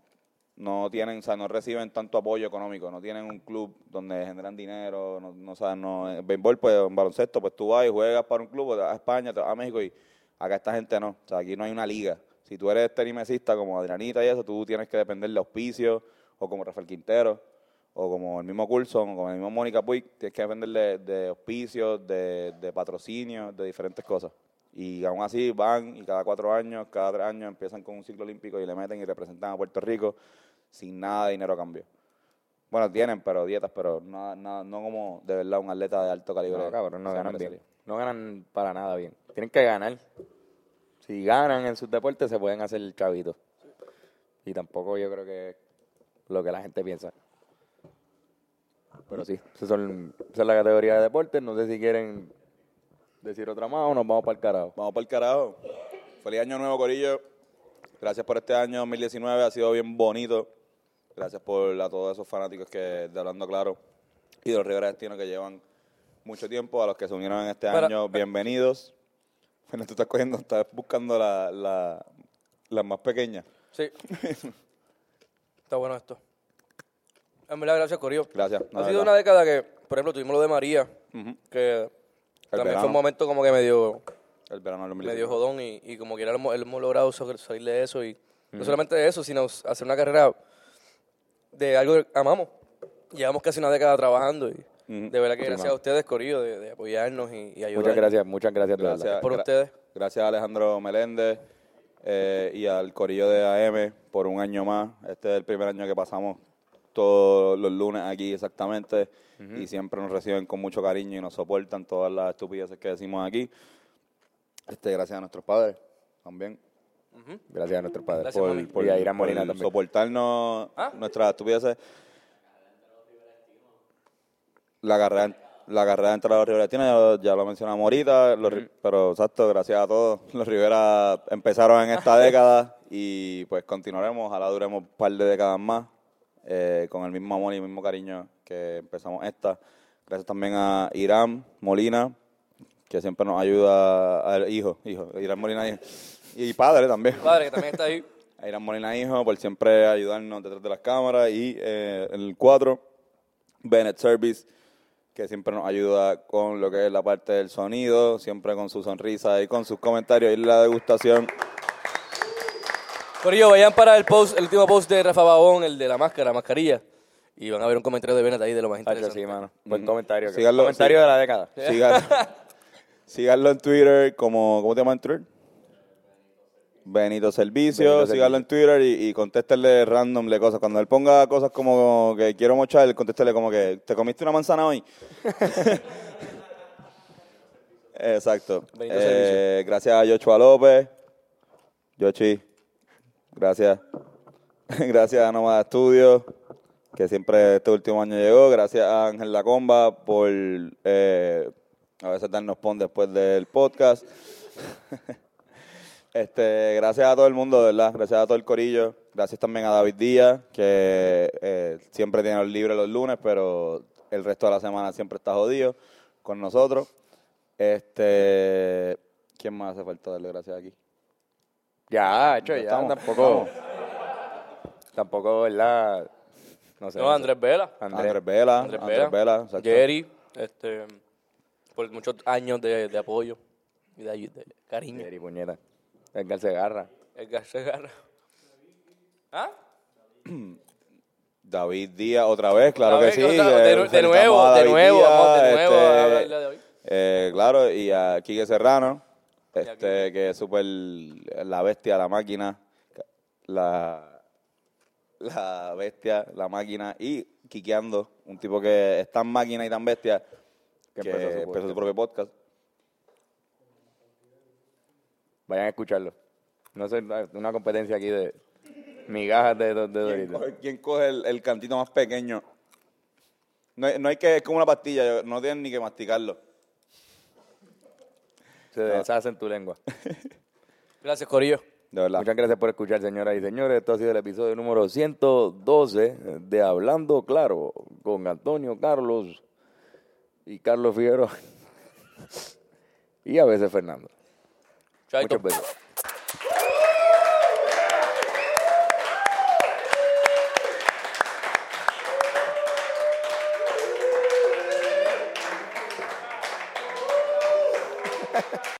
[SPEAKER 1] no tienen, o sea, no reciben tanto apoyo económico, no tienen un club donde generan dinero, no, no o sea, no, en béisbol, pues, en baloncesto, pues tú vas y juegas para un club, o te vas a España, te vas a México y acá esta gente no, o sea, aquí no hay una liga. Si tú eres tenimesista como Adrianita y eso, tú tienes que depender de auspicios, o como Rafael Quintero, o como el mismo Coulson, o como el mismo Mónica Puig, tienes que depender de, de auspicios, de, de patrocinios, de diferentes cosas. Y aún así van y cada cuatro años, cada tres años empiezan con un ciclo olímpico y le meten y representan a Puerto Rico sin nada de dinero a cambio. Bueno, tienen, pero dietas, pero no, no, no como de verdad un atleta de alto calibre.
[SPEAKER 2] No, cabrón, no
[SPEAKER 1] se
[SPEAKER 2] ganan bien.
[SPEAKER 1] merecería.
[SPEAKER 2] No ganan para nada bien. Tienen que ganar. Si ganan en sus deportes, se pueden hacer el chavito. Y tampoco yo creo que es lo que la gente piensa. Pero sí, esas son- esa es la categoría de deportes. No sé si quieren decir otra más o nos vamos para el carajo.
[SPEAKER 1] Vamos para el carajo. Feliz año nuevo, Corillo. Gracias por este año 2019, ha sido bien bonito. Gracias por a todos esos fanáticos que de Hablando Claro y de los Rivera Destino que llevan mucho tiempo, a los que se unieron en este
[SPEAKER 3] Pero- eh,
[SPEAKER 1] año, bienvenidos. Bueno, tú estás cogiendo, estás buscando la, la, la más pequeña.
[SPEAKER 3] Sí. <laughs> Está bueno esto. En verdad, gracias, Corillo.
[SPEAKER 1] Gracias,
[SPEAKER 3] Ha
[SPEAKER 1] no, de
[SPEAKER 3] sido
[SPEAKER 1] verdad.
[SPEAKER 3] una década que, por ejemplo, tuvimos lo de María, que también
[SPEAKER 1] verano.
[SPEAKER 3] fue un momento como que medio,
[SPEAKER 1] El verano del 2019.
[SPEAKER 3] medio jodón y, y como que hemos, hemos logrado sobre- salir de eso y no solamente eso, sino hacer una carrera de algo que amamos. Llevamos casi una década trabajando y de verdad que
[SPEAKER 1] Sí,
[SPEAKER 3] gracias
[SPEAKER 1] mano.
[SPEAKER 3] a ustedes, Corillo, de, de apoyarnos y, y ayudar.
[SPEAKER 2] Muchas gracias, muchas gracias, de
[SPEAKER 1] Gracias
[SPEAKER 2] verdad.
[SPEAKER 3] por
[SPEAKER 1] gra-
[SPEAKER 3] ustedes.
[SPEAKER 1] Gracias a Alejandro Meléndez eh, y al Corillo de AM por un año más. Este es el primer año que pasamos todos los lunes aquí exactamente y siempre nos reciben con mucho cariño y nos soportan todas las estupideces que decimos aquí. Este, gracias a nuestros padres también
[SPEAKER 2] Gracias a nuestros padres.
[SPEAKER 3] Gracias, mami.
[SPEAKER 2] Por, por, y a Irán
[SPEAKER 1] por
[SPEAKER 2] Molina también.
[SPEAKER 1] soportarnos nuestras estupideces. La carrera, la carrera de entrada de los Rivera Destino, ya, lo- ya lo mencionamos ahorita, los ri- pero exacto, gracias a todos. Los Rivera empezaron en esta década y pues continuaremos, ojalá duremos un par de décadas más eh, con el mismo amor y el mismo cariño que empezamos esta. Gracias también a Irán Molina, que siempre nos ayuda, al hijo, hijo, Irán Molina hijo. y padre también.
[SPEAKER 3] Padre, que también está ahí.
[SPEAKER 1] A Irán Molina Hijo por siempre ayudarnos detrás de las cámaras y eh, el 4, Bennett Service, que siempre nos ayuda con lo que es la parte del sonido, siempre con su sonrisa y con sus comentarios y la
[SPEAKER 2] <laughs>
[SPEAKER 1] degustación.
[SPEAKER 3] Corillo, vayan para el post, el último post de Rafa Babón, el de la máscara, mascarilla. Y van a ver un comentario de Bennett ahí de lo más
[SPEAKER 2] Ah,
[SPEAKER 3] interesante.
[SPEAKER 2] sí, mano. Buen comentario. que-
[SPEAKER 1] Síganlo,
[SPEAKER 2] comentario
[SPEAKER 1] sí.
[SPEAKER 2] de la década.
[SPEAKER 1] Síganlo, síganlo en Twitter como... ¿Cómo te llamas en Twitter? Benito Servicio,
[SPEAKER 2] Benito Servicio.
[SPEAKER 1] síganlo en Twitter y, y contéstenle randomle cosas. Cuando él ponga cosas como que quiero mochar, contéstele como que ¿te comiste una manzana hoy? Exacto.
[SPEAKER 3] Benito
[SPEAKER 1] Eh, gracias a Yochoa López. Yochi, gracias. <laughs> gracias a Nomad Studios, que siempre este último año llegó. Gracias a Ángel La Comba por eh, a veces darnos pon después del podcast. <laughs> Este, gracias a todo el mundo, de verdad. Gracias a todo el corillo. Gracias también a David Díaz, que eh, siempre tiene los libres los lunes, pero el resto de la semana siempre está jodido con nosotros. Este, ¿quién más hace falta darle gracias aquí?
[SPEAKER 2] Ya, hecho, ya.
[SPEAKER 1] estamos,
[SPEAKER 2] tampoco. Tampoco, ¿verdad? No sé.
[SPEAKER 3] No, Andrés Vela.
[SPEAKER 2] Andrés.
[SPEAKER 1] Andrés, Vela,
[SPEAKER 3] Andrés
[SPEAKER 1] Andrés,
[SPEAKER 3] Vela.
[SPEAKER 1] Vela, exacto.
[SPEAKER 3] Jerry, este, por muchos años de, de apoyo y de, ayu- de cariño.
[SPEAKER 2] Jerry, puñeta. Edgar Segarra.
[SPEAKER 3] Edgar Segarra. ¿Ah?
[SPEAKER 1] David Díaz otra vez, claro
[SPEAKER 3] Otra
[SPEAKER 1] que
[SPEAKER 3] vez,
[SPEAKER 1] sí.
[SPEAKER 3] otra-
[SPEAKER 1] eh,
[SPEAKER 3] de- de
[SPEAKER 1] felicitamos
[SPEAKER 3] nuevo,
[SPEAKER 1] a
[SPEAKER 3] de
[SPEAKER 1] David
[SPEAKER 3] nuevo, vamos, de nuevo a
[SPEAKER 1] este,
[SPEAKER 3] hablarle de hoy.
[SPEAKER 1] eh, claro, y a Quique Serrano, este, que es súper la bestia, la máquina, la, la bestia, la máquina, y Quiqueando, un tipo que es tan máquina y tan bestia que, empezó, su propio podcast.
[SPEAKER 2] Vayan a escucharlo. No sé, una competencia aquí de migajas de, de, de
[SPEAKER 1] ¿Quién
[SPEAKER 2] Doritos.
[SPEAKER 1] coge, quién coge el, el cantito más pequeño? No, hay- no hay que, es como una pastilla, yo- no tienen ni que masticarlo.
[SPEAKER 2] Se deshacen
[SPEAKER 1] <laughs>
[SPEAKER 2] tu lengua.
[SPEAKER 3] Gracias, Corillo.
[SPEAKER 1] De verdad.
[SPEAKER 2] Muchas gracias por escuchar, señoras y señores. Esto ha sido el episodio número 112 de Hablando Claro con Antonio Carlos y Carlos Figueroa <laughs> y a veces Fernando.
[SPEAKER 3] Chaito.
[SPEAKER 2] Muchas veces.